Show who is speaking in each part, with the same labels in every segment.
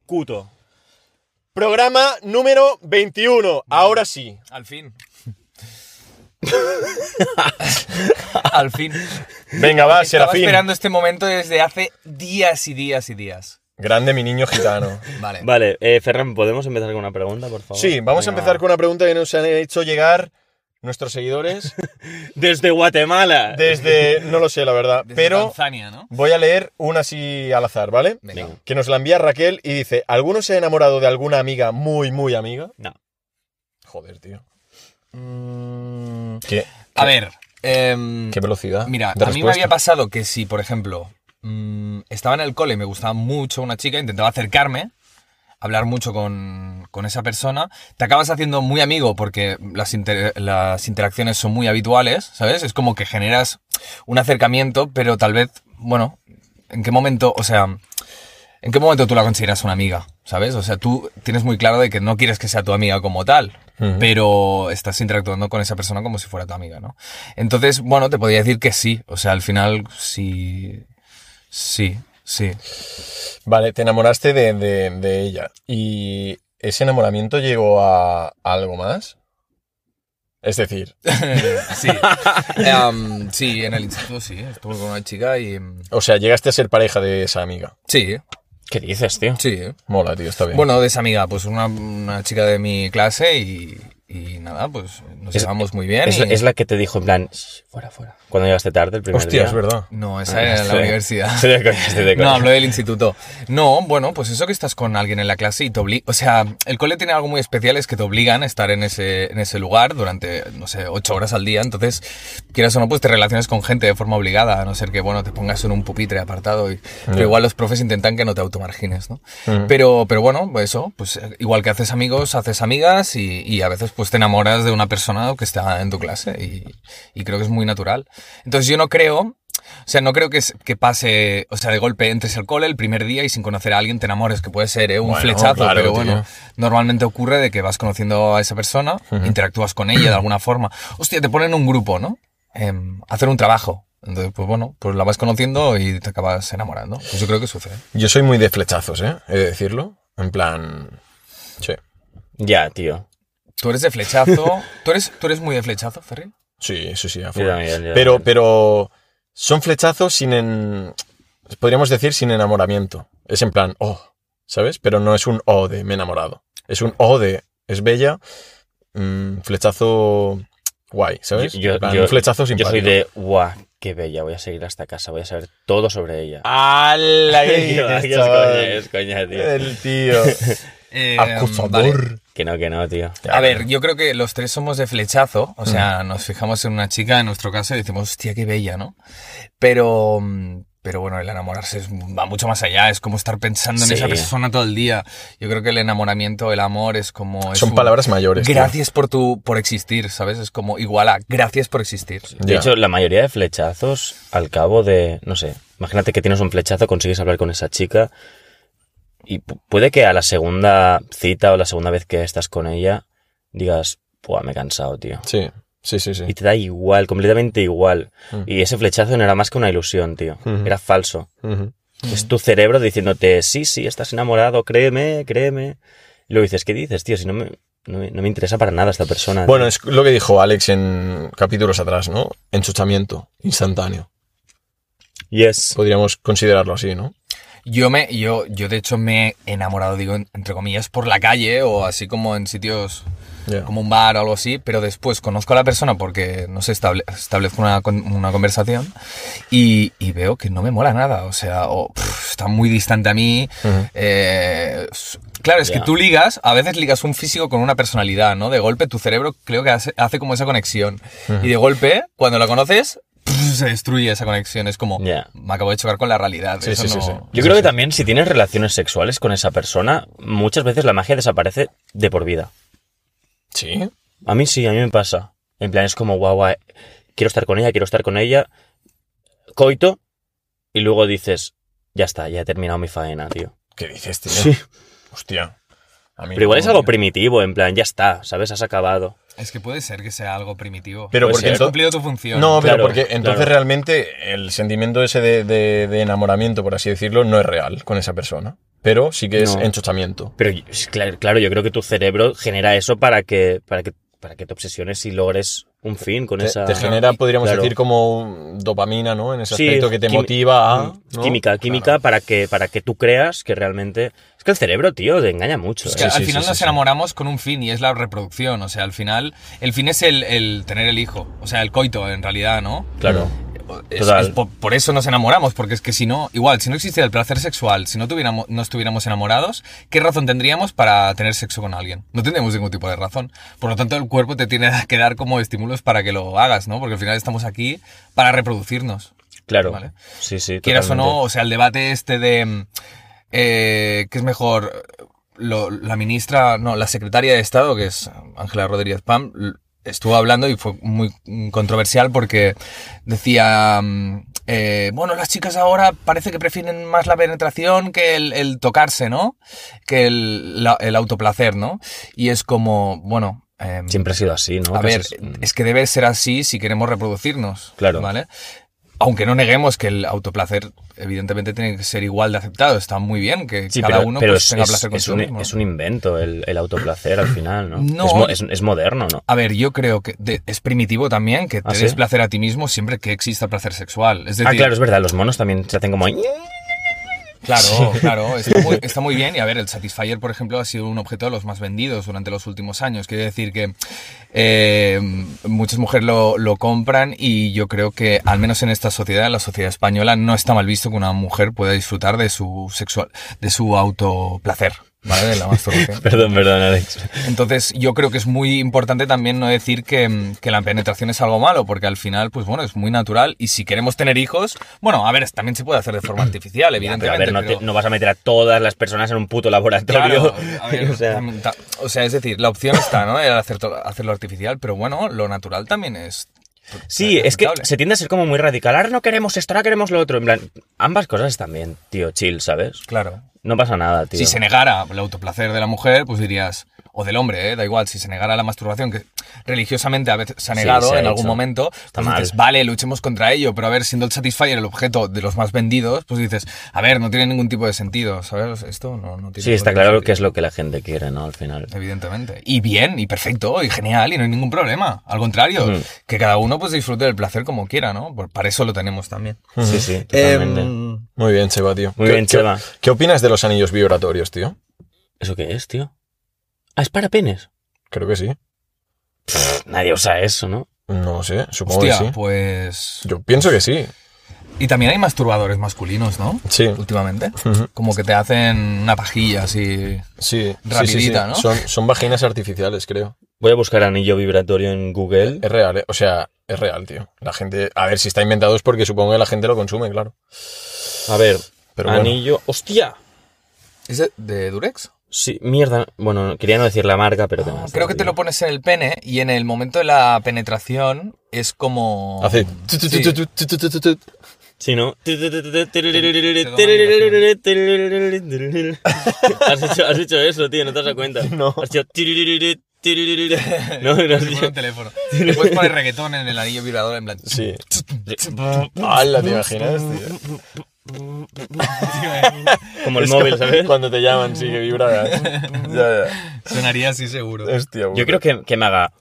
Speaker 1: discuto. Programa número 21. Ahora sí.
Speaker 2: Al fin. Al fin.
Speaker 1: Venga, va,
Speaker 2: Estaba
Speaker 1: Serafín.
Speaker 2: esperando este momento desde hace días y días y días.
Speaker 1: Grande mi niño gitano.
Speaker 2: Vale.
Speaker 3: Vale, eh, Ferran, ¿podemos empezar con una pregunta, por favor?
Speaker 1: Sí, vamos a
Speaker 3: Venga,
Speaker 1: empezar
Speaker 3: va.
Speaker 1: con una pregunta que nos han hecho llegar nuestros seguidores
Speaker 3: Desde Guatemala.
Speaker 1: desde, no lo sé la verdad,
Speaker 2: Desde
Speaker 1: pero
Speaker 2: Tanzania, ¿no?
Speaker 1: voy a leer una así al azar, ¿vale?
Speaker 2: Venga.
Speaker 3: Venga.
Speaker 1: Que nos la envía Raquel y dice, ¿alguno se ha enamorado de alguna amiga muy, muy amiga?
Speaker 3: No.
Speaker 1: Joder, tío. Mm, ¿Qué,
Speaker 2: A ver. em,
Speaker 1: qué velocidad?
Speaker 2: Mira,
Speaker 1: de
Speaker 2: a mí me había
Speaker 1: respuesta.
Speaker 2: pasado que si, por ejemplo, mm, estaba en el cole, me gustaba mucho una chica, intentaba acercarme, hablar mucho con, con esa persona, te acabas haciendo muy amigo porque las, inter- las interacciones son muy habituales, ¿sabes? Es como que generas un acercamiento, pero tal vez, bueno, ¿en qué momento, o sea, en qué momento tú la consideras una amiga? ¿Sabes? O sea, tú tienes muy claro de que no quieres que sea tu amiga como tal,
Speaker 1: Ujú.
Speaker 2: pero estás interactuando con esa persona como si fuera tu amiga, ¿no? Entonces, bueno, te podría decir que sí. O sea, al final, sí. Sí, sí.
Speaker 1: Vale, te enamoraste de, de- de ella. ¿Y ese enamoramiento llegó a algo más? Es decir,
Speaker 2: sí. Em, sí, en el instituto sí. Estuve con una chica y. em,
Speaker 1: o sea, llegaste a ser pareja de esa amiga.
Speaker 2: Sí,
Speaker 3: ¿Qué dices, tío?
Speaker 2: sí.
Speaker 1: Mola, tío, está bien.
Speaker 2: Bueno, de esa amiga, pues una, una chica de mi clase y. y nada, pues nos
Speaker 3: Es-
Speaker 2: llevamos muy bien.
Speaker 3: Es,
Speaker 2: y-
Speaker 3: es la que te dijo, en plan, "Shh, fuera, fuera. Cuando llegaste tarde el primer
Speaker 1: Hostia,
Speaker 3: día.
Speaker 1: es verdad.
Speaker 2: No, esa era en la
Speaker 3: Sí.
Speaker 2: universidad.
Speaker 3: Estoy de coña, estoy de
Speaker 2: No,
Speaker 3: coña.
Speaker 2: hablo del instituto. No, bueno, pues eso que estás con alguien en la clase y te obliga... O sea, el cole tiene algo muy especial, es que te obligan a estar en ese, en ese lugar durante, no sé, ocho horas al día. Entonces, quieras o no, pues te relacionas con gente de forma obligada, a no ser que, bueno, te pongas en un pupitre apartado. Y, Pero igual los profes intentan que no te automargines, ¿no? pero, pero bueno, pues eso, pues eh, igual que haces amigos, haces amigas y, y a veces pues te enamoras de una persona que está en tu clase y, y creo que es muy natural. Entonces yo no creo... O sea, no creo que, es- que pase, o sea, de golpe entres al cole el primer día y sin conocer a alguien te enamores, que puede ser ¿eh? un
Speaker 1: Bueno,
Speaker 2: flechazo,
Speaker 1: claro,
Speaker 2: pero
Speaker 1: tío.
Speaker 2: bueno, normalmente ocurre de que vas conociendo a esa persona, interactúas con ella de alguna forma. Hostia, te ponen en un grupo, ¿no? Em, hacer un trabajo. Entonces, pues bueno, pues la vas conociendo y te acabas enamorando. Pues yo creo que sucede.
Speaker 1: Yo soy muy de flechazos, ¿eh? He de decirlo. En plan... Sí.
Speaker 3: Ya, tío.
Speaker 2: Tú eres de flechazo. ¿Tú eres, tú eres muy de flechazo, Ferri?
Speaker 1: Sí, sí, sí. a
Speaker 3: Yo
Speaker 1: full.
Speaker 3: también, yo
Speaker 1: Pero,
Speaker 3: también.
Speaker 1: pero son flechazos sin... en- Podríamos decir sin enamoramiento. Es en plan, oh, ¿sabes? Pero no es un oh de me he enamorado. Es un oh de es bella, mm, flechazo guay, ¿sabes?
Speaker 3: Yo,
Speaker 1: En plan,
Speaker 3: yo-
Speaker 1: un flechazo
Speaker 3: yo soy
Speaker 1: simpático.
Speaker 3: de, guau, qué bella, voy a seguir hasta casa, voy a saber todo sobre ella.
Speaker 1: ¡Hala! qué
Speaker 3: Tío,
Speaker 1: dices,
Speaker 3: es
Speaker 1: chaval!
Speaker 3: coña, es coña, tío.
Speaker 1: El tío. Eh, Acusador.
Speaker 3: Que no, que no, tío.
Speaker 2: A ver, yo creo que los tres somos de flechazo, o sea, nos fijamos en una chica, en nuestro caso, y decimos, hostia, qué bella, ¿no? Pero, mm, pero bueno, el enamorarse es- va mucho más allá, es como estar pensando en
Speaker 3: Sí.
Speaker 2: esa persona todo el día. Yo creo que el enamoramiento, el amor es como... es
Speaker 1: Son
Speaker 2: un
Speaker 1: palabras mayores. tío.
Speaker 2: Gracias por tu, por existir, ¿sabes? Es como igual a gracias por existir.
Speaker 3: De
Speaker 1: Ya.
Speaker 3: hecho, la mayoría de flechazos, al cabo de, no sé, imagínate que tienes un flechazo, consigues hablar con esa chica y pu- puede que a la segunda cita o la segunda vez que estás con ella digas, Buah, me he cansado, tío.
Speaker 1: Sí, sí, sí, sí.
Speaker 3: Y te da igual, completamente igual.
Speaker 1: Mm.
Speaker 3: Y ese flechazo no era más que una ilusión, tío.
Speaker 1: Ujú.
Speaker 3: Era falso.
Speaker 1: Ujú.
Speaker 3: Es tu cerebro diciéndote, sí, sí, estás enamorado, créeme, créeme. Y luego dices, ¿qué dices, tío? Si no me, no me, no me interesa para nada esta persona.
Speaker 1: Bueno, es lo que dijo Alex en capítulos atrás, ¿no? Enchuchamiento instantáneo.
Speaker 3: Yes.
Speaker 1: Podríamos considerarlo así, ¿no?
Speaker 2: Yo me, yo, yo de hecho me he enamorado, digo, en- entre comillas, por la calle o así como en sitios
Speaker 1: Ya.
Speaker 2: como un bar o algo así, pero después conozco a la persona porque, no sé, estable- establezco una, con- una conversación y, y veo que no me mola nada, o sea, o, pff, está muy distante a mí.
Speaker 1: Ujú.
Speaker 2: eh, s- claro, es
Speaker 3: Ya.
Speaker 2: que tú ligas, a veces ligas un físico con una personalidad, ¿no? De golpe tu cerebro creo que hace, hace como esa conexión y de golpe, cuando la conoces, pff, se destruye esa conexión, es como,
Speaker 3: Ya.
Speaker 2: me acabo de chocar con la realidad.
Speaker 1: Sí,
Speaker 2: eso
Speaker 1: sí, sí,
Speaker 2: no-
Speaker 1: sí.
Speaker 3: Yo creo que también si tienes relaciones sexuales con esa persona, muchas veces la magia desaparece de por vida.
Speaker 1: Sí.
Speaker 3: A mí sí, a mí me pasa. En plan, es como, guau, guau, quiero estar con ella, quiero estar con ella. Coito. Y luego dices, ya está, ya he terminado mi faena, tío.
Speaker 1: ¿Qué dices, tío?
Speaker 3: Sí.
Speaker 1: Hostia. A mí
Speaker 3: Pero igual es
Speaker 1: no-
Speaker 3: algo primitivo, en plan, ya está, ¿sabes? Has acabado.
Speaker 2: Es que puede ser que sea algo primitivo.
Speaker 1: Pero
Speaker 3: Puede
Speaker 1: porque
Speaker 3: ser.
Speaker 2: has
Speaker 1: ento-
Speaker 2: cumplido tu función.
Speaker 1: No, pero
Speaker 3: Claro,
Speaker 1: porque entonces
Speaker 3: claro.
Speaker 1: realmente el sentimiento ese de, de- de enamoramiento, por así decirlo, no es real con esa persona. pero sí que es
Speaker 3: No.
Speaker 1: enchochamiento.
Speaker 3: Pero y- es cla- claro, yo creo que tu cerebro genera eso para que, para que, para que te obsesiones y logres un fin con
Speaker 1: Te,
Speaker 3: esa
Speaker 1: te genera, podríamos
Speaker 3: claro.
Speaker 1: decir, como dopamina, ¿no? En ese
Speaker 3: Sí,
Speaker 1: aspecto que te
Speaker 3: quimi- mm,
Speaker 1: motiva
Speaker 2: Ah,
Speaker 1: a... ¿no?
Speaker 3: química, química
Speaker 1: Claro.
Speaker 3: para que para que tú creas que realmente es que el cerebro, tío, te engaña mucho.
Speaker 2: Es
Speaker 3: ¿eh?
Speaker 2: que
Speaker 1: Sí,
Speaker 2: al
Speaker 1: sí,
Speaker 2: final
Speaker 1: sí,
Speaker 2: nos
Speaker 1: sí, sí.
Speaker 2: enamoramos con un fin y es la reproducción. O sea, al final, el fin es el, el tener el hijo. O sea, el coito, en realidad, ¿no?
Speaker 3: Claro.
Speaker 2: Es-
Speaker 3: Total.
Speaker 2: es po- por, eso nos enamoramos, porque es que si no, igual, si no existiera el placer sexual, si no, tuviéramos, no estuviéramos enamorados, ¿qué razón tendríamos para tener sexo con alguien? No tendríamos ningún tipo de razón. Por lo tanto, el cuerpo te tiene que dar como estímulos para que lo hagas, ¿no? Porque al final estamos aquí para reproducirnos.
Speaker 3: Claro.
Speaker 2: Vale.
Speaker 3: Sí, sí.
Speaker 2: Quieras o no,
Speaker 3: totalmente.
Speaker 2: o sea, el debate este de. mm, Eh, ¿Qué es mejor? Lo- la ministra, no, la secretaria de Estado, que es Ángela Rodríguez Pam, l- estuvo hablando y fue muy mm, controversial porque decía. mm, eh, bueno, las chicas ahora parece que prefieren más la penetración que el, el tocarse, ¿no? Que el, la- el autoplacer, ¿no? Y es como, bueno. em,
Speaker 3: Siempre ha sido así, ¿no?
Speaker 2: a
Speaker 3: Que
Speaker 2: ver,
Speaker 3: es-
Speaker 2: es que debe ser así si queremos reproducirnos.
Speaker 3: Claro.
Speaker 2: ¿Vale? Aunque no neguemos que el autoplacer, evidentemente, tiene que ser igual de aceptado. Está muy bien que
Speaker 3: Sí,
Speaker 2: cada
Speaker 3: pero,
Speaker 2: uno
Speaker 3: pero
Speaker 2: pues,
Speaker 3: es,
Speaker 2: tenga
Speaker 3: es-
Speaker 2: placer con
Speaker 3: es
Speaker 2: sí
Speaker 3: un,
Speaker 2: mismo.
Speaker 3: es un invento el, el autoplacer al final, ¿no?
Speaker 2: No.
Speaker 3: Es, mo- es- es moderno, ¿no?
Speaker 2: A ver, yo creo que de- es primitivo también que te
Speaker 3: ¿Ah, sí?
Speaker 2: des placer a ti mismo siempre que exista placer sexual. Es decir,
Speaker 3: Ah, claro, es verdad, los monos también se hacen como... ahí.
Speaker 2: Claro, claro, está muy, está muy bien. Y a ver, el Satisfyer, por ejemplo, ha sido un objeto de los más vendidos durante los últimos años. Quiere decir que eh, muchas mujeres lo, lo compran y yo creo que, al menos en esta sociedad, en la sociedad española, no está mal visto que una mujer pueda disfrutar de su sexual, de su autoplacer, ¿vale? De la masturbación.
Speaker 3: Perdón, perdón, Alex.
Speaker 2: Entonces, yo creo que es muy importante también no decir que, mm, que la penetración es algo malo, porque al final, pues bueno, es muy natural. Y si queremos tener hijos, bueno, a ver, también se puede hacer de forma artificial, evidentemente.
Speaker 3: Pero a ver, no, te-
Speaker 2: pero-
Speaker 3: no vas a meter a todas las personas en un puto laboratorio.
Speaker 2: Claro, a ver,
Speaker 3: O sea,
Speaker 2: también ta- o sea, es decir, la opción está, ¿no? El hacer to- hacerlo artificial, pero bueno, lo natural también es.
Speaker 3: sí, es que
Speaker 2: aceptable.
Speaker 3: se tiende a ser como muy radical. Ahora no queremos esto, ahora queremos lo otro. En plan, ambas cosas también, tío, chill, ¿sabes?
Speaker 2: Claro.
Speaker 3: No pasa nada, tío.
Speaker 2: Si se negara el autoplacer de la mujer, pues dirías, o del hombre, ¿eh? da igual, si se negara la masturbación, que religiosamente a veces se ha
Speaker 3: Sí,
Speaker 2: negado
Speaker 3: se ha
Speaker 2: en algún
Speaker 3: hecho.
Speaker 2: momento, pues
Speaker 3: mal.
Speaker 2: dices, vale, luchemos contra ello, pero a ver, siendo el Satisfyer el objeto de los más vendidos, pues dices, a ver, no tiene ningún tipo de sentido, ¿sabes? Esto no, no tiene
Speaker 3: sí,
Speaker 2: ningún tipo
Speaker 3: está
Speaker 2: de
Speaker 3: claro que
Speaker 2: sentido.
Speaker 3: es lo que la gente quiere, ¿no? Al final.
Speaker 2: Evidentemente. Y bien, y perfecto, y genial, y no hay ningún problema. Al contrario, que cada uno pues disfrute del placer como quiera, ¿no? Por- para eso lo tenemos también.
Speaker 3: Sí, sí, totalmente.
Speaker 1: Muy bien, Seba, tío.
Speaker 3: Muy
Speaker 1: ¿Qué-
Speaker 3: bien,
Speaker 1: qué-
Speaker 3: Seba.
Speaker 1: ¿Qué opinas de los anillos vibratorios, tío?
Speaker 3: ¿Eso qué es, tío? Ah, es para penes.
Speaker 1: Creo que sí.
Speaker 3: Nadie usa eso, ¿no?
Speaker 1: No sé, supongo
Speaker 2: Hostia,
Speaker 1: que sí.
Speaker 2: pues...
Speaker 1: Yo pienso que sí.
Speaker 2: Y también hay masturbadores masculinos, ¿no?
Speaker 1: Sí.
Speaker 2: Últimamente.
Speaker 1: Ujú.
Speaker 2: Como que te hacen una pajilla así...
Speaker 1: Sí, sí, sí, sí.
Speaker 2: Rapidita, ¿no?
Speaker 1: Son, son vaginas artificiales, creo.
Speaker 3: Voy a buscar anillo vibratorio en Google.
Speaker 1: Es real, ¿eh? o sea, es real, tío. La gente, a ver, si está inventado es porque supongo que la gente lo consume, claro.
Speaker 3: A ver,
Speaker 1: Pero bueno.
Speaker 3: anillo. ¡Hostia!
Speaker 2: ¿Es de, de Durex?
Speaker 3: Sí, mierda. Bueno, quería no decir la marca, pero te
Speaker 2: Ah, creo que te lo pones en el pene y en el momento de la penetración es como...
Speaker 1: Hace.
Speaker 2: Oh, Sí.
Speaker 1: tu, tu, tu, tu, tu, tu, tu, tu.
Speaker 3: Sí, ¿no? Has hecho, has hecho eso, tío, no te has dado cuenta. No. Has hecho. No, no
Speaker 2: Te
Speaker 3: has
Speaker 2: pone
Speaker 3: hecho.
Speaker 2: el teléfono. Le puedes poner reggaetón en el anillo vibrador en plan...
Speaker 1: Sí. ¡Hala, te imaginas, tío!
Speaker 3: Como el
Speaker 1: Es
Speaker 3: móvil,
Speaker 1: como
Speaker 3: ¿sabes?
Speaker 1: Cuando te llaman, sí, que vibra. ¿eh? Ya, ya.
Speaker 2: Sonaría así seguro.
Speaker 1: Hostia, pues,
Speaker 3: Yo
Speaker 1: bueno.
Speaker 3: creo que, que me haga.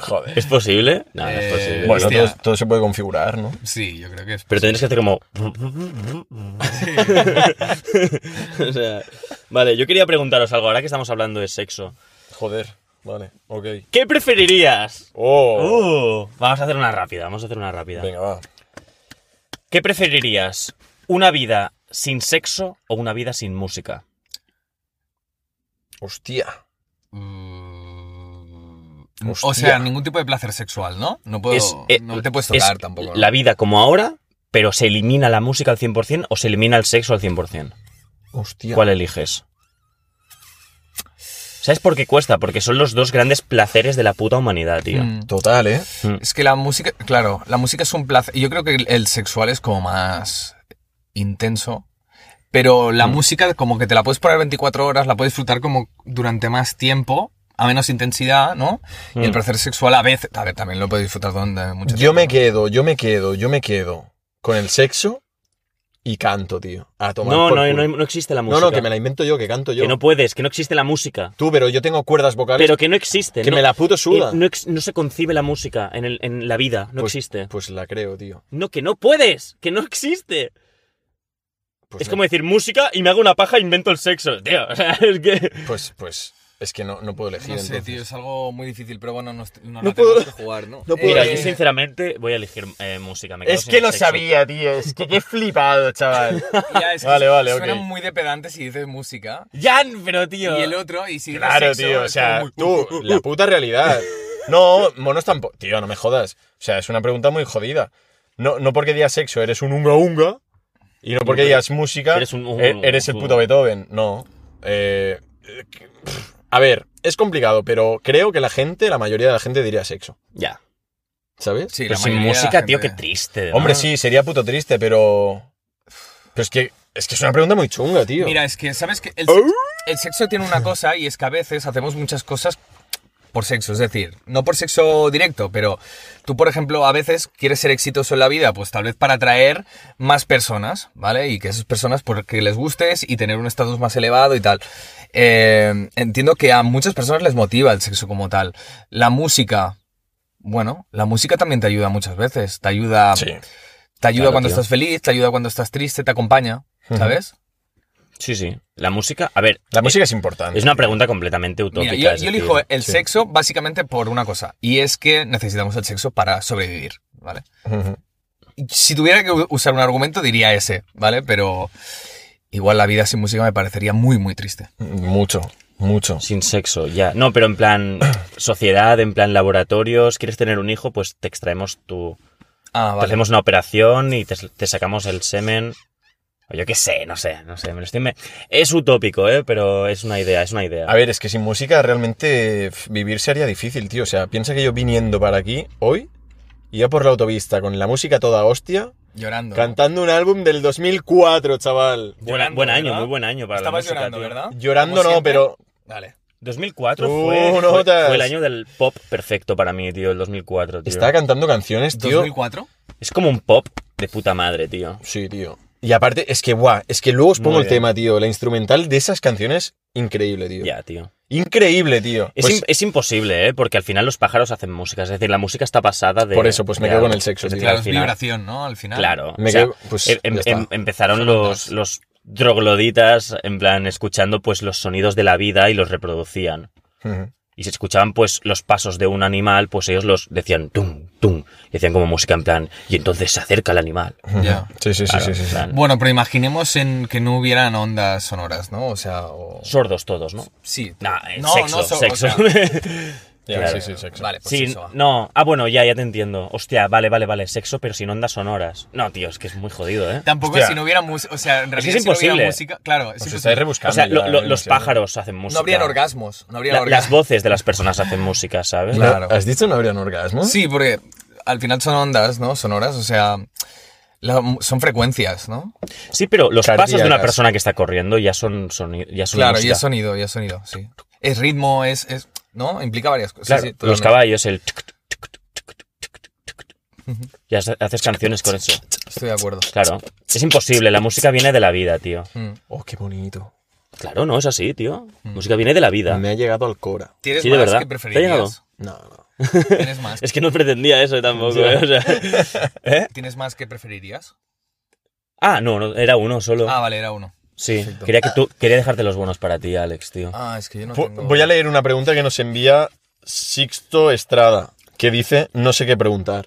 Speaker 1: Joder.
Speaker 3: ¿Es posible? No, no es
Speaker 2: Eh,
Speaker 3: posible. Este-
Speaker 1: Bueno,
Speaker 2: Hostia.
Speaker 1: todo, todo se puede configurar, ¿no?
Speaker 2: Sí, yo creo que es...
Speaker 3: Pero tendrías que hacer como. O sea, vale, yo quería preguntaros algo ahora que estamos hablando de sexo.
Speaker 1: Joder. Vale, ok.
Speaker 3: ¿Qué preferirías?
Speaker 1: ¡Oh!
Speaker 3: Uh, vamos a hacer una rápida, vamos a hacer una rápida.
Speaker 1: Venga, va.
Speaker 3: ¿Qué preferirías? ¿Una vida sin sexo o una vida sin música?
Speaker 1: Hostia.
Speaker 2: Mm, O
Speaker 1: Hostia.
Speaker 2: sea, ningún tipo de placer sexual, ¿no? No puedo.
Speaker 3: Es, eh,
Speaker 2: no te puedes
Speaker 3: es
Speaker 2: tocar tampoco. ¿no?
Speaker 3: La vida como ahora, pero se elimina la música al 100% o se elimina el sexo al 100%.
Speaker 1: Hostia.
Speaker 3: ¿Cuál eliges? ¿Sabes por qué cuesta? Porque son los dos grandes placeres de la puta humanidad, tío.
Speaker 2: Mm.
Speaker 1: Total, ¿eh?
Speaker 2: Es que la música, claro, la música es un placer. Yo creo que el- el sexual es como más intenso. Pero
Speaker 3: Mm.
Speaker 2: la música, como que te la puedes poner 24 horas, la puedes disfrutar como durante más tiempo, a menos intensidad, ¿no? Y el
Speaker 3: Mm.
Speaker 2: placer sexual a veces. A ver, también lo puedes disfrutar donde mucho
Speaker 1: Yo
Speaker 2: tiempo.
Speaker 1: me quedo, yo me quedo, yo me quedo con el sexo y canto, tío. A tomar
Speaker 3: No,
Speaker 1: por
Speaker 3: no, no,
Speaker 1: culo.
Speaker 3: no existe la
Speaker 1: no,
Speaker 3: música.
Speaker 1: no, que me la invento yo, que canto yo.
Speaker 3: Que no puedes, que no existe la música.
Speaker 1: Tú, pero yo tengo cuerdas vocales
Speaker 3: Pero que no existe.
Speaker 1: que
Speaker 3: no,
Speaker 1: me la puto suda.
Speaker 3: eh, no, ex- no se concibe la música en, el- en la vida, no
Speaker 1: Pues-
Speaker 3: existe.
Speaker 1: Pues la creo, tío.
Speaker 3: No, que no puedes, que no existe.
Speaker 1: Pues
Speaker 3: es
Speaker 1: me-
Speaker 3: como decir música y me hago una paja e invento el sexo, tío. O sea, es que...
Speaker 1: Pues, pues, es que no, no puedo elegir.
Speaker 2: No sé,
Speaker 1: entonces.
Speaker 2: tío, es algo muy difícil, pero bueno, nos, no,
Speaker 1: No puedo-
Speaker 2: que jugar, ¿no?
Speaker 1: no puedo-
Speaker 3: Mira,
Speaker 1: Eh,
Speaker 3: yo sinceramente voy a elegir eh, música. me quedo
Speaker 1: Es
Speaker 3: sin
Speaker 1: que
Speaker 3: el
Speaker 1: lo
Speaker 3: sexo.
Speaker 1: sabía, tío. Es que qué flipado, chaval.
Speaker 2: ya, es que
Speaker 1: Vale, vale,
Speaker 2: suena
Speaker 1: ok.
Speaker 2: muy de pedantes si dices música.
Speaker 3: Jan, pero tío.
Speaker 2: Y el otro, y si dices
Speaker 1: Claro,
Speaker 2: sexo,
Speaker 1: tío. O
Speaker 2: es
Speaker 1: sea,
Speaker 2: como muy-
Speaker 1: tú, la puta realidad. No, monos tampoco. Tío, no me jodas. O sea, es una pregunta muy jodida. No, no porque digas sexo, eres un unga unga. Y no porque digas música,
Speaker 3: eres un- un-
Speaker 1: e- eres el
Speaker 3: un-
Speaker 1: puto Beethoven. No. Eh, eh, que- pff. a ver, es complicado, pero creo que la gente, la mayoría de la gente diría sexo.
Speaker 3: Ya.
Speaker 1: ¿Sabes?
Speaker 2: Sí, la
Speaker 3: Pero sin
Speaker 2: mayoría de la
Speaker 3: música, tío, qué
Speaker 2: gente-
Speaker 3: triste. ¿no?
Speaker 1: Hombre, sí, sería puto triste, pero. Pero es que, es que es una pregunta muy chunga, tío.
Speaker 2: Mira, es que, ¿sabes que el, sexo, el sexo tiene una cosa y es que a veces hacemos muchas cosas por sexo, es decir, no por sexo directo, pero tú, por ejemplo, a veces quieres ser exitoso en la vida, pues tal vez para atraer más personas, ¿vale? Y que esas personas, porque les gustes y tener un estatus más elevado y tal. Eh, entiendo que a muchas personas les motiva el sexo como tal. La música, bueno, la música también te ayuda muchas veces, te ayuda...
Speaker 1: Sí.
Speaker 2: Te ayuda
Speaker 3: Claro,
Speaker 2: cuando
Speaker 3: tío.
Speaker 2: estás feliz, te ayuda cuando estás triste, te acompaña,
Speaker 1: Ujú.
Speaker 2: ¿sabes?
Speaker 3: Sí, sí. La música, a ver, eh,
Speaker 1: La música es importante.
Speaker 3: es una pregunta completamente utópica.
Speaker 2: Mira, yo,
Speaker 3: es
Speaker 2: yo
Speaker 3: decir,
Speaker 2: elijo eh. el
Speaker 1: sí.
Speaker 2: sexo básicamente por una cosa, y es que necesitamos el sexo para sobrevivir, ¿vale?
Speaker 1: Ujú.
Speaker 2: Si tuviera que u- usar un argumento diría ese, ¿vale? Pero igual la vida sin música me parecería muy, muy triste.
Speaker 1: Mucho, mucho.
Speaker 3: Sin sexo, ya. No, pero en plan sociedad, en plan laboratorios, quieres tener un hijo, pues te extraemos tu...
Speaker 2: Ah,
Speaker 3: Te
Speaker 2: vale.
Speaker 3: hacemos una operación y te, te sacamos el semen. O yo qué sé, no sé, no sé. Me lo estoy me- Es utópico, ¿eh? Pero es una idea, es una idea.
Speaker 1: A ver, es que sin música realmente f- vivir sería difícil, tío. O sea, piensa que yo viniendo para aquí hoy, iba por la autovista con la música toda hostia,
Speaker 2: Llorando.
Speaker 1: cantando un álbum del 2004, chaval.
Speaker 3: Buena-
Speaker 2: llorando,
Speaker 3: buen año,
Speaker 2: ¿verdad?
Speaker 3: muy buen año para
Speaker 2: Estabas
Speaker 3: la música,
Speaker 2: llorando,
Speaker 3: tío.
Speaker 2: ¿verdad?
Speaker 1: Llorando
Speaker 2: Como
Speaker 1: no,
Speaker 2: siempre.
Speaker 1: pero...
Speaker 2: Vale.
Speaker 3: 2004
Speaker 1: Tú
Speaker 3: fue, fue-
Speaker 1: notas.
Speaker 3: fue el año del pop perfecto para mí, tío, el 2004, tío.
Speaker 1: Estaba cantando canciones, tío.
Speaker 2: ¿2004?
Speaker 3: Es como un pop de puta madre, tío.
Speaker 1: Sí, tío. Y aparte, es que, guau, es que luego os pongo
Speaker 3: Muy
Speaker 1: el
Speaker 3: bien.
Speaker 1: tema, tío. La instrumental de esas canciones, increíble, tío.
Speaker 3: Ya, tío.
Speaker 1: Increíble, tío.
Speaker 3: Es,
Speaker 1: Pues,
Speaker 3: im- es imposible, ¿eh? Porque al final los pájaros hacen música. Es decir, la música está pasada de...
Speaker 1: Por eso, pues me
Speaker 3: de
Speaker 1: quedo
Speaker 3: algo.
Speaker 1: con el sexo,
Speaker 3: Es
Speaker 1: tío.
Speaker 3: decir,
Speaker 2: Claro,
Speaker 3: al
Speaker 2: es
Speaker 3: final-
Speaker 2: vibración, ¿no? Al final.
Speaker 3: Claro.
Speaker 1: Me
Speaker 3: o sea,
Speaker 1: quedo- pues,
Speaker 3: em-
Speaker 1: ya
Speaker 3: em-
Speaker 1: está.
Speaker 3: em- empezaron
Speaker 2: Son
Speaker 3: los,
Speaker 2: ondas.
Speaker 3: los trogloditas, en plan, escuchando pues los sonidos de la vida y los reproducían.
Speaker 1: Ujú.
Speaker 3: Y se escuchaban pues los pasos de un animal, pues ellos los decían tum, tum. Y hacían como música en plan, y entonces se acerca el animal.
Speaker 2: Ya.
Speaker 1: Sí, sí, sí,
Speaker 3: Claro,
Speaker 1: sí, sí,
Speaker 3: en
Speaker 1: sí.
Speaker 3: plan,
Speaker 2: Bueno, pero imaginemos en que no hubieran ondas sonoras, ¿no? O sea, o...
Speaker 3: Sordos todos, ¿no?
Speaker 2: Sí.
Speaker 3: Nah, eh,
Speaker 2: No,
Speaker 3: sexo,
Speaker 2: no, so- o
Speaker 3: sexo.
Speaker 2: sea,
Speaker 1: Ya, sí,
Speaker 3: Claro.
Speaker 1: sí, sexo.
Speaker 2: Vale, pues
Speaker 3: sí,
Speaker 2: eso. va.
Speaker 3: no. Ah, bueno, ya, ya te entiendo. Hostia, vale, vale, vale. Sexo, pero sin ondas sonoras. No, tío, es que es muy jodido, ¿eh?
Speaker 2: Tampoco
Speaker 1: Hostia.
Speaker 2: si no hubiera música, o sea, en realidad
Speaker 3: que es
Speaker 2: si no hubiera
Speaker 3: imposible.
Speaker 2: música, claro, es
Speaker 1: Os
Speaker 2: imposible.
Speaker 1: estáis
Speaker 3: O
Speaker 1: rebuscando.
Speaker 3: sea, lo-
Speaker 1: ya,
Speaker 3: lo-
Speaker 1: ¿eh?
Speaker 3: los
Speaker 1: No sé.
Speaker 3: pájaros hacen música.
Speaker 2: No habrían orgasmos, no habrían
Speaker 3: La-
Speaker 2: orgasmos.
Speaker 3: las voces de las personas hacen música, ¿sabes?
Speaker 1: No,
Speaker 2: Claro.
Speaker 1: ¿Has dicho no habrían orgasmo?
Speaker 2: Sí, porque al final son ondas, ¿no? Sonoras, o sea, la- son frecuencias, ¿no?
Speaker 3: Sí, pero los
Speaker 1: Cardíacas.
Speaker 3: pasos de una persona que está corriendo ya son, soni- ya son
Speaker 2: claro, y
Speaker 3: música.
Speaker 2: es sonido, y es sonido, sí. Es ritmo, es, es ¿no? Implica varias cosas.
Speaker 3: Claro,
Speaker 2: sí, sí,
Speaker 3: los
Speaker 2: totalmente.
Speaker 3: caballos, el... tuc, tuc, tuc, tuc, tuc, tuc, tuc. Ya hace- haces canciones con eso.
Speaker 2: Estoy de acuerdo.
Speaker 3: Claro. Es imposible, la música viene de la vida, tío.
Speaker 2: Mm.
Speaker 1: Oh, qué bonito.
Speaker 3: Claro, no, es así, tío. Música viene de la vida.
Speaker 1: Me ha llegado al cora.
Speaker 2: ¿Tienes
Speaker 3: Sí, de
Speaker 2: más
Speaker 3: verdad.
Speaker 2: que
Speaker 3: ¿Te ha
Speaker 2: preferirías?
Speaker 3: llegado?
Speaker 1: No, no.
Speaker 2: ¿Tienes más?
Speaker 3: Es que no pretendía eso tampoco, ¿eh? O sea, ¿Eh?
Speaker 2: ¿Tienes más que preferirías?
Speaker 3: Ah, no, no, era uno solo.
Speaker 2: Ah, vale, era uno.
Speaker 3: sí, quería, que tú, quería dejarte los buenos para ti, Alex, tío.
Speaker 2: Ah, es que yo no
Speaker 1: Vo-
Speaker 2: tengo...
Speaker 1: Voy a leer una pregunta que nos envía Sixto Estrada, que dice, no sé qué preguntar.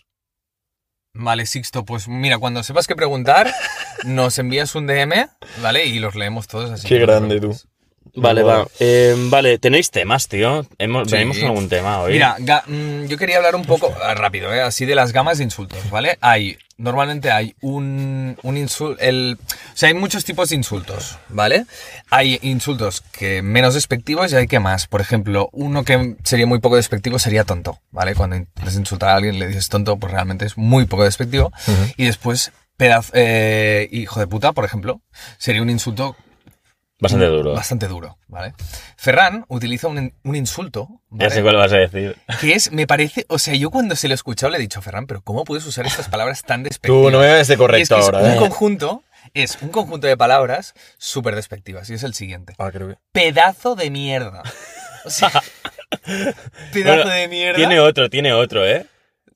Speaker 2: Vale, Sixto, pues mira, cuando sepas qué preguntar, nos envías un DM, ¿vale? Y los leemos todos así.
Speaker 1: Qué
Speaker 2: que no te
Speaker 1: grande,
Speaker 2: preocupes.
Speaker 1: tú.
Speaker 3: Vale,
Speaker 1: Bueno.
Speaker 3: va. Eh, vale, tenéis temas, tío. Hemos,
Speaker 2: Sí.
Speaker 3: Venimos con algún tema hoy.
Speaker 2: Mira, ga- mm, yo quería hablar un poco ah, rápido, ¿eh? así de las gamas de insultos, ¿vale? Hay, normalmente hay un, un insulto, el, o sea, hay muchos tipos de insultos, ¿vale? Hay insultos que menos despectivos y hay que más. Por ejemplo, uno que sería muy poco despectivo sería tonto, ¿vale? Cuando intentas insultar a alguien y le dices tonto, pues realmente es muy poco despectivo. Y después, pedazo, eh, hijo de puta, por ejemplo, sería un insulto
Speaker 3: Bastante duro.
Speaker 2: Bastante duro, ¿vale? Ferran utiliza un, in- un insulto,
Speaker 3: Ya
Speaker 2: ¿vale?
Speaker 3: sé cuál vas a decir.
Speaker 2: que es, me parece, o sea, yo cuando se lo he escuchado le he dicho, Ferran, pero ¿cómo puedes usar estas palabras tan despectivas?
Speaker 1: Tú no me ves de
Speaker 2: Y es que
Speaker 1: correcto
Speaker 2: es
Speaker 1: ahora,
Speaker 2: un
Speaker 1: ¿eh?
Speaker 2: conjunto, es un conjunto de palabras súper despectivas, y es el siguiente.
Speaker 1: Ah, creo que.
Speaker 2: Pedazo de mierda. O sea, pedazo
Speaker 3: Bueno,
Speaker 2: de mierda.
Speaker 3: Tiene otro, tiene otro, ¿eh?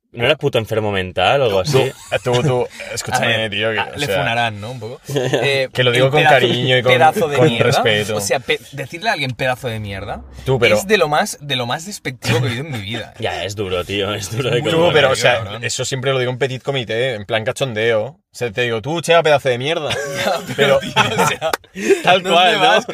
Speaker 3: ¿No era puto enfermo mental o algo así?
Speaker 1: Tú, tú,
Speaker 2: eh, A
Speaker 1: escúchame,
Speaker 2: ver,
Speaker 1: tío. Que,
Speaker 2: ah,
Speaker 1: o
Speaker 2: le
Speaker 1: sea,
Speaker 2: funarán, ¿no? Un poco. Eh,
Speaker 1: Que lo digo
Speaker 2: el
Speaker 1: con cariño y con-
Speaker 2: pedazo de
Speaker 1: con
Speaker 2: mierda.
Speaker 1: respeto.
Speaker 2: O sea, pe- decirle a alguien pedazo de mierda
Speaker 1: Tú, pero-
Speaker 2: es de lo, más, de lo más despectivo que he oído en mi vida. eh.
Speaker 3: Ya, es duro, tío. Es duro de
Speaker 2: Muy
Speaker 1: Tú,
Speaker 3: cojones.
Speaker 1: pero, o
Speaker 2: Cabrón.
Speaker 1: sea, eso siempre lo digo en petit comité, ¿eh? en plan cachondeo. O sea, te digo, tú, chea, pedazo de mierda. pero,
Speaker 2: Tío, o sea,
Speaker 1: tal
Speaker 2: ¿dónde
Speaker 1: cual,
Speaker 2: vas,
Speaker 1: ¿no?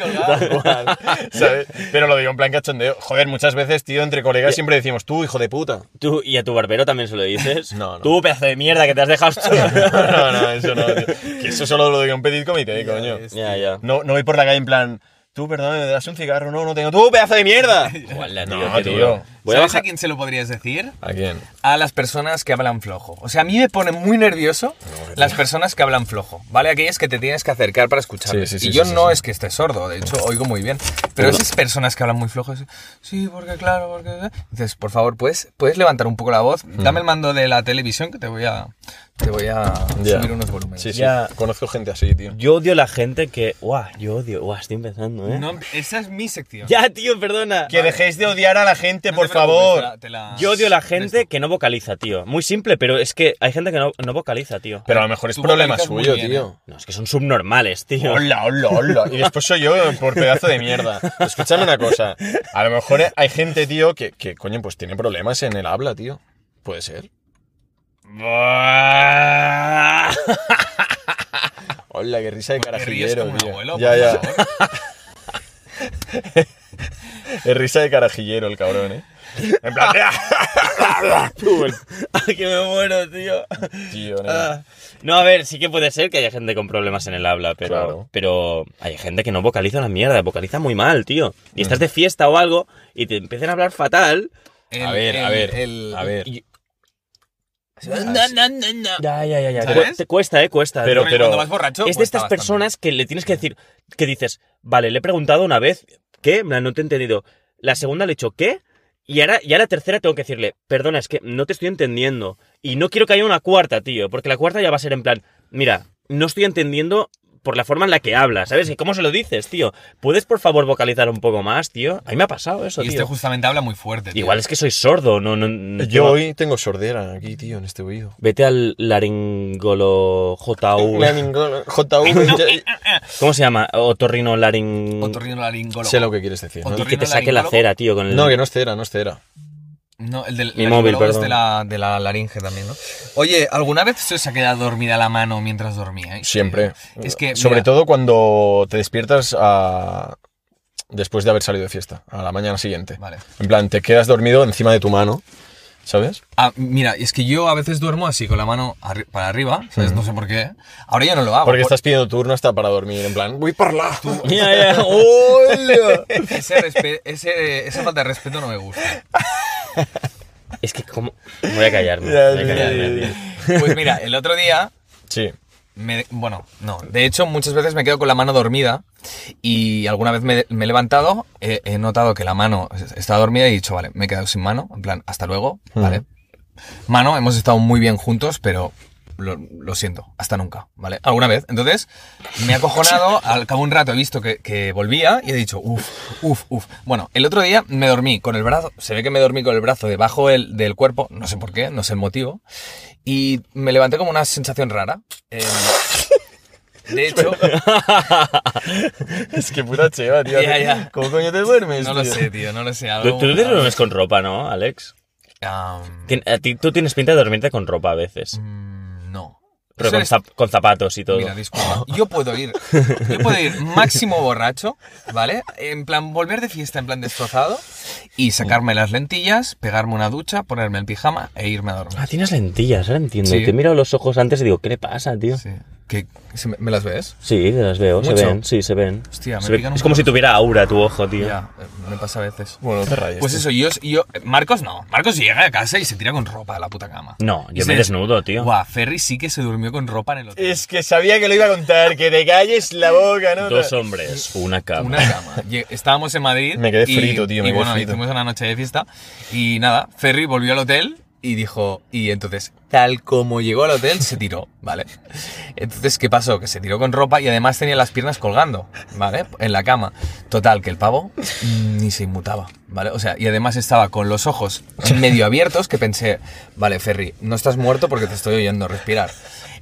Speaker 1: Tal
Speaker 2: cagado?
Speaker 1: cual, ¿sabes? Pero lo digo en plan cachondeo. Joder, muchas veces, tío, entre colegas siempre decimos, tú, hijo de puta.
Speaker 3: ¿Tú y a tu barbero también se lo dices?
Speaker 1: No, no.
Speaker 3: Tú, pedazo de mierda que te has dejado. esto.
Speaker 1: No, no, eso no, tío. Que eso solo lo digo en petit comité, coño.
Speaker 2: ves.
Speaker 3: ya, ya.
Speaker 1: No, no voy por la calle en plan, tú, perdón, ¿me das un cigarro? No, no tengo. ¡Tú, pedazo de mierda!
Speaker 3: Guala, tío,
Speaker 1: No,
Speaker 3: qué
Speaker 1: tío.
Speaker 3: duro. Voy a
Speaker 2: ¿Sabes a
Speaker 3: bajar-
Speaker 2: quién se lo podrías decir?
Speaker 1: ¿A quién?
Speaker 2: a las personas que hablan flojo. O sea, a mí me pone muy nervioso las personas que hablan flojo, ¿vale? Aquellas que te tienes que acercar para escucharles.
Speaker 1: Sí, sí, sí,
Speaker 2: y yo
Speaker 1: sí, sí,
Speaker 2: no
Speaker 1: sí.
Speaker 2: es que esté sordo, de hecho, oigo muy bien. Pero esas personas que hablan muy flojo, así, sí, porque claro, porque... Dices, por favor, ¿puedes, puedes levantar un poco la voz?
Speaker 1: Mm.
Speaker 2: Dame el mando de la televisión que te voy a, te voy a
Speaker 1: Ya.
Speaker 2: subir unos volúmenes.
Speaker 1: Sí, sí.
Speaker 3: Ya.
Speaker 1: Conozco gente así, tío.
Speaker 3: Yo odio la gente que. ¡Guau! Yo odio. ¡Guau! Estoy empezando, ¿eh?
Speaker 2: No, esa es mi sección.
Speaker 3: Ya, tío, perdona.
Speaker 1: Que dejéis de odiar a la gente,
Speaker 2: No te
Speaker 1: por
Speaker 2: preocupes,
Speaker 1: favor.
Speaker 2: te la- te la-
Speaker 3: Yo odio la gente que no vocaliza, tío. Muy simple, pero es que hay gente que no, no vocaliza, tío.
Speaker 1: Pero a lo mejor es
Speaker 2: Tú
Speaker 1: problema
Speaker 2: vocalizas muy
Speaker 1: suyo,
Speaker 2: bien, ¿eh?
Speaker 1: tío.
Speaker 3: No, es que son subnormales, tío.
Speaker 1: Hola, hola, hola. Y después soy yo eh, por pedazo de mierda. Escúchame una cosa. A lo mejor hay gente, tío, que, que coño, pues tiene problemas en el habla, tío. Puede ser. Hola, qué risa de
Speaker 2: Te ríes
Speaker 1: carajillero,
Speaker 2: como un
Speaker 1: tío.
Speaker 2: abuelo,
Speaker 1: ya,
Speaker 2: por
Speaker 1: ya.
Speaker 2: favor.
Speaker 1: Es risa de carajillero el cabrón, eh. En plan,
Speaker 3: Ay, que me muero, tío.
Speaker 1: tío, nena.
Speaker 3: Ah. No, a ver, sí que puede ser que haya gente con problemas en el habla, pero,
Speaker 1: Claro.
Speaker 3: pero hay gente que no vocaliza una mierda, vocaliza muy mal, tío. Y estás de fiesta o algo y te empiezan a hablar fatal.
Speaker 2: El-
Speaker 1: A ver, a
Speaker 2: el-
Speaker 1: ver,
Speaker 2: el-
Speaker 1: a ver.
Speaker 3: y-
Speaker 2: Na, na, na, na.
Speaker 3: Ya, ya, ya, ya.
Speaker 2: ¿Sabes?
Speaker 3: Cu- Te cuesta, eh, cuesta.
Speaker 1: Pero-
Speaker 3: tío.
Speaker 2: Hombre, cuando vas borracho, pues
Speaker 3: es de
Speaker 2: cuesta
Speaker 3: estas
Speaker 2: bastante.
Speaker 3: personas que le tienes que decir, que dices, vale, le he preguntado una vez, ¿qué? En plan, No te he entendido. La segunda le he dicho, ¿qué? Y ahora, y a la tercera tengo que decirle, perdona, es que no te estoy entendiendo. Y no quiero que haya una cuarta, tío, porque la cuarta ya va a ser en plan, mira, no estoy entendiendo por la forma en la que hablas, ¿sabes? ¿Y cómo se lo dices, tío? ¿Puedes, por favor, vocalizar un poco más, tío? A mí me ha pasado eso,
Speaker 2: Y este
Speaker 3: tío.
Speaker 2: justamente habla muy fuerte. tío.
Speaker 3: Igual es que soy sordo, no... no, no-
Speaker 1: Mm, Yo
Speaker 3: no-
Speaker 1: hoy tengo sordera aquí, tío, en este oído.
Speaker 3: Vete al laringolo JU.
Speaker 1: Laringolo- JV,
Speaker 2: eh,
Speaker 1: ya-
Speaker 3: ¿Cómo se llama? Otorrino laring...
Speaker 2: Otorrinolaringólogo.
Speaker 1: sé lo que quieres decir. ¿no?
Speaker 2: Otorrino-
Speaker 3: Que te saque la cera, tío, con el...
Speaker 1: No, que no es cera, no es cera.
Speaker 2: No, el del
Speaker 3: Mi
Speaker 2: el
Speaker 3: móvil,
Speaker 2: laringólogo es
Speaker 3: perdón.
Speaker 2: de la, de la laringe también, ¿no? Oye, ¿alguna vez se os ha quedado dormida la mano mientras dormíais?
Speaker 1: Siempre.
Speaker 2: Eh, Es que,
Speaker 1: Sobre
Speaker 2: mira,
Speaker 1: todo cuando te despiertas a- después de haber salido de fiesta, a la mañana siguiente.
Speaker 2: Vale.
Speaker 1: En plan, te quedas dormido encima de tu mano, ¿sabes?
Speaker 2: Ah, mira, es que yo a veces duermo así, con la mano arri- para arriba, ¿sabes? No sé por qué. Ahora ya no lo hago.
Speaker 1: Mm. Porque
Speaker 2: Ah, por-
Speaker 1: estás pidiendo turno hasta para dormir, en plan, voy para allá.
Speaker 3: Ya, ya. oh. ¡Hola!
Speaker 2: ese respe- ese- esa falta de respeto no me gusta.
Speaker 3: es que como... Voy a callarme.
Speaker 1: Ya,
Speaker 3: voy a
Speaker 1: ya,
Speaker 3: callarme,
Speaker 1: ya,
Speaker 3: tío.
Speaker 2: Pues mira, el otro día
Speaker 1: Sí.
Speaker 2: Me- bueno, no. De hecho, muchas veces me quedo con la mano dormida y alguna vez me, me he levantado, he, he notado que la mano está dormida y he dicho, vale, me he quedado sin mano, en plan, hasta luego, vale. Mano, hemos estado muy bien juntos, pero lo, lo siento, hasta nunca, ¿vale? Alguna vez. Entonces, me he acojonado, al cabo de un rato he visto que, que volvía y he dicho, uff, uff, uff. Bueno, el otro día me dormí con el brazo, se ve que me dormí con el brazo debajo del, del cuerpo, no sé por qué, no sé el motivo, y me levanté como una sensación rara. Eh, de hecho,
Speaker 1: Es que puta cheva, tío.
Speaker 2: Ya, ya.
Speaker 1: ¿Cómo coño te duermes,
Speaker 2: no lo
Speaker 1: tío?
Speaker 2: sé, tío, no lo sé.
Speaker 3: Tú,
Speaker 2: Algo,
Speaker 3: tú te duermes con ropa, ¿no, Alex?
Speaker 2: Am,
Speaker 3: Tien- a ti- tú tienes pinta de dormirte con ropa a veces.
Speaker 2: mm, no.
Speaker 3: Pero
Speaker 2: Eso
Speaker 3: con,
Speaker 2: eres-
Speaker 3: zap- con zapatos y todo.
Speaker 2: Mira, disculpa. Yo puedo ir. Yo puedo ir máximo borracho, ¿vale? En plan, volver de fiesta en plan destrozado y sacarme las lentillas, pegarme una ducha, ponerme el pijama e irme a dormir.
Speaker 3: Ah, tienes lentillas, ahora entiendo.
Speaker 2: Sí.
Speaker 3: Te miro a los ojos antes y digo, ¿qué le pasa, tío?
Speaker 2: Sí. que se me, ¿me las ves?
Speaker 3: Sí, las veo, se
Speaker 1: Mucho.
Speaker 3: ven, sí, se ven.
Speaker 2: Hostia, me
Speaker 3: Se ve-
Speaker 2: pican un
Speaker 3: es como
Speaker 2: poco.
Speaker 3: si tuviera aura tu ojo, tío.
Speaker 2: Ya, eh, me pasa a veces.
Speaker 1: Bueno, este no te rayes.
Speaker 2: Pues
Speaker 1: tío.
Speaker 2: eso, yo, yo. Marcos no. Marcos llega a casa y se tira con ropa a la puta cama.
Speaker 3: No,
Speaker 2: Y
Speaker 3: yo
Speaker 2: se
Speaker 3: me
Speaker 2: des-
Speaker 3: desnudo, tío.
Speaker 2: Guau, Ferry sí que se durmió con ropa en el hotel.
Speaker 1: Es que sabía que lo iba a contar, que te calles la boca, ¿no?
Speaker 3: Dos hombres, una cama.
Speaker 2: Una cama. Lle- Estábamos en Madrid.
Speaker 1: Me quedé
Speaker 2: y-
Speaker 1: frito, tío, me
Speaker 2: Y
Speaker 1: quedé
Speaker 2: bueno,
Speaker 1: frito.
Speaker 2: hicimos una noche de fiesta. Y nada, Ferry volvió al hotel y dijo. Y entonces, tal como llegó al hotel, se tiró, ¿vale? Entonces, ¿qué pasó? Que se tiró con ropa y además tenía las piernas colgando, ¿vale? En la cama. Total, que el pavo mm, ni se inmutaba, ¿vale? O sea, y además estaba con los ojos medio abiertos que pensé, vale, Ferry, no estás muerto porque te estoy oyendo respirar.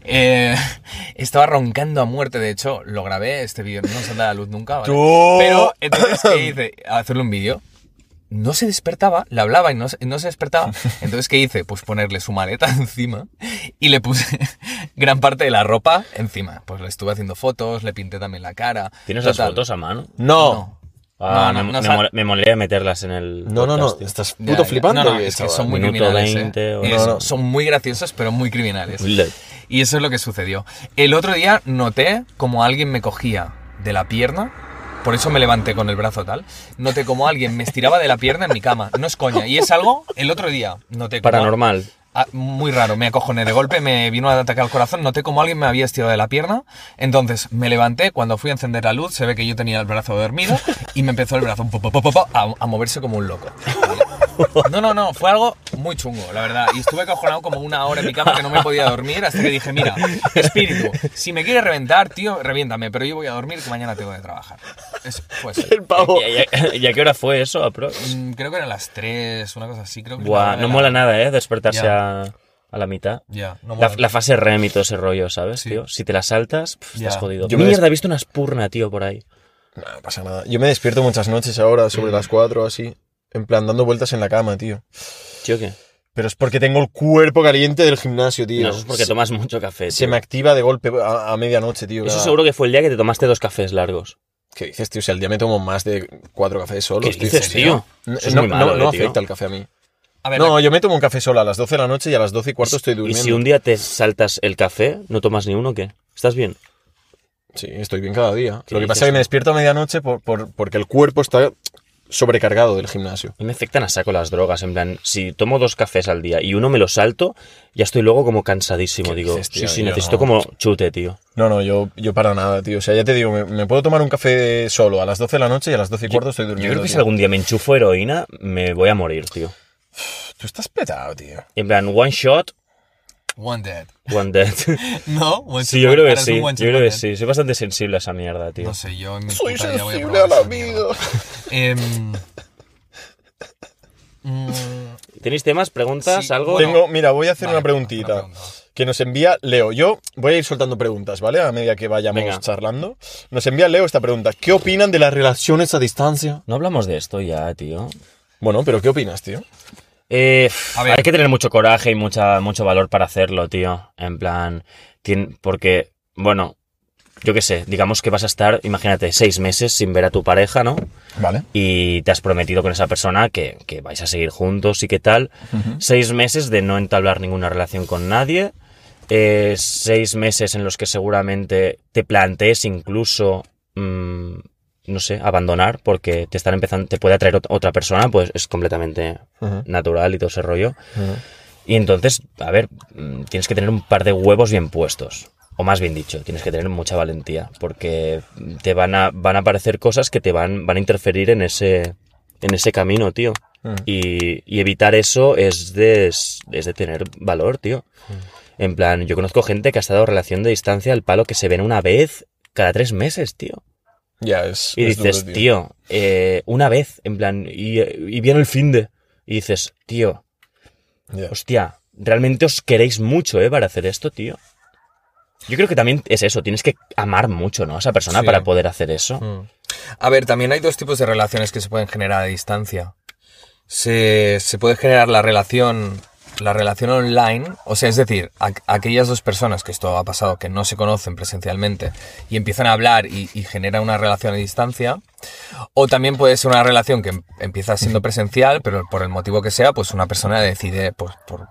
Speaker 2: Eh, estaba roncando a muerte, de hecho, lo grabé, este vídeo no saldrá a la luz nunca, ¿vale?
Speaker 1: Tú.
Speaker 2: Pero, entonces, ¿qué hice? Hacerle un vídeo. No se despertaba, le hablaba y no, se- no se despertaba. Entonces, ¿qué hice? Pues ponerle su maleta encima y le puse gran parte de la ropa encima. Pues le estuve haciendo fotos, le pinté también la cara.
Speaker 3: ¿Tienes las
Speaker 2: Total.
Speaker 3: fotos a mano?
Speaker 1: No.
Speaker 2: No, no,
Speaker 3: Ah, me,
Speaker 2: no
Speaker 3: me
Speaker 2: sal-
Speaker 3: mole- me molé meterlas en el.
Speaker 1: No, no, no.
Speaker 3: podcast, tío.
Speaker 1: Estás
Speaker 2: Ya,
Speaker 1: puto
Speaker 2: ya.
Speaker 1: flipando.
Speaker 2: No, no,
Speaker 1: que
Speaker 2: es que
Speaker 1: chaval.
Speaker 2: son muy
Speaker 3: Minuto
Speaker 2: criminales. ¿eh?
Speaker 3: 20 o-
Speaker 2: Es-
Speaker 1: No, no.
Speaker 2: Son muy gracioos, pero muy criminales.
Speaker 3: Le-
Speaker 2: Y eso es lo que sucedió. El otro día noté como alguien me cogía de la pierna, por eso me levanté con el brazo tal. Noté como alguien me estiraba de la pierna en mi cama. No es coña. Y es algo, el otro día noté como-
Speaker 3: Paranormal.
Speaker 2: Ah, muy raro, me acojoné de golpe, me vino a atacar al corazón, noté como alguien me había estirado de la pierna, entonces me levanté, cuando fui a encender la luz se ve que yo tenía el brazo dormido y me empezó el brazo po, po, po, po, po, a, a moverse como un loco. ¿vale? No, no, no, fue algo muy chungo, la verdad, y estuve acojonado como una hora en mi cama que no me podía dormir hasta que dije, mira, espíritu, si me quieres reventar, tío, reviéntame, pero yo voy a dormir que mañana tengo que trabajar. Eso fue así.
Speaker 1: El pavo.
Speaker 3: ¿Y a- y a qué hora fue eso, apro?
Speaker 2: Mm, Creo que eran las 3, una cosa así, creo que...
Speaker 3: Buah, no mola nada, ¿eh? Despertarse
Speaker 2: Ya.
Speaker 3: a, a la mitad.
Speaker 2: Ya, no mola.
Speaker 3: La, la fase REM y todo ese rollo, ¿sabes,
Speaker 2: Sí.
Speaker 3: tío? Si te la saltas, pf,
Speaker 2: Ya.
Speaker 3: estás jodido.
Speaker 1: Yo me
Speaker 3: Mierda, he visto una espurna, tío, por ahí.
Speaker 1: No, no pasa nada. Yo me despierto muchas noches ahora, sobre las 4 así. En plan, dando vueltas en la cama, tío.
Speaker 3: ¿Tío qué?
Speaker 1: Pero es porque tengo el cuerpo caliente del gimnasio, tío.
Speaker 3: No, eso es porque tomas mucho café,
Speaker 1: Se
Speaker 3: tío.
Speaker 1: me activa de golpe a, a medianoche, tío.
Speaker 3: Eso
Speaker 1: cada-
Speaker 3: seguro que fue el día que te tomaste dos cafés largos.
Speaker 1: ¿Qué dices, tío? Si al día me tomo más de cuatro cafés solos.
Speaker 3: ¿Qué dices, tío?
Speaker 1: No,
Speaker 3: Eso es
Speaker 1: no-
Speaker 3: muy malo,
Speaker 1: no- no
Speaker 3: eh, tío.
Speaker 1: afecta el café a mí.
Speaker 2: A ver,
Speaker 1: No, yo me tomo un café solo a las 12 de la noche y a las 12 y cuarto estoy
Speaker 3: ¿Y
Speaker 1: durmiendo.
Speaker 3: si un día te saltas el café, no tomas ni uno, qué? ¿Estás bien?
Speaker 1: Sí, estoy bien cada día.
Speaker 3: ¿Qué
Speaker 1: Lo que
Speaker 3: dices,
Speaker 1: pasa es que
Speaker 3: tío?
Speaker 1: me despierto a medianoche por, por- porque el cuerpo está sobrecargado del gimnasio.
Speaker 3: A mí me afectan a saco las drogas, en plan, si tomo dos cafés al día y uno me lo salto, ya estoy luego como cansadísimo,
Speaker 1: ¿Qué
Speaker 3: digo,
Speaker 1: dices, tío?
Speaker 3: sí, sí,
Speaker 1: Yo
Speaker 3: necesito
Speaker 1: no.
Speaker 3: como chute, tío.
Speaker 1: No, no, yo, yo para nada, tío. O sea, ya te digo, me, me puedo tomar un café solo a las 12 de la noche y a las 12 y cuarto estoy durmiendo.
Speaker 3: Yo creo que si
Speaker 1: tío.
Speaker 3: algún día me enchufo heroína, me voy a morir, tío.
Speaker 1: Tú estás petado, tío.
Speaker 3: En plan, one shot,
Speaker 2: One Dead.
Speaker 3: one dead.
Speaker 2: No, one
Speaker 3: sí,
Speaker 2: shot
Speaker 3: yo creo que
Speaker 2: wonder,
Speaker 3: sí,
Speaker 2: es un
Speaker 3: yo
Speaker 2: one shot
Speaker 3: creo que
Speaker 2: wonder.
Speaker 3: sí. Soy bastante sensible a esa mierda, tío.
Speaker 2: No sé, yo en mi
Speaker 1: Soy
Speaker 2: puta vida voy
Speaker 1: sensible
Speaker 2: probar
Speaker 1: a la
Speaker 2: esa mierda.
Speaker 1: vida.
Speaker 2: Em, mm,
Speaker 3: ¿Tenéis temas, preguntas,
Speaker 2: Sí,
Speaker 3: algo?
Speaker 2: bueno.
Speaker 1: Tengo, mira, voy a hacer
Speaker 2: Vale,
Speaker 1: una preguntita
Speaker 2: una pregunta.
Speaker 1: que nos envía Leo. Yo voy a ir soltando preguntas, ¿vale? A medida que vayamos
Speaker 3: Venga.
Speaker 1: charlando. Nos envía Leo esta pregunta. ¿Qué opinan de las relaciones a distancia?
Speaker 3: No hablamos de esto ya, tío.
Speaker 1: Bueno, pero ¿qué opinas, tío?
Speaker 3: Eh,
Speaker 2: A ver.
Speaker 3: Hay que tener mucho coraje y mucha, mucho valor para hacerlo, tío. En plan, tien- porque, bueno, yo qué sé, digamos que vas a estar, imagínate, seis meses sin ver a tu pareja, ¿no?
Speaker 1: Vale.
Speaker 3: Y te has prometido con esa persona que, que vais a seguir juntos y qué tal. Seis meses de no entablar ninguna relación con nadie. eh, seis meses en los que seguramente te plantees incluso, mm, no sé, abandonar porque te están empezando, te puede atraer ot- otra persona, pues es completamente natural y todo ese rollo. Y entonces, a ver, mm, tienes que tener un par de huevos bien puestos. O más bien dicho, tienes que tener mucha valentía. Porque te van a, van a aparecer cosas que te van, van a interferir en ese, en ese camino, tío. Y, y evitar eso es de, es de tener valor, tío. En plan, yo conozco gente que ha estado relación de distancia al palo que se ven una vez cada tres meses, tío.
Speaker 1: Ya, es.
Speaker 3: Y
Speaker 1: es
Speaker 3: dices,
Speaker 1: duro,
Speaker 3: tío, eh, una vez, en plan, y, y viene el fin de. Y dices, tío,
Speaker 1: Ya.
Speaker 3: Hostia, realmente os queréis mucho, ¿eh? Para hacer esto, tío. Yo creo que también es eso, tienes que amar mucho, ¿no? A esa persona
Speaker 2: Sí.
Speaker 3: para poder hacer eso.
Speaker 2: A ver, también hay dos tipos de relaciones que se pueden generar a distancia. Se, se puede generar la relación, la relación online, o sea, es decir, a- aquellas dos personas, que esto ha pasado, que no se conocen presencialmente y empiezan a hablar y, y genera una relación a distancia. O también puede ser una relación que em- empieza siendo presencial, pero por el motivo que sea, pues una persona decide, pues, por,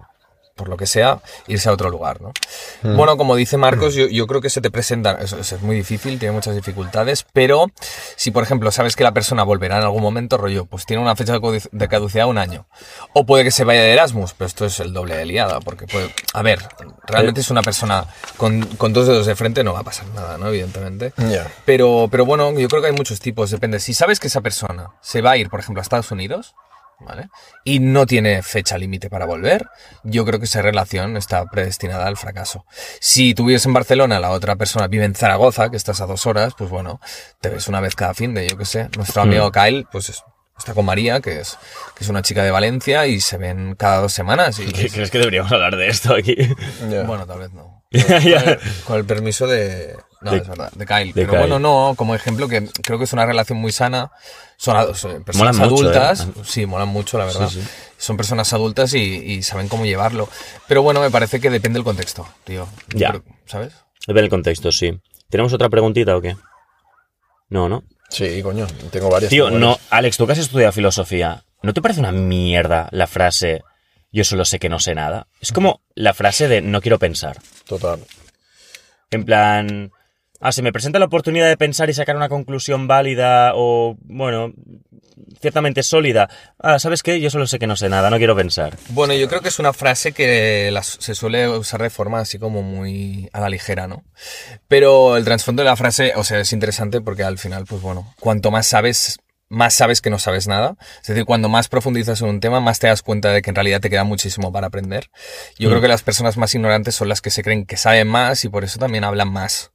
Speaker 2: por lo que sea, irse a otro lugar, ¿no? Bueno, como dice Marcos, yo, yo creo que se te presentan, eso, eso es muy difícil, tiene muchas dificultades, pero si, por ejemplo, sabes que la persona volverá en algún momento, rollo, pues tiene una fecha de codi- de caducidad un año. O puede que se vaya de Erasmus, pero esto es el doble de liada, porque puede... A ver, realmente es una persona con, con dos dedos de frente, no va a pasar nada, ¿no? Evidentemente.
Speaker 1: Ya.
Speaker 2: Pero, pero bueno, yo creo que hay muchos tipos, depende. Si sabes que esa persona se va a ir, por ejemplo, a Estados Unidos, ¿vale? Y no tiene fecha límite para volver, yo creo que esa relación está predestinada al fracaso. Si tú vives en Barcelona, la otra persona vive en Zaragoza, que estás a dos horas, pues bueno, te ves una vez cada fin de, yo qué sé. Nuestro amigo Kyle, pues es- Está con María, que es, que es una chica de Valencia, y se ven cada dos semanas. Y
Speaker 3: ¿Qué- ¿Crees que deberíamos hablar de esto aquí?
Speaker 1: Ya.
Speaker 2: bueno, tal vez no.
Speaker 3: Ya.
Speaker 2: Con el permiso de. No,
Speaker 3: De-
Speaker 2: es verdad, de Kyle. pero
Speaker 3: Kyle.
Speaker 2: bueno, no, como ejemplo, que creo que es una relación muy sana. Son, ad- son personas
Speaker 3: Molan mucho,
Speaker 2: adultas.
Speaker 3: ¿eh?
Speaker 2: Sí, molan mucho, la verdad. Son personas adultas y, y saben cómo llevarlo. Pero bueno, me parece que depende del contexto, tío. Yo
Speaker 3: Ya.
Speaker 2: creo- ¿Sabes?
Speaker 3: Depende del contexto, sí. ¿Tenemos otra preguntita o qué? No, no.
Speaker 1: Sí, coño, tengo varias.
Speaker 3: Tío,
Speaker 1: tengo
Speaker 3: no,
Speaker 1: varias.
Speaker 3: Alex, tú que has estudiado filosofía, ¿no te parece una mierda la frase yo solo sé que no sé nada? Es como la frase de no quiero pensar.
Speaker 1: Total.
Speaker 3: En plan, ah, se me presenta la oportunidad de pensar y sacar una conclusión válida o, bueno, ciertamente sólida. Ah, ¿sabes qué? Yo solo sé que no sé nada, no quiero pensar.
Speaker 2: Bueno, yo creo que es una frase que la su- se suele usar de forma así como muy a la ligera, ¿no? Pero el trasfondo de la frase, o sea, es interesante porque al final, pues bueno, cuanto más sabes, más sabes que no sabes nada. Es decir, cuando más profundizas en un tema, más te das cuenta de que en realidad te queda muchísimo para aprender. Yo creo que las personas más ignorantes son las que se creen que saben más y por eso también hablan más.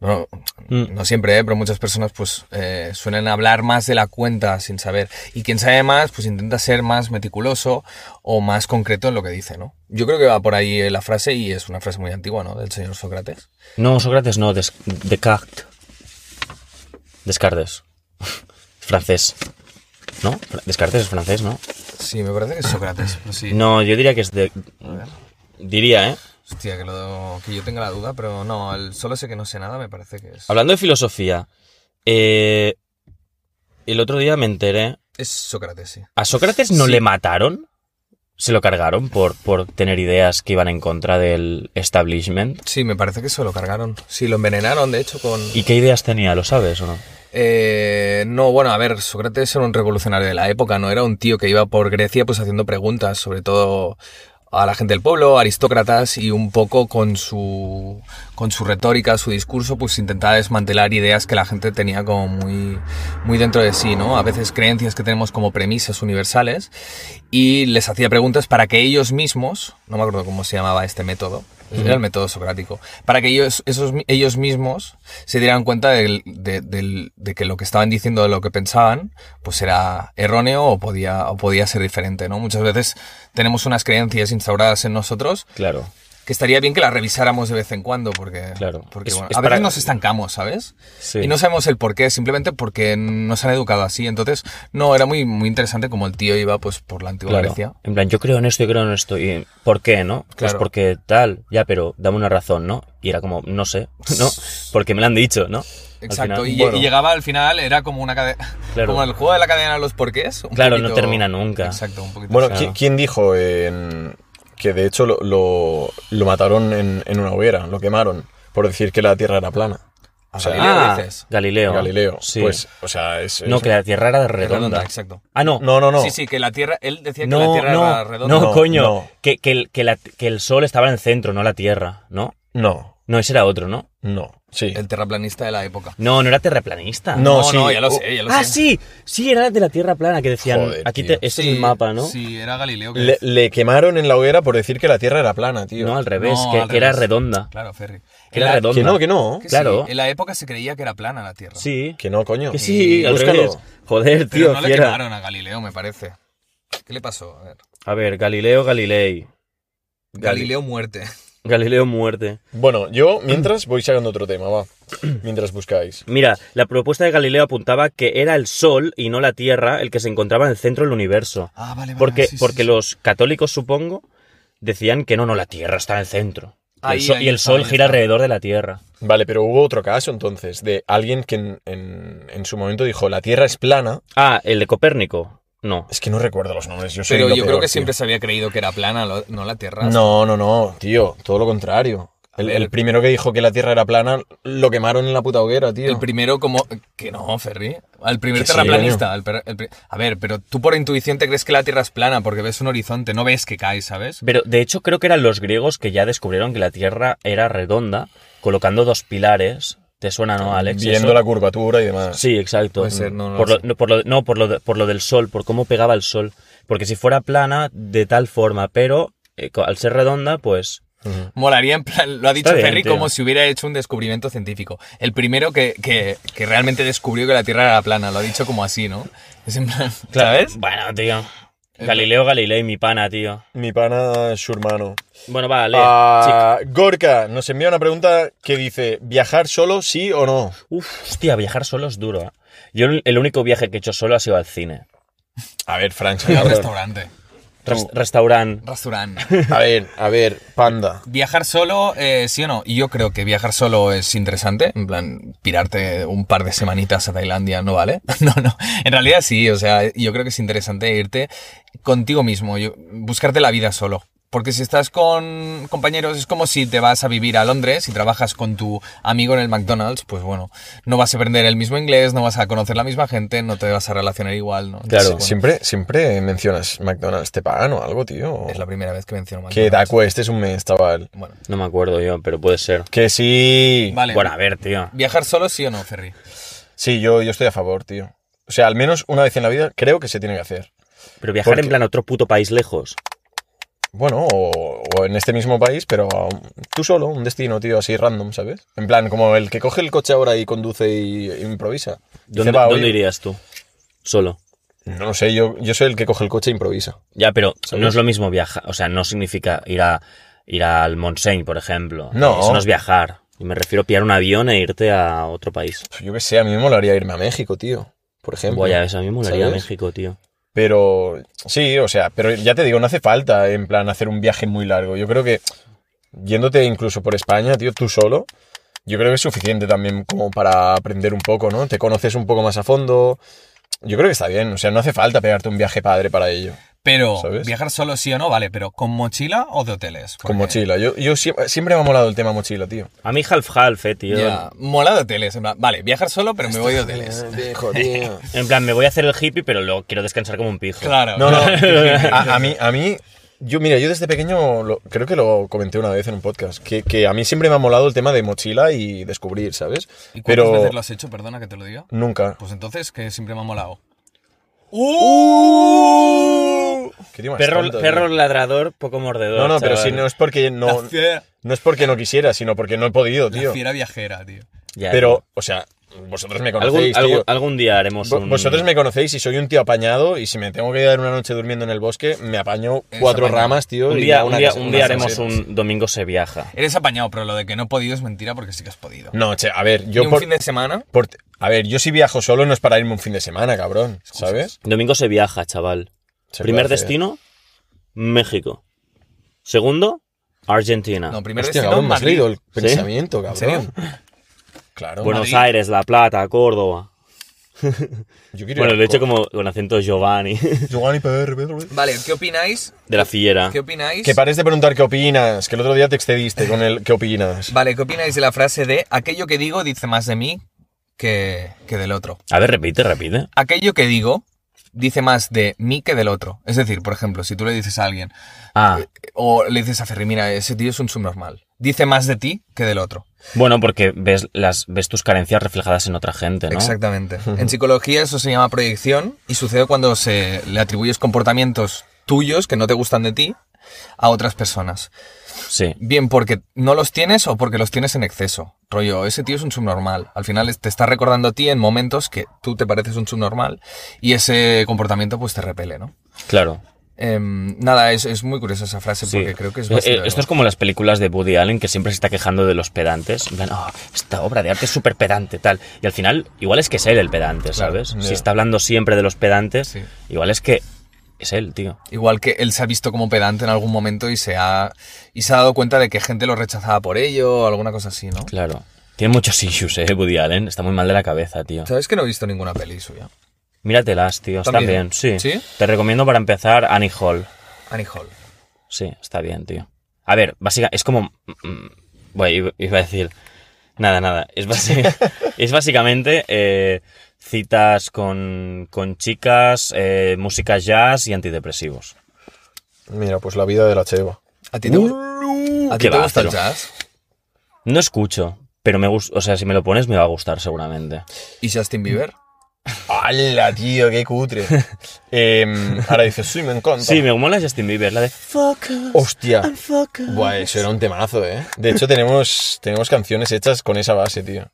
Speaker 2: No,
Speaker 3: Mm.
Speaker 2: no siempre, ¿eh? pero muchas personas pues eh, suelen hablar más de la cuenta sin saber. Y quien sabe más, pues intenta ser más meticuloso o más concreto en lo que dice, ¿no? Yo creo que va por ahí eh, la frase y es una frase muy antigua, ¿no? Del señor Sócrates.
Speaker 3: No, Sócrates no, Des- Descartes. Descartes. francés. ¿No? Fra- Descartes es francés, ¿no?
Speaker 2: Sí, me parece que es Sócrates. pero sí.
Speaker 3: No, yo diría que es de... Diría, ¿eh?
Speaker 2: Hostia, que, lo- que yo tenga la duda, pero no, el solo sé que no sé nada me parece que es...
Speaker 3: Hablando de filosofía, eh, el otro día me enteré.
Speaker 2: Es Sócrates, sí.
Speaker 3: ¿A Sócrates no
Speaker 2: Sí.
Speaker 3: le mataron? ¿Se lo cargaron por, por tener ideas que iban en contra del establishment?
Speaker 2: Sí, me parece que se lo cargaron. Sí, lo envenenaron, de hecho, con...
Speaker 3: ¿Y qué ideas tenía? ¿Lo sabes o no?
Speaker 2: Eh, no, bueno, a ver, Sócrates era un revolucionario de la época, no era un tío que iba por Grecia pues haciendo preguntas, sobre todo a la gente del pueblo, aristócratas, y un poco con su, con su retórica, su discurso, pues intentaba desmantelar ideas que la gente tenía como muy, muy dentro de sí, ¿no? A veces creencias que tenemos como premisas universales, y les hacía preguntas para que ellos mismos, no me acuerdo cómo se llamaba este método, era el método socrático, para que ellos, esos, mi- ellos mismos se dieran cuenta del- de, del- de que lo que estaban diciendo, de lo que pensaban, pues era erróneo o podía, o podía ser diferente, ¿no? Muchas veces tenemos unas creencias instauradas en nosotros
Speaker 3: Claro.
Speaker 2: que estaría bien que las revisáramos de vez en cuando, porque,
Speaker 3: Claro.
Speaker 2: porque
Speaker 3: Es-
Speaker 2: bueno,
Speaker 3: es
Speaker 2: a veces
Speaker 3: para-
Speaker 2: nos estancamos, ¿sabes?
Speaker 3: Sí.
Speaker 2: Y no sabemos el por qué, simplemente porque nos han educado así. Entonces, no, era muy, muy interesante como el tío iba pues por la antigua
Speaker 3: Claro.
Speaker 2: Grecia.
Speaker 3: En plan, yo creo en esto, yo creo en esto. ¿Y por qué, no? Pues
Speaker 2: Claro.
Speaker 3: porque tal, ya, pero dame una razón, ¿no? Y era como, no sé, ¿no? Porque me lo han dicho, ¿no? Al
Speaker 2: Exacto,
Speaker 3: final,
Speaker 2: y,
Speaker 3: bueno,
Speaker 2: y llegaba al final, era como una cadena.
Speaker 3: Claro.
Speaker 2: Como el juego de la cadena de los porqués. un
Speaker 3: Claro, no termina nunca.
Speaker 2: Exacto, un poquito.
Speaker 1: Bueno,
Speaker 2: así.
Speaker 1: ¿qui-
Speaker 3: Claro.
Speaker 1: ¿quién dijo en- que de hecho lo, lo- lo mataron en, en una hoguera? Lo quemaron por decir que la Tierra era plana.
Speaker 2: A
Speaker 1: O sea,
Speaker 2: Galileo
Speaker 3: Ah,
Speaker 2: dices. eh,
Speaker 3: Galileo.
Speaker 1: Galileo.
Speaker 3: Sí.
Speaker 1: Pues, o sea, es...
Speaker 3: no,
Speaker 1: es-
Speaker 3: que la Tierra era redonda.
Speaker 2: redonda, exacto.
Speaker 3: Ah, no.
Speaker 1: no, no, no.
Speaker 2: Sí, sí, que la Tierra, él decía que
Speaker 3: No,
Speaker 2: la Tierra
Speaker 3: no,
Speaker 2: era redonda.
Speaker 3: no,
Speaker 1: No,
Speaker 3: coño.
Speaker 1: no.
Speaker 3: Que, que el, que la- que el sol estaba en el centro, no la tierra, ¿no?
Speaker 1: No,
Speaker 3: No, ese era otro, ¿no?
Speaker 1: no, sí.
Speaker 2: El terraplanista de la época.
Speaker 3: No, no era terraplanista.
Speaker 1: No, sí.
Speaker 2: ya lo sé, ya lo
Speaker 3: ah,
Speaker 2: sé.
Speaker 3: sí, sí, era de la tierra plana que decían.
Speaker 1: Joder,
Speaker 3: aquí
Speaker 1: tío.
Speaker 3: te- este
Speaker 2: Sí,
Speaker 3: es el mapa, ¿no?
Speaker 2: Sí, era Galileo. que
Speaker 1: Le, le quemaron en la hoguera por decir que la Tierra era plana, tío.
Speaker 3: No, al revés,
Speaker 2: No,
Speaker 3: que,
Speaker 2: al
Speaker 3: que era
Speaker 2: revés.
Speaker 3: redonda.
Speaker 2: Claro, Ferry.
Speaker 3: Que era redonda.
Speaker 1: que no, que no.
Speaker 2: que sí,
Speaker 3: claro.
Speaker 2: en la época se creía que era plana la Tierra.
Speaker 3: Sí,
Speaker 1: Que no, coño.
Speaker 3: que sí,
Speaker 1: Y
Speaker 3: al
Speaker 1: búscalo.
Speaker 3: revés. Joder,
Speaker 2: Pero
Speaker 3: tío,
Speaker 2: no le
Speaker 3: fiera.
Speaker 2: quemaron a Galileo, me parece. ¿Qué le pasó? A ver.
Speaker 3: A ver, Galileo Galilei.
Speaker 2: Galileo muerte.
Speaker 3: Galileo muerte.
Speaker 1: Bueno, yo mientras voy sacando otro tema, va. Mientras buscáis.
Speaker 3: Mira, la propuesta de Galileo apuntaba que era el sol y no la tierra el que se encontraba en el centro del universo.
Speaker 2: Ah, vale, vale.
Speaker 3: Porque,
Speaker 2: sí, sí,
Speaker 3: porque
Speaker 2: sí.
Speaker 3: los católicos, supongo, decían que no, no, la Tierra está en el centro. Y el
Speaker 2: Ahí,
Speaker 3: so- y el,
Speaker 2: ahí está,
Speaker 3: Sol
Speaker 2: ahí está.
Speaker 3: gira alrededor de la Tierra.
Speaker 1: Vale, pero hubo otro caso entonces de alguien que en, en- en su momento dijo la Tierra es plana.
Speaker 3: Ah, el de Copérnico. No.
Speaker 1: Es que no recuerdo los nombres. Yo soy
Speaker 2: Pero
Speaker 1: lo
Speaker 2: yo creo
Speaker 1: peor,
Speaker 2: que
Speaker 1: tío.
Speaker 2: siempre se había creído que era plana, lo- no la Tierra.
Speaker 1: No, no, no, tío. Todo lo contrario. El,
Speaker 2: ver.
Speaker 1: el primero que dijo que la Tierra era plana lo quemaron en la puta hoguera, tío.
Speaker 2: El primero como... Que no, Ferri. El primer
Speaker 1: Que sí,
Speaker 2: terraplanista. el per- el pri- a ver, pero tú por intuición te crees que la Tierra es plana porque ves un horizonte, no ves que caes, ¿sabes?
Speaker 3: Pero de hecho creo que eran los griegos que ya descubrieron que la Tierra era redonda, colocando dos pilares. ¿Te suena, no, Alex?
Speaker 1: Viendo
Speaker 3: eso?
Speaker 1: la curvatura y demás.
Speaker 3: Sí, exacto.
Speaker 2: Puede ser, no, no
Speaker 3: por
Speaker 2: lo
Speaker 3: lo, no, por lo, no, por lo de- por lo del sol, por cómo pegaba el sol. Porque si fuera plana, de tal forma, pero eh, co- al ser redonda, pues...
Speaker 1: Ujú.
Speaker 2: Molaría, en plan, lo ha dicho
Speaker 3: Está bien,
Speaker 2: Ferri
Speaker 3: tío.
Speaker 2: como si hubiera hecho un descubrimiento científico. El primero que, que, que realmente descubrió que la Tierra era plana, lo ha dicho como así, ¿no? Es en plan, ¿sabes?
Speaker 3: Bueno, tío.
Speaker 2: Eh,
Speaker 3: Galileo Galilei, mi pana, tío.
Speaker 1: Mi pana, su hermano.
Speaker 3: Bueno, va, lee.
Speaker 1: Ah, Gorka nos envía una pregunta que dice: ¿viajar solo, sí o no?
Speaker 3: Chic. Uf, hostia, viajar solo es duro. ¿eh? Yo el el único viaje que he hecho solo ha sido al cine.
Speaker 1: A ver, Frank.
Speaker 2: Un restaurante.
Speaker 3: Res- restaurante.
Speaker 2: Restaurante.
Speaker 1: A ver, a ver, panda.
Speaker 2: Viajar solo, eh, sí o no. Y yo creo que viajar solo es interesante. En plan, pirarte un par de semanitas a Tailandia no vale. No, no. En realidad sí. O sea, yo creo que es interesante irte contigo mismo. yo- buscarte la vida solo. Porque si estás con compañeros, es como si te vas a vivir a Londres y trabajas con tu amigo en el McDonald's, pues bueno, no vas a aprender el mismo inglés, no vas a conocer la misma gente, no te vas a relacionar igual, ¿no?
Speaker 3: Claro.
Speaker 2: Entonces, bueno,
Speaker 1: Siempre, siempre mencionas McDonald's, te pagan o algo, tío.
Speaker 2: es la primera vez que menciono
Speaker 1: Que
Speaker 2: McDonald's.
Speaker 1: Daco, este es un mes, chaval.
Speaker 2: Bueno,
Speaker 3: No me acuerdo yo, pero puede ser.
Speaker 1: Que sí.
Speaker 2: vale.
Speaker 3: Bueno, a ver, tío.
Speaker 2: ¿Viajar solo sí o no, Ferry?
Speaker 1: Sí, yo, yo estoy a favor, tío. O sea, al menos una vez en la vida creo que se tiene que hacer.
Speaker 3: Pero viajar en
Speaker 1: Porque-
Speaker 3: plan a otro puto país lejos.
Speaker 1: Bueno, o, o en este mismo país, pero a un- tú solo, un destino, tío, así random, ¿sabes? En plan, como el que coge el coche ahora y conduce y improvisa. Dice,
Speaker 3: ¿Dónde,
Speaker 1: "Va, hoy-".
Speaker 3: dónde irías tú? Solo.
Speaker 1: No lo sé, yo, yo soy el que coge el coche e improvisa.
Speaker 3: Ya, pero
Speaker 1: ¿Sabes?
Speaker 3: no es lo mismo viajar. O sea, no significa ir a ir al Montseny, por ejemplo.
Speaker 1: No.
Speaker 3: Eso no es viajar. Y me refiero a pillar un avión e irte a otro país.
Speaker 1: Yo qué sé, a mí me molaría irme a México, tío, por ejemplo.
Speaker 3: Guaya, eso a mí me molaría
Speaker 1: ¿Sabes?
Speaker 3: México, tío.
Speaker 1: Pero sí, o sea, pero ya te digo, no hace falta en plan hacer un viaje muy largo. Yo creo que yéndote incluso por España, tío, tú solo, yo creo que es suficiente también como para aprender un poco, ¿no? Te conoces un poco más a fondo. Yo creo que está bien, o sea, no hace falta pegarte un viaje padre para ello,
Speaker 2: Pero
Speaker 1: ¿Sabes?
Speaker 2: viajar solo sí o no, vale, pero ¿con mochila o de hoteles?
Speaker 1: con
Speaker 2: Porque-
Speaker 1: mochila. Yo, yo siempre, siempre me ha molado el tema mochila, tío.
Speaker 3: A mí half-half, eh, tío.
Speaker 2: Ya, mola de hoteles. en plan, Vale, viajar solo, pero me voy de hoteles.
Speaker 3: En plan, me voy a hacer el hippie, pero luego quiero descansar como un pijo.
Speaker 2: Claro.
Speaker 1: No, no, a, a mí, a mí, yo, mira, yo desde pequeño, lo- creo que lo comenté una vez en un podcast, que, que a mí siempre me ha molado el tema de mochila y descubrir, ¿sabes?
Speaker 2: ¿Y cuántas
Speaker 1: Pero
Speaker 2: veces lo has hecho? Perdona que te lo diga.
Speaker 1: nunca.
Speaker 2: Pues entonces, que siempre me ha molado. ¡Uh!
Speaker 1: Qué tío más
Speaker 3: Perro,
Speaker 1: Pues tonto,
Speaker 3: perro
Speaker 1: tío.
Speaker 3: ladrador, poco mordedor.
Speaker 1: No, no, pero si
Speaker 3: chaval.
Speaker 1: no es porque no,
Speaker 2: la fiera,
Speaker 1: no es porque no quisiera, sino porque no he podido,
Speaker 2: la
Speaker 1: tío.
Speaker 2: fiera viajera, tío.
Speaker 3: Ya,
Speaker 1: Pero, o sea, vosotros me
Speaker 3: tío. algún,
Speaker 1: conocéis,
Speaker 3: algún,
Speaker 1: tío.
Speaker 3: algún día haremos
Speaker 1: Vo-
Speaker 3: un.
Speaker 1: Vosotros me conocéis y soy un tío apañado y si me tengo que quedar una noche durmiendo en el bosque, me apaño
Speaker 2: Eres
Speaker 1: cuatro
Speaker 2: apañado.
Speaker 1: ramas, tío.
Speaker 3: Un
Speaker 1: y
Speaker 3: día,
Speaker 1: hago
Speaker 3: un
Speaker 1: una
Speaker 3: día,
Speaker 1: casa-
Speaker 3: un
Speaker 1: una
Speaker 3: día
Speaker 1: casa
Speaker 3: haremos
Speaker 1: así.
Speaker 3: un domingo se viaja.
Speaker 2: Eres apañado, pero lo de que no he podido es mentira porque sí que has podido.
Speaker 1: No, che, a ver,
Speaker 2: Yo
Speaker 1: yo
Speaker 2: un
Speaker 1: por,
Speaker 2: fin de semana?
Speaker 1: por- A ver, yo si viajo solo no es para irme un fin de semana, cabrón, ¿sabes?
Speaker 3: Domingo se viaja, chaval.
Speaker 1: Se
Speaker 3: Primer
Speaker 1: puede hacer.
Speaker 3: destino, México. Segundo, Argentina.
Speaker 2: No, primer
Speaker 1: Hostia,
Speaker 2: destino
Speaker 1: cabrón, me has
Speaker 2: Madrid.
Speaker 1: leído el pensamiento, cabrón.
Speaker 2: serio?
Speaker 1: Claro.
Speaker 3: Buenos
Speaker 2: Madrid.
Speaker 3: Aires, La Plata, Córdoba.
Speaker 1: yo quiero
Speaker 3: Bueno,
Speaker 1: ir a-
Speaker 3: lo he hecho como con acento Giovanni, de
Speaker 1: Giovanni Pérez.
Speaker 2: Vale, ¿qué opináis?
Speaker 3: la fillera.
Speaker 2: ¿Qué opináis?
Speaker 1: Que pares de preguntar qué opinas, que el otro día te excediste con el qué opinas.
Speaker 2: Vale, ¿qué opináis de la frase de aquello que digo dice más de mí que, que del otro?
Speaker 3: A ver, repite, repite.
Speaker 2: aquello que digo dice más de mí que del otro. Es decir, por ejemplo, si tú le dices a alguien
Speaker 3: Ah,
Speaker 2: o le dices a Ferri, mira, ese tío es un subnormal, dice más de ti que del otro.
Speaker 3: bueno, porque ves, las, ves tus carencias reflejadas en otra gente, ¿no?
Speaker 2: Exactamente. En psicología eso se llama proyección y sucede cuando se le atribuyes comportamientos tuyos que no te gustan de ti a otras personas.
Speaker 3: Sí.
Speaker 2: Bien porque no los tienes o porque los tienes en exceso. Rollo, ese tío es un subnormal. Al final es- te está recordando a ti en momentos que tú te pareces un subnormal y ese comportamiento pues te repele, ¿no?
Speaker 3: Claro.
Speaker 2: Em, nada, es, es muy curiosa esa frase
Speaker 3: Sí.
Speaker 2: porque creo que es
Speaker 3: Eh,
Speaker 2: bastante.
Speaker 3: eh, Esto es como las películas de Woody Allen que siempre se está quejando de los pedantes. En plan, "Ah, esta obra de arte es súper pedante, tal. Y al final, igual es que es él el pedante, ¿sabes?
Speaker 1: ya.
Speaker 3: Si está hablando siempre de los pedantes,
Speaker 2: Sí.
Speaker 3: igual es que es él, tío.
Speaker 2: Igual que él se ha visto como pedante en algún momento y se ha, y se ha dado cuenta de que gente lo rechazaba por ello o alguna cosa así, ¿no?
Speaker 3: Claro. Tiene muchos issues, eh, Woody Allen. Está muy mal de la cabeza, tío.
Speaker 2: ¿Sabes que no he visto ninguna peli suya?
Speaker 3: Míratelas, tío. Está
Speaker 2: También.
Speaker 3: bien, sí.
Speaker 2: ¿Sí?
Speaker 3: Te recomiendo para empezar Annie Hall.
Speaker 2: Annie Hall.
Speaker 3: Sí, está bien, tío. A ver, básicamente, es como... mm, Bueno, iba- iba a decir... Nada, nada. Es, basi- es básicamente eh, citas con, con chicas, eh, música jazz y antidepresivos.
Speaker 1: Mira, pues la vida de la Cheva.
Speaker 2: ¿A ti te, gu- ¿a ti
Speaker 3: Uh, qué
Speaker 2: te gusta el
Speaker 3: bárbaro.
Speaker 2: jazz?
Speaker 3: No escucho, pero me gusta... O sea, si me lo pones me va a gustar seguramente.
Speaker 2: ¿Y Justin Bieber?
Speaker 1: ¡Hala, tío! ¡Qué cutre! Em, ahora dices, sí, me encanta.
Speaker 3: Sí, me mola Justin Bieber, la de...
Speaker 1: ¡Hostia! Buah, eso era un temazo, ¿eh? De hecho, tenemos, tenemos canciones hechas con esa base, tío.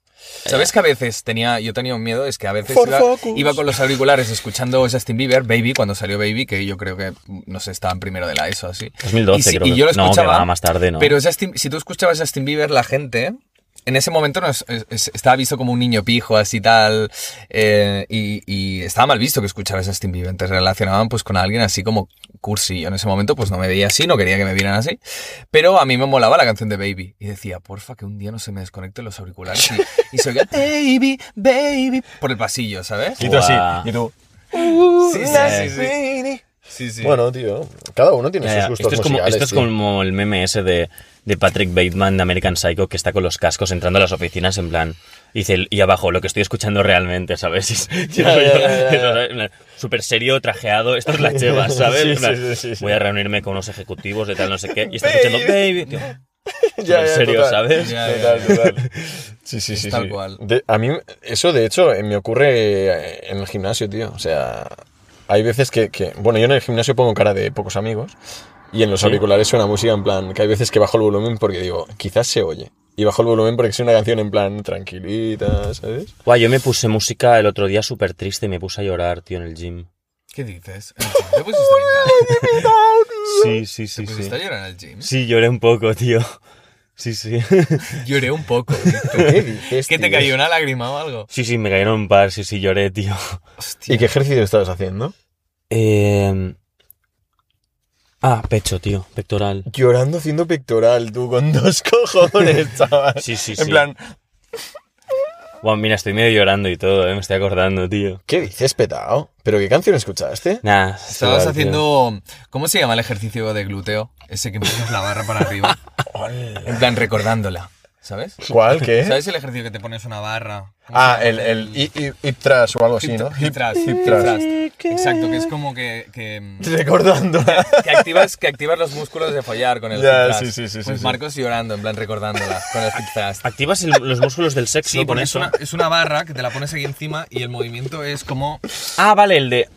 Speaker 2: ¿Sabes que a veces tenía, yo tenía un miedo? Es que a veces
Speaker 1: For
Speaker 2: iba,
Speaker 1: focus.
Speaker 2: iba con los auriculares escuchando Justin Bieber, Baby, cuando salió Baby, que yo creo que, no sé, estaba en primero de la ESO, así.
Speaker 3: 2012
Speaker 2: y si-
Speaker 3: creo
Speaker 2: y
Speaker 3: que-
Speaker 2: yo lo
Speaker 3: no, que
Speaker 2: escuchaba,
Speaker 3: va, más tarde, ¿no?
Speaker 2: Pero Justin- si tú escuchabas Justin Bieber, la gente... En ese momento nos, es- es- estaba visto como un niño pijo, así tal, eh, y, y estaba mal visto que escucharas Justin Bieber. Te relacionaban pues con alguien así como cursi. Yo en ese momento pues no me veía así, no quería que me vieran así. Pero a mí me molaba la canción de Baby. Y decía, porfa, que un día no se me desconecten los auriculares. Y, y se oiga, Baby, Baby, por el pasillo, ¿sabes?
Speaker 1: Y tú así,
Speaker 3: Buah.
Speaker 1: y tú...
Speaker 2: Sí, sí, sí, Sí, sí.
Speaker 1: Bueno, tío, cada uno tiene
Speaker 3: Ya,
Speaker 1: sus
Speaker 3: ya.
Speaker 1: gustos
Speaker 3: esto es, como,
Speaker 1: musicales,
Speaker 3: esto es
Speaker 1: tío.
Speaker 3: como el meme ese de, de Patrick Bateman de American Psycho que está con los cascos entrando a las oficinas en plan. Y, dice, y abajo, lo que estoy escuchando realmente, ¿sabes? Y es- y
Speaker 1: Ya,
Speaker 3: rollo,
Speaker 1: ya, ya, ya.
Speaker 3: eso, ¿sabes? En plan, Súper serio, trajeado, esto es la cheva, ¿sabes?
Speaker 1: Sí,
Speaker 3: En plan,
Speaker 1: sí, sí, sí, sí.
Speaker 3: Voy a reunirme con unos ejecutivos de tal, no sé qué. Y está escuchando Baby. tío.
Speaker 1: Ya,
Speaker 3: en
Speaker 1: ya,
Speaker 3: serio,
Speaker 1: total.
Speaker 3: ¿sabes?
Speaker 2: Ya,
Speaker 1: Total, total. Sí, sí, sí.
Speaker 2: tal
Speaker 1: sí.
Speaker 2: cual.
Speaker 1: De- a mí, eso de hecho, eh, me ocurre eh, en el gimnasio, tío. O sea, hay veces que, que- Bueno, yo en el gimnasio pongo cara de pocos amigos y en los auriculares suena música en plan. Que hay veces que bajo el volumen porque digo, quizás se oye. Y bajo el volumen porque es una canción en plan tranquilita, ¿sabes?
Speaker 3: Guau, yo me puse música el otro día súper triste y me puse a llorar, tío, en el gym.
Speaker 2: ¿Qué dices? ¿En el gym? ¿Te pusiste a llorar?
Speaker 3: Sí, sí, sí,
Speaker 2: ¿Te
Speaker 3: sí.
Speaker 2: pusiste a llorar en el gym?
Speaker 3: Sí, lloré un poco, tío. Sí, sí.
Speaker 2: Lloré un poco.
Speaker 1: ¿Qué dices,
Speaker 2: ¿Es que te
Speaker 1: tío?
Speaker 2: cayó una lágrima o algo?
Speaker 3: Sí, sí, me cayeron un par, sí, sí, lloré, tío.
Speaker 1: ¿Y qué ejercicio estabas haciendo?
Speaker 3: Eh... Ah, pecho, tío, pectoral.
Speaker 1: Llorando haciendo pectoral, tú, con dos cojones, chaval.
Speaker 3: Sí, sí,
Speaker 1: en
Speaker 3: sí.
Speaker 1: plan,
Speaker 3: Buah, mira, estoy medio llorando y todo, eh, me estoy acordando, tío.
Speaker 1: ¿qué dices, petao? ¿Pero qué canción escuchaste?
Speaker 3: Nah,
Speaker 2: Estabas
Speaker 3: igual, tío.
Speaker 2: haciendo. ¿Cómo se llama el ejercicio de glúteo? Ese que empujas la barra para arriba. En plan, recordándola. ¿Sabes?
Speaker 1: ¿Cuál? ¿Qué?
Speaker 2: ¿Sabes el ejercicio que te pones una barra? ¿Cómo
Speaker 1: ¿Eh? Ah,
Speaker 2: se
Speaker 1: el,
Speaker 2: llama?
Speaker 1: el hip, hip- hip thrust o algo así,
Speaker 2: Hip
Speaker 1: ¿no?
Speaker 2: thrust, hip thrust, hip thrust. Exacto, que es como que. que
Speaker 1: Recordando.
Speaker 2: que activas, que activas los músculos de follar con el
Speaker 1: Ya,
Speaker 2: hip thrust.
Speaker 1: sí, sí, sí,
Speaker 2: Pues
Speaker 1: sí, sí.
Speaker 2: Marcos llorando, en plan recordándola con el hip thrust.
Speaker 3: Activas el- los músculos del sexo
Speaker 2: Sí,
Speaker 3: con
Speaker 2: porque es
Speaker 3: eso.
Speaker 2: una, es una barra que te la pones aquí encima y el movimiento es como.
Speaker 3: Ah, vale, el de.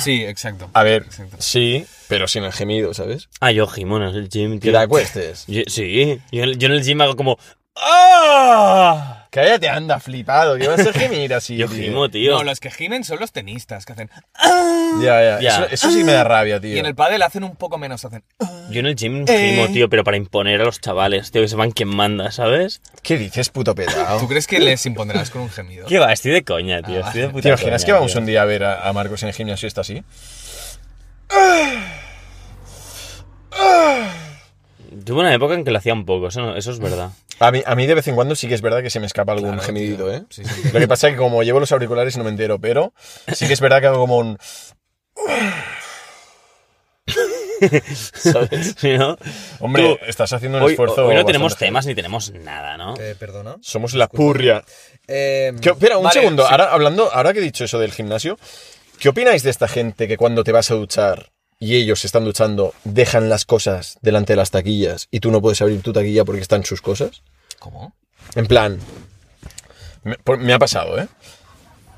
Speaker 2: Sí, exacto.
Speaker 1: A ver,
Speaker 2: Exacto.
Speaker 1: sí, pero sin el gemido, ¿sabes?
Speaker 3: Ah, yo gimo en el gym,
Speaker 1: Que
Speaker 3: tío.
Speaker 1: te acuestes.
Speaker 3: Yo- sí, yo, en el- yo en el gym hago como. ¡Ah!
Speaker 1: Cállate, anda, flipado, que vas a gemir así.
Speaker 3: Yo
Speaker 1: tío.
Speaker 3: gimo, tío.
Speaker 2: No, los que gimen son los tenistas que hacen.
Speaker 1: Ya, ya.
Speaker 3: Ya.
Speaker 1: Eso, eso sí me da rabia, tío.
Speaker 2: Y en el pádel hacen un poco menos, hacen.
Speaker 3: Yo en el gym gimo, tío, pero para imponer a los chavales, tío, que sepan quién manda, ¿sabes?
Speaker 1: ¿Qué dices, puto
Speaker 2: ¿Tú
Speaker 1: pedao?
Speaker 2: crees que les impondrás con un gemido?
Speaker 3: ¿Qué va? Estoy de coña, tío. Estoy de puta
Speaker 1: ¿Te imaginas
Speaker 3: coña,
Speaker 1: que vamos
Speaker 3: tío.
Speaker 1: un día a ver a, a Marcos en el gimnasio y está así?
Speaker 3: Tuve una época en que lo hacía un poco, eso, no- eso es verdad.
Speaker 1: A mí, a mí de vez en cuando sí que es verdad que se me escapa algún
Speaker 2: Claro,
Speaker 1: gemidito,
Speaker 2: tío.
Speaker 1: ¿eh?
Speaker 2: Sí, sí.
Speaker 1: Lo que pasa es que como llevo los auriculares no me entero, pero sí que es verdad que hago como un...
Speaker 3: ¿Sabes? Sí, ¿no?
Speaker 1: Hombre,
Speaker 3: Tú,
Speaker 1: estás haciendo un
Speaker 3: hoy,
Speaker 1: esfuerzo...
Speaker 3: hoy no
Speaker 1: bastante
Speaker 3: tenemos
Speaker 1: fuerte".
Speaker 3: temas ni tenemos nada, ¿no?
Speaker 2: Eh, perdona.
Speaker 1: Somos la purria.
Speaker 2: Eh,
Speaker 1: ¿Qué- espera, un
Speaker 2: vale,
Speaker 1: segundo.
Speaker 2: sí.
Speaker 1: Ahora, hablando, ahora que he dicho eso del gimnasio, ¿qué opináis de esta gente que cuando te vas a duchar y ellos se están duchando, dejan las cosas delante de las taquillas y tú no puedes abrir tu taquilla porque están sus cosas?
Speaker 2: ¿Cómo?
Speaker 1: En plan, me, por- me ha pasado, ¿eh?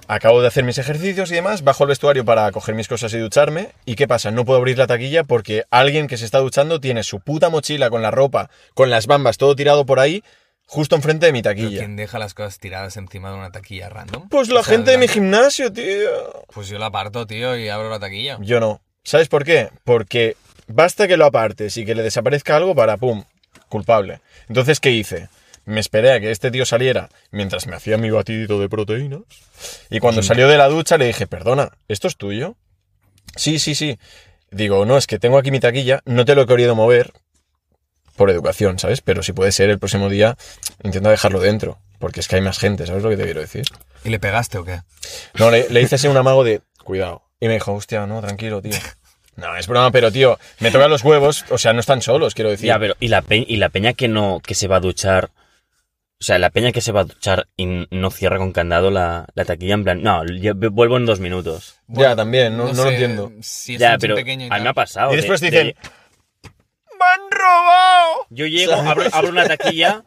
Speaker 1: Acabo de hacer mis ejercicios y demás, bajo al vestuario para coger mis cosas y ducharme. ¿Y qué pasa? No puedo abrir la taquilla porque alguien que se está duchando tiene su puta mochila con la ropa, con las bambas, todo tirado por ahí, justo enfrente de mi taquilla.
Speaker 2: ¿Quién deja las cosas tiradas encima de una taquilla random?
Speaker 1: Pues la
Speaker 2: O sea,
Speaker 1: gente de mi
Speaker 2: la-
Speaker 1: gimnasio, tío.
Speaker 2: Pues yo la parto, tío, y abro la taquilla.
Speaker 1: Yo no. ¿Sabes por qué? Porque basta que lo apartes y que le desaparezca algo para, pum, culpable. Entonces, ¿qué hice? Me esperé a que este tío saliera mientras me hacía mi batidito de proteínas. Y cuando salió de la ducha le dije, perdona, ¿esto es tuyo? Sí, sí, sí. Digo, no, es que tengo aquí mi taquilla, no te lo he querido mover por educación, ¿sabes? Pero si puede ser el próximo día, intenta dejarlo dentro. Porque es que hay más gente, ¿sabes lo que te quiero decir?
Speaker 2: ¿Y le pegaste o qué?
Speaker 1: No, le, le hice así un amago de, cuidado. Y me dijo, hostia, no, tranquilo, tío. No, es broma, pero tío, me tocan los huevos, o sea, no están solos, quiero decir.
Speaker 3: Ya, pero ¿y la, pe- y la peña que no que se va a duchar? O sea, la peña que se va a duchar y n- no cierra con candado la, la taquilla, en plan, no, yo v- vuelvo en dos minutos.
Speaker 1: Ya, también, Eh, no, no, lo
Speaker 2: sé
Speaker 1: entiendo.
Speaker 2: Si es
Speaker 3: ya,
Speaker 2: un
Speaker 3: pero
Speaker 2: pequeño y
Speaker 3: a mí
Speaker 2: tal.
Speaker 3: me ha pasado.
Speaker 1: Y
Speaker 3: de-
Speaker 1: después
Speaker 3: de-
Speaker 1: dicen, ¡Me han robado!
Speaker 3: yo llego, abro, abro una taquilla,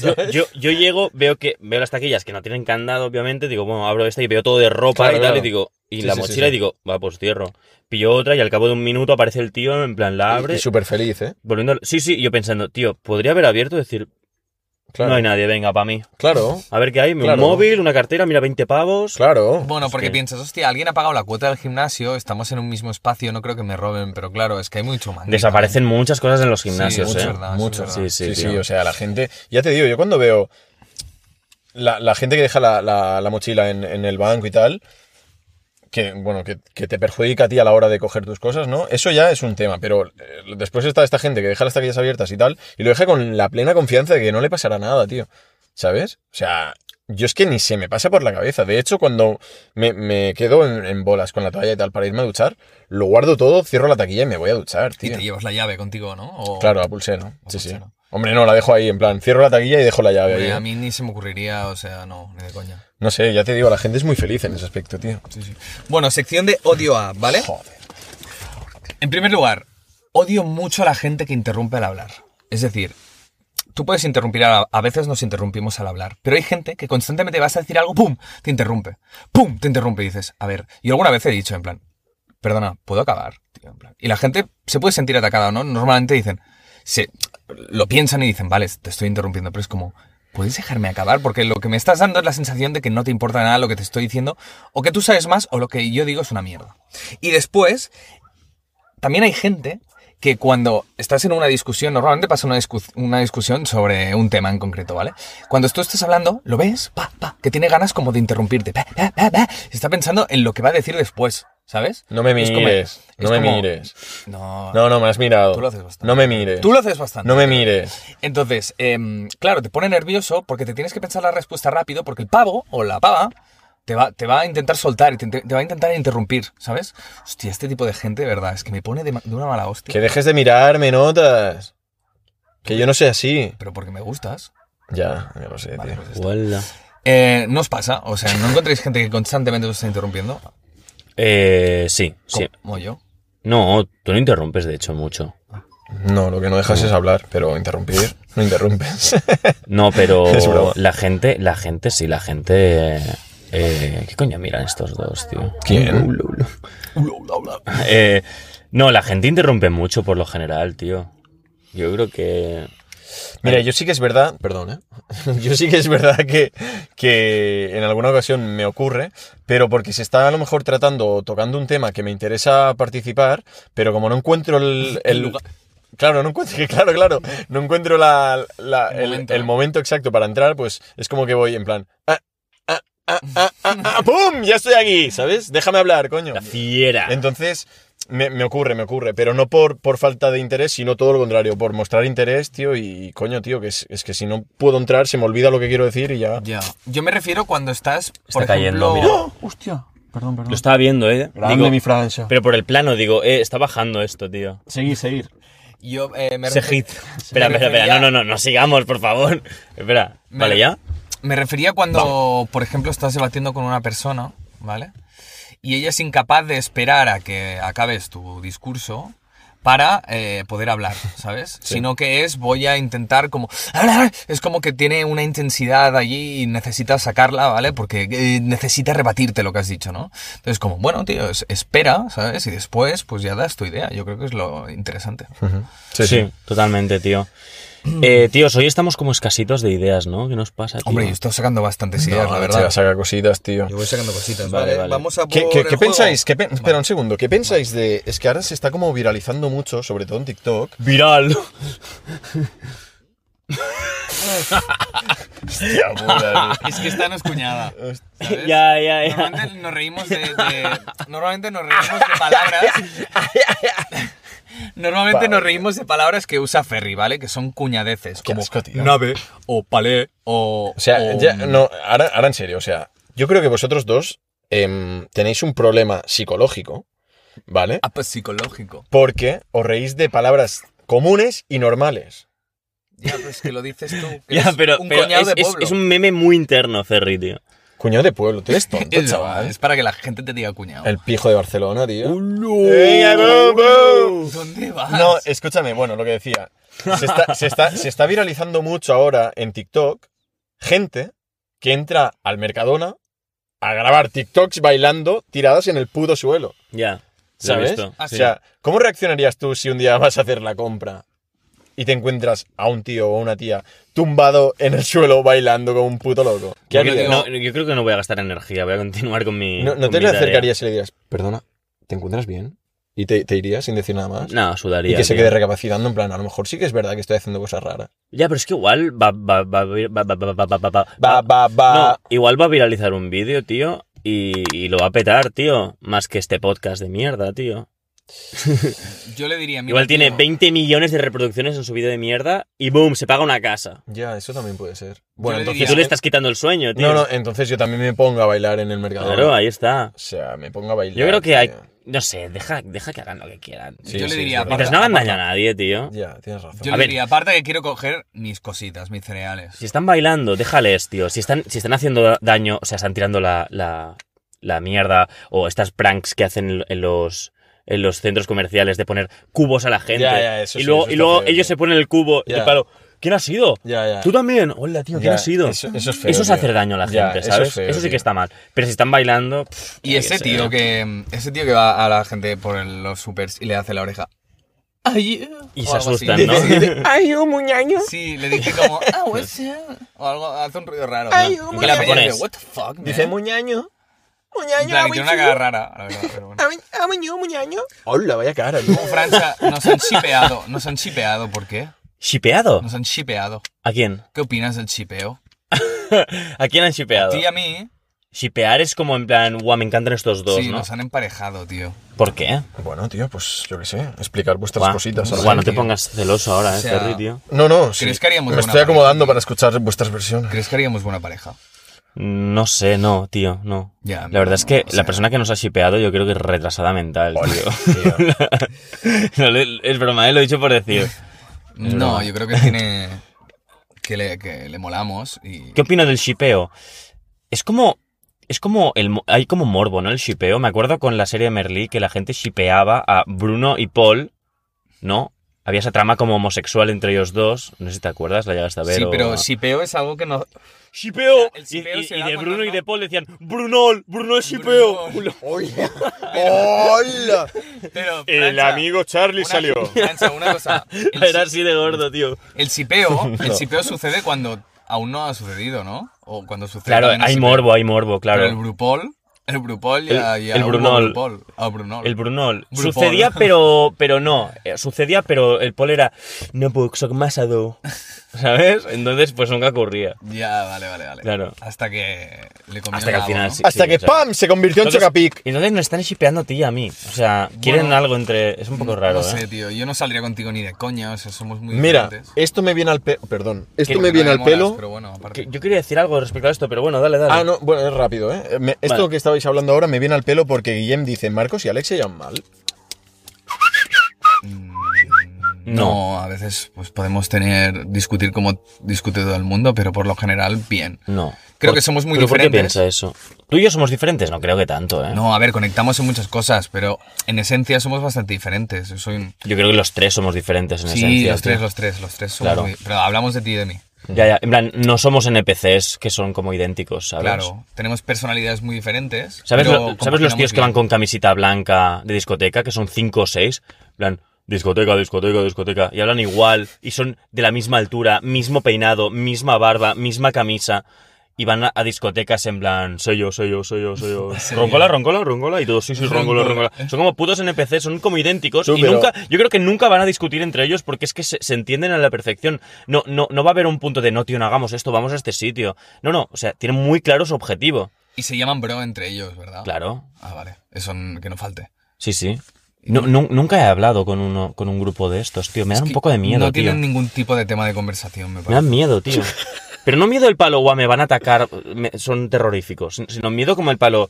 Speaker 3: yo, yo, yo llego, veo que veo las taquillas que no tienen candado, obviamente, digo, bueno, abro esta y veo todo de ropa
Speaker 1: Claro,
Speaker 3: y tal,
Speaker 1: claro.
Speaker 3: y digo, y
Speaker 1: Sí,
Speaker 3: la
Speaker 1: sí, sí,
Speaker 3: mochila
Speaker 1: sí.
Speaker 3: y digo, va, pues cierro. Pillo otra y al cabo de un minuto aparece el tío, en plan, la
Speaker 1: Y
Speaker 3: abre,
Speaker 1: súper feliz, ¿eh?
Speaker 3: volviendo, al- sí, sí, yo pensando, tío, podría haber abierto y decir,
Speaker 1: Claro,
Speaker 3: no hay nadie, venga, para mí.
Speaker 1: claro,
Speaker 3: A ver qué hay,
Speaker 1: Claro.
Speaker 3: un móvil, una cartera, mira, 20 pavos.
Speaker 1: claro.
Speaker 2: Bueno, porque
Speaker 3: que-
Speaker 2: piensas, hostia, alguien ha pagado la cuota del gimnasio, estamos en un mismo espacio, no creo que me roben, pero claro, es que hay mucho más.
Speaker 3: Desaparecen muchas cosas en los gimnasios,
Speaker 2: mucho,
Speaker 3: ¿eh?
Speaker 2: ¿verdad? eso
Speaker 1: mucho.
Speaker 2: es
Speaker 3: verdad.
Speaker 1: Sí,
Speaker 3: Sí,
Speaker 1: sí,
Speaker 3: sí,
Speaker 1: sí,
Speaker 3: tío.
Speaker 1: O sea, la gente. Ya te digo, yo cuando veo la, la gente que deja la, la- la mochila en, en el banco y tal, que, bueno, que, que te perjudica a ti a la hora de coger tus cosas, ¿no? Eso ya es un tema, pero eh, después está esta gente que deja las taquillas abiertas y tal, y lo deja con la plena confianza de que no le pasará nada, tío. ¿Sabes? O sea, yo es que ni se me pasa por la cabeza. De hecho, cuando me, me quedo en, en bolas con la toalla y tal para irme a duchar, lo guardo todo, cierro la taquilla y me voy a duchar,
Speaker 2: Y
Speaker 1: tío.
Speaker 2: te llevas la llave contigo, ¿no? O-
Speaker 1: Claro, a pulsera.
Speaker 2: A
Speaker 1: Sí,
Speaker 2: pulsera.
Speaker 1: sí. Hombre, no, la dejo ahí, en plan, cierro la taquilla y dejo la llave
Speaker 2: Hombre,
Speaker 1: ahí.
Speaker 2: a
Speaker 1: ¿eh?
Speaker 2: mí ni se me ocurriría, o sea, no, ni de coña.
Speaker 1: No sé, ya te digo, la gente es muy feliz en ese aspecto, tío.
Speaker 2: Sí, sí. Bueno, sección de odio a, ¿vale?
Speaker 1: Joder.
Speaker 2: En primer lugar, odio mucho a la gente que interrumpe al hablar. Es decir, tú puedes interrumpir, a, a veces nos interrumpimos al hablar, pero hay gente que constantemente vas a decir algo, ¡pum! Te interrumpe, ¡pum! Te interrumpe y dices, a ver, yo alguna vez he dicho en plan, perdona, ¿puedo acabar? Tío, en plan. Y la gente se puede sentir atacada, ¿no? Normalmente dicen, se, lo piensan y dicen, vale, te estoy interrumpiendo, pero es como... ¿Puedes dejarme acabar? Porque lo que me estás dando es la sensación de que no te importa nada lo que te estoy diciendo, o que tú sabes más, o lo que yo digo es una mierda. Y después, también hay gente que cuando estás en una discusión, normalmente pasa una, discu- una discusión sobre un tema en concreto, ¿vale? Cuando tú estás hablando, lo ves, pa, pa, que tiene ganas como de interrumpirte, pa, pa, pa, pa, está pensando en lo que va a decir después, ¿sabes?
Speaker 1: No me
Speaker 2: Es como-
Speaker 1: mires,
Speaker 2: es
Speaker 1: no me
Speaker 2: como-
Speaker 1: mires.
Speaker 2: No,
Speaker 1: No, no, me has mirado.
Speaker 2: Tú lo haces bastante.
Speaker 1: No me mires.
Speaker 2: Tú lo haces bastante.
Speaker 1: No me mires.
Speaker 2: Entonces, em, claro, te pone nervioso porque te tienes que pensar la respuesta rápido porque el pavo o la pava te va, te va a intentar soltar y te, te va a intentar interrumpir, ¿sabes? Hostia, este tipo de gente, de verdad, es que me pone de, ma- de una mala hostia.
Speaker 1: Que dejes de mirarme, notas. Que yo no soy así.
Speaker 2: Pero porque me gustas.
Speaker 1: Ya, ya lo sé, tío.
Speaker 3: Uala.
Speaker 2: Eh, no os pasa, o sea, no encontréis gente que constantemente os está interrumpiendo,
Speaker 3: Eh, sí, sí.
Speaker 2: como yo.
Speaker 3: No, tú no interrumpes, de hecho, mucho.
Speaker 1: No, lo que no dejas es hablar, pero interrumpir, no interrumpes.
Speaker 3: No, pero
Speaker 1: Es broma.
Speaker 3: la gente, la gente, sí, la gente... eh, ¿Qué coño miran estos dos, tío?
Speaker 1: ¿Quién?
Speaker 3: Ulo, ulo. Eh, no, la gente interrumpe mucho por lo general, tío. Yo creo que...
Speaker 1: Mira, yo sí que es verdad, perdón, ¿eh? yo sí que es verdad que, que en alguna ocasión me ocurre, pero porque se está a lo mejor tratando o tocando un tema que me interesa participar, pero como no encuentro el... el-
Speaker 2: lugar.
Speaker 1: Claro, no encuentro, claro, claro, no encuentro la- la-
Speaker 2: El
Speaker 1: el,
Speaker 2: momento.
Speaker 1: el momento exacto para entrar, pues es como que voy en plan... ah, ah, ah, ah, ah, ah, ¡Pum! Ya estoy aquí, ¿sabes? Déjame hablar, coño.
Speaker 3: La fiera.
Speaker 1: Entonces, me, me ocurre, me ocurre, pero no por, por falta de interés, sino todo lo contrario, por mostrar interés, tío, y coño, tío, que es, es que si no puedo entrar, se me olvida lo que quiero decir y ya.
Speaker 2: Ya. Yo me refiero cuando estás, por
Speaker 3: Está
Speaker 2: ejemplo...
Speaker 3: cayendo,
Speaker 2: Hostia, perdón, perdón.
Speaker 3: Lo estaba viendo, ¿eh? Digo,
Speaker 1: Francia.
Speaker 3: pero por el plano, digo, eh, está bajando esto, tío.
Speaker 1: Seguir, seguir.
Speaker 2: Yo eh, me,
Speaker 3: Ese
Speaker 2: refi-
Speaker 3: hit. Espera, espera, espera. No, no, no, no sigamos, por favor. Espera.
Speaker 2: Me-
Speaker 3: ¿Vale ya?
Speaker 2: me refería cuando, por ejemplo, estás debatiendo con una persona, ¿vale? Y ella es incapaz de esperar a que acabes tu discurso para eh, poder hablar, ¿sabes? Sino que es, voy a intentar como... Es como que tiene una intensidad allí y necesitas sacarla, ¿vale? Porque eh, necesita rebatirte lo que has dicho, ¿no? Entonces como, bueno, tío, es- espera, ¿sabes? Y después, pues ya das tu idea. Yo creo que es lo interesante.
Speaker 1: Sí, sí.
Speaker 3: totalmente, tío. Eh, tíos, hoy estamos como escasitos de ideas, ¿no? ¿Qué nos pasa, tío?
Speaker 2: Hombre, yo estoy sacando bastantes ideas, la verdad.
Speaker 1: Chaval, saca cositas, tío.
Speaker 2: Yo voy sacando cositas,
Speaker 3: Vale,
Speaker 2: ¿vale?
Speaker 3: vale.
Speaker 2: Vamos a
Speaker 1: ¿Qué,
Speaker 2: por
Speaker 1: qué-
Speaker 2: el
Speaker 1: qué
Speaker 2: juego.
Speaker 1: pensáis? ¿Qué pen- Espera un segundo, ¿qué pensáis de...? Es que ahora se está como viralizando mucho, sobre todo en TikTok.
Speaker 3: Viral.
Speaker 1: Hostia puta, tío.
Speaker 2: Es que esta no es cuñada. ¿sabes?
Speaker 3: ya, ya, ya.
Speaker 2: Normalmente nos reímos de, de- Normalmente nos reímos de palabras. Normalmente nos reímos de palabras que usa Ferry, ¿vale? Que son cuñadeces, como
Speaker 1: asco, tío.
Speaker 2: nave o palé o.
Speaker 1: O sea,
Speaker 2: o-
Speaker 1: ya, no, ahora, ahora en serio, o sea, yo creo que vosotros dos em, tenéis un problema psicológico, ¿vale?
Speaker 2: Ah, pues psicológico.
Speaker 1: Porque os reís de palabras comunes y normales.
Speaker 2: Ya, pero es que lo dices tú. que
Speaker 3: Ya,
Speaker 2: eres
Speaker 3: pero,
Speaker 2: un
Speaker 3: pero
Speaker 2: coñado
Speaker 3: es,
Speaker 2: de
Speaker 3: es-
Speaker 2: pueblo.
Speaker 3: es un meme muy interno, Ferri, tío.
Speaker 1: Cuñado de pueblo, tú eres tonto,
Speaker 2: Es-
Speaker 1: chaval.
Speaker 2: Es Uh, para que la gente te diga cuñado.
Speaker 1: El pijo de Barcelona, tío. ¡Eh,
Speaker 3: ¡Venga,
Speaker 1: go,
Speaker 2: uh,
Speaker 1: go!
Speaker 2: ¿Dónde vas?
Speaker 1: No, escúchame, bueno, lo que decía. Se está, se está- se está viralizando mucho ahora en TikTok gente que entra al Mercadona a grabar TikToks bailando tiradas en el puto suelo.
Speaker 3: Ya. lo he
Speaker 1: ¿Sabes?
Speaker 3: visto.
Speaker 2: Ah,
Speaker 1: O
Speaker 2: sí.
Speaker 1: sea, ¿cómo reaccionarías tú si un día vas a hacer la compra y te encuentras a un tío o una tía tumbado en el suelo bailando como un puto loco? ¿Qué
Speaker 3: Yo
Speaker 2: Bueno,
Speaker 1: harías?
Speaker 3: creo-
Speaker 2: digo-
Speaker 3: no, yo creo que no voy a gastar energía, voy a continuar con mi.
Speaker 1: ¿No, no
Speaker 3: con
Speaker 1: te
Speaker 3: mi
Speaker 1: le
Speaker 3: tarea.
Speaker 1: acercarías y le dirías, perdona, ¿te encuentras bien? Y te, te irías sin decir nada más.
Speaker 3: No, sudaría.
Speaker 1: y que se
Speaker 3: tío.
Speaker 1: quede recapacitando en plan, a lo mejor sí que es verdad que estoy haciendo cosas raras.
Speaker 3: Ya, pero es que igual va, va, va, va, va, va, va, va, va-
Speaker 1: Va, va, va.
Speaker 3: No, igual va a viralizar un vídeo, tío, y, y lo va a petar, tío. Más que este podcast de mierda, tío.
Speaker 2: Yo le diría, mira,
Speaker 3: igual tiene
Speaker 2: tío,
Speaker 3: 20 millones de reproducciones en su vídeo de mierda y boom, se paga una casa.
Speaker 1: Ya, eso también puede ser. Bueno,
Speaker 2: le
Speaker 1: entonces.
Speaker 3: Y
Speaker 2: diría-
Speaker 3: tú le ¿eh? estás quitando el sueño, tío.
Speaker 1: No, no, entonces yo también me pongo a bailar en el mercado.
Speaker 3: Claro, ahí está.
Speaker 1: O sea, me pongo a bailar.
Speaker 3: Yo creo que hay.
Speaker 1: tío.
Speaker 3: No sé, deja, deja que hagan lo que quieran.
Speaker 1: Sí,
Speaker 2: yo le
Speaker 1: sí,
Speaker 2: diría,
Speaker 1: sí,
Speaker 2: aparte-
Speaker 3: Mientras no hagan daño a nadie, tío.
Speaker 1: Ya, tienes razón.
Speaker 2: Yo
Speaker 3: A
Speaker 2: le
Speaker 3: ver.
Speaker 2: diría, aparte que quiero coger mis cositas, mis cereales.
Speaker 3: Si están bailando, déjales, tío. Si están, si están haciendo daño, o sea, están tirando la, la, la mierda o estas pranks que hacen en- en los, en los centros comerciales de poner cubos a la gente.
Speaker 1: Ya, ya, eso
Speaker 3: y
Speaker 1: sí,
Speaker 3: luego,
Speaker 1: eso
Speaker 3: y
Speaker 1: está
Speaker 3: luego
Speaker 1: feo,
Speaker 3: ellos
Speaker 1: tío.
Speaker 3: se ponen el cubo y
Speaker 1: Ya.
Speaker 3: el palo. ¿Quién ha sido?
Speaker 1: Ya, ya.
Speaker 3: ¿Tú también? Hola, tío, ¿quién
Speaker 1: Ya,
Speaker 3: ha sido?
Speaker 1: Eso, eso es feo.
Speaker 3: eso es
Speaker 1: tío.
Speaker 3: hacer daño a la
Speaker 1: Ya,
Speaker 3: gente,
Speaker 1: eso
Speaker 3: ¿sabes?
Speaker 1: es
Speaker 3: Eso,
Speaker 1: feo,
Speaker 3: sí
Speaker 1: tío.
Speaker 3: que está mal. Pero si están bailando. pff,
Speaker 2: Y
Speaker 3: yo
Speaker 2: ese
Speaker 3: qué
Speaker 2: tío
Speaker 3: sé.
Speaker 2: que. Ese tío que va a la gente por el- los supers y le hace la oreja. Ay,
Speaker 3: Y
Speaker 2: o
Speaker 3: se
Speaker 2: algo así.
Speaker 3: asustan, ¿no?
Speaker 4: Ay, un muñaño.
Speaker 2: Sí, le dice como. "Ah, what's up?" O algo, hace un ruido raro.
Speaker 4: Ay,
Speaker 2: ¿no?
Speaker 4: un
Speaker 2: Y la peña
Speaker 3: japonés.
Speaker 2: dice, what the fuck, man?"
Speaker 1: Dice muñaño.
Speaker 2: En
Speaker 4: Muñaño,
Speaker 2: plan, y tiene una cara
Speaker 4: abuelo.
Speaker 2: rara, la verdad, pero bueno.
Speaker 4: Ah, muñeño, muñaño.
Speaker 1: Hola, vaya cara, tío.
Speaker 2: Como Francia, nos han chipeado. Nos han chipeado, ¿por qué?
Speaker 3: ¿Shipeado?
Speaker 2: Nos han chipeado.
Speaker 3: ¿A quién?
Speaker 2: ¿Qué opinas del chipeo?
Speaker 3: ¿A quién han shipeado?
Speaker 2: Tú y a mí,
Speaker 3: Shipear es como en plan, guau, me encantan estos dos,
Speaker 2: sí,
Speaker 3: ¿no?
Speaker 2: nos han emparejado, tío.
Speaker 3: ¿Por qué?
Speaker 1: Bueno, tío, pues yo qué sé. Explicar vuestras
Speaker 3: Guau,
Speaker 1: cositas.
Speaker 3: guau,
Speaker 1: ¿sabes?
Speaker 2: Bueno.
Speaker 3: no te
Speaker 2: tío.
Speaker 3: pongas celoso ahora,
Speaker 2: O
Speaker 3: eh,
Speaker 2: sea,
Speaker 3: Ferri, tío.
Speaker 1: No, no, sí.
Speaker 2: ¿Crees que haríamos
Speaker 1: Me
Speaker 2: buena
Speaker 1: estoy
Speaker 2: pareja,
Speaker 1: acomodando
Speaker 2: tío?
Speaker 1: para escuchar vuestras versiones.
Speaker 2: ¿Crees que haríamos buena pareja?
Speaker 3: No sé, no, tío, no.
Speaker 2: Ya,
Speaker 3: la verdad es que
Speaker 2: o sea-
Speaker 3: la persona que nos ha shipeado yo creo que es retrasada mental, tío.
Speaker 1: Tío.
Speaker 3: No, le- es broma, eh, lo he dicho por decir.
Speaker 2: No, yo creo que tiene. que le, que le molamos y.
Speaker 3: ¿Qué opino del shipeo? Es como... Es como el... mo- Hay como morbo, ¿no? El shipeo. Me acuerdo con la serie Merlí que la gente shipeaba a Bruno y Paul, ¿no? Había esa trama como homosexual entre ellos dos. No sé si te acuerdas, la llegaste a ver.
Speaker 2: sí,
Speaker 3: o-
Speaker 2: pero shipeo es algo que no.
Speaker 3: ¡Shipeo!
Speaker 2: El
Speaker 3: Y,
Speaker 2: shipeo
Speaker 3: y-
Speaker 2: se
Speaker 3: y
Speaker 2: da
Speaker 3: de
Speaker 2: cuando
Speaker 3: Bruno y
Speaker 2: no-
Speaker 3: de Paul decían ¡Brunol! ¡Brunol shipeo!
Speaker 2: Brunol.
Speaker 1: ¡Hola! ¡Hola!
Speaker 2: Pero,
Speaker 1: Charlie
Speaker 2: Francha, una cosa. El,
Speaker 3: Era
Speaker 2: shi-
Speaker 3: así de gordo, tío.
Speaker 2: el shipeo, el shipeo sucede cuando aún no ha sucedido, ¿no? O cuando sucede.
Speaker 3: Claro,
Speaker 2: también el
Speaker 3: hay
Speaker 2: shipeo.
Speaker 3: morbo, hay morbo,
Speaker 2: Pero el
Speaker 3: claro.
Speaker 2: Brupol. El Brupol y
Speaker 3: El-
Speaker 2: a, y a
Speaker 3: el
Speaker 2: un
Speaker 3: Brunol.
Speaker 2: Brupol. A Brunol.
Speaker 3: El Brunol.
Speaker 2: Brupol.
Speaker 3: Sucedía, pero, pero no. Eh, Sucedía, pero el Pol era. No puedo, soy masado. ¿Sabes? Entonces, pues nunca ocurría.
Speaker 2: Ya, vale, vale, vale.
Speaker 3: Claro.
Speaker 2: Hasta que le comieron
Speaker 3: Hasta que al
Speaker 2: la
Speaker 3: final
Speaker 2: voz,
Speaker 3: sí.
Speaker 1: Hasta que
Speaker 3: o sea.
Speaker 1: ¡pam! se convirtió en
Speaker 3: Entonces-
Speaker 1: Chocapic.
Speaker 3: Y entonces nos están shipeando a ti y a mí. O sea, quieren
Speaker 2: Bueno,
Speaker 3: algo entre. Es un poco
Speaker 2: ¿no?
Speaker 3: raro,
Speaker 2: No sé,
Speaker 3: ¿eh?
Speaker 2: tío. Yo no saldría contigo ni de coña. O sea, somos muy
Speaker 1: Mira,
Speaker 2: diferentes.
Speaker 1: esto me viene al pelo. Perdón. Esto
Speaker 3: Que-
Speaker 1: me
Speaker 2: Porque
Speaker 1: viene
Speaker 2: no
Speaker 1: al
Speaker 2: me molas,
Speaker 1: pelo.
Speaker 2: Pero bueno, aparte.
Speaker 3: Que- yo quería decir algo respecto a esto, pero bueno, dale, dale.
Speaker 1: Ah, no, bueno, es rápido, ¿eh? Me- esto
Speaker 3: Vale.
Speaker 1: que estabais hablando ahora me viene al pelo porque Guillem dice: Marcos y Alex se llevan mal.
Speaker 3: No.
Speaker 2: No, a veces pues podemos tener discutir como discute todo el mundo, pero por lo general bien.
Speaker 3: No.
Speaker 2: Creo
Speaker 3: ¿Por-
Speaker 2: que somos muy
Speaker 3: ¿pero ¿Por qué
Speaker 2: diferentes.
Speaker 3: piensa eso? ¿Tú y yo somos diferentes? No creo que tanto, ¿eh?
Speaker 2: No, a ver, conectamos en muchas cosas, pero en esencia somos bastante diferentes. Yo soy un...
Speaker 3: Yo creo que los tres somos diferentes en
Speaker 2: Sí,
Speaker 3: esencia.
Speaker 2: los tres,
Speaker 3: tío.
Speaker 2: los tres, los tres somos
Speaker 3: Claro.
Speaker 2: muy- Pero hablamos de ti y de mí.
Speaker 3: Ya, ya. En plan, no somos NPCs que son como idénticos, ¿sabes?
Speaker 2: Claro, tenemos personalidades muy diferentes.
Speaker 3: ¿Sabes,
Speaker 2: pero
Speaker 3: lo- ¿sabes los
Speaker 2: compaginamos
Speaker 3: tíos que van
Speaker 2: bien.
Speaker 3: con camisita blanca de discoteca, que son cinco o seis? En plan, discoteca, discoteca, discoteca. Y hablan igual, y son de la misma altura, mismo peinado, misma barba, misma camisa. Y van a, a discotecas en plan, soy yo, soy yo, soy yo, soy yo. Roncola, roncola, roncola. Y todos, sí, sí, roncola,
Speaker 2: Roncola.
Speaker 3: roncola. Son como putos NPCs, son como idénticos.
Speaker 1: Tú,
Speaker 3: y
Speaker 1: pero-
Speaker 3: nunca, yo creo que nunca van a discutir entre ellos porque es que se, se entienden a la perfección. No, no, no va a haber un punto de, no, tío, no hagamos esto, vamos a este sitio. No, no, o sea, tienen muy claro su objetivo.
Speaker 2: Y se llaman bro entre ellos, ¿verdad?
Speaker 3: Claro.
Speaker 2: Ah, vale. Eso n- que no falte.
Speaker 3: Sí, sí. No, nu- nunca he hablado con uno, con un grupo de estos, tío. Me dan un poco de miedo,
Speaker 2: no
Speaker 3: tío.
Speaker 2: tienen ningún tipo de tema de conversación, me
Speaker 3: Me
Speaker 2: parece.
Speaker 3: dan miedo, tío. Pero no miedo el palo, guau, me van a atacar, me- son terroríficos. Sino miedo como el palo,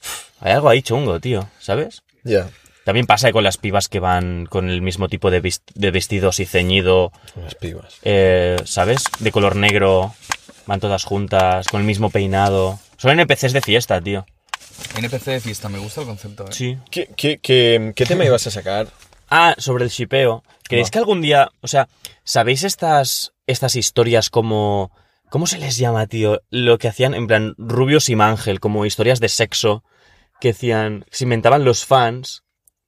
Speaker 3: "Uf, Hay algo ahí chungo, tío, ¿sabes?
Speaker 1: Ya.
Speaker 3: También pasa con las pibas que van con el mismo tipo de, vis- de vestidos y ceñido,
Speaker 1: Las pibas.
Speaker 3: eh, ¿sabes? De color negro, van todas juntas, con el mismo peinado. Son NPCs de fiesta, tío.
Speaker 2: NPC de fiesta, me gusta el concepto. ¿eh?
Speaker 3: Sí.
Speaker 1: ¿Qué, qué, qué, qué tema ibas a sacar?
Speaker 3: Ah, sobre el shipeo. ¿Creéis
Speaker 1: Va.
Speaker 3: que algún día, o sea, ¿sabéis estas, estas historias como... ¿Cómo se les llama, tío? Lo que hacían, en plan, Rubios y Mangel, como historias de sexo, que decían, se inventaban los fans.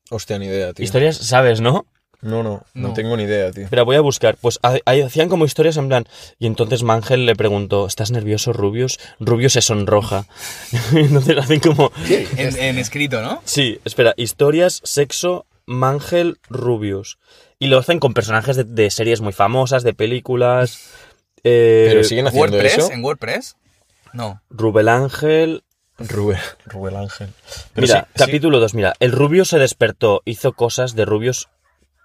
Speaker 1: Hostia, ni idea, tío.
Speaker 3: Historias, ¿sabes, no?
Speaker 1: No, no, no,
Speaker 2: No.
Speaker 1: tengo ni idea, tío.
Speaker 3: Pero voy a buscar. Pues ha- ha- hacían como historias en plan. Y entonces Mangel le preguntó: ¿Estás nervioso, Rubius? Rubius se sonroja. entonces hacen como.
Speaker 2: En, en escrito, ¿no?
Speaker 3: Sí, espera. Historias, sexo, Mangel, Rubius. Y lo hacen con personajes de, de series muy famosas, de películas. eh,
Speaker 1: Pero siguen haciendo
Speaker 2: ¿WordPress?
Speaker 1: eso.
Speaker 2: ¿En WordPress? No.
Speaker 3: Rubel Ángel.
Speaker 1: Rubel, Rubel Ángel. Pero
Speaker 3: Mira,
Speaker 1: sí, sí.
Speaker 3: capítulo 2. Mira, el Rubio se despertó, hizo cosas de Rubios.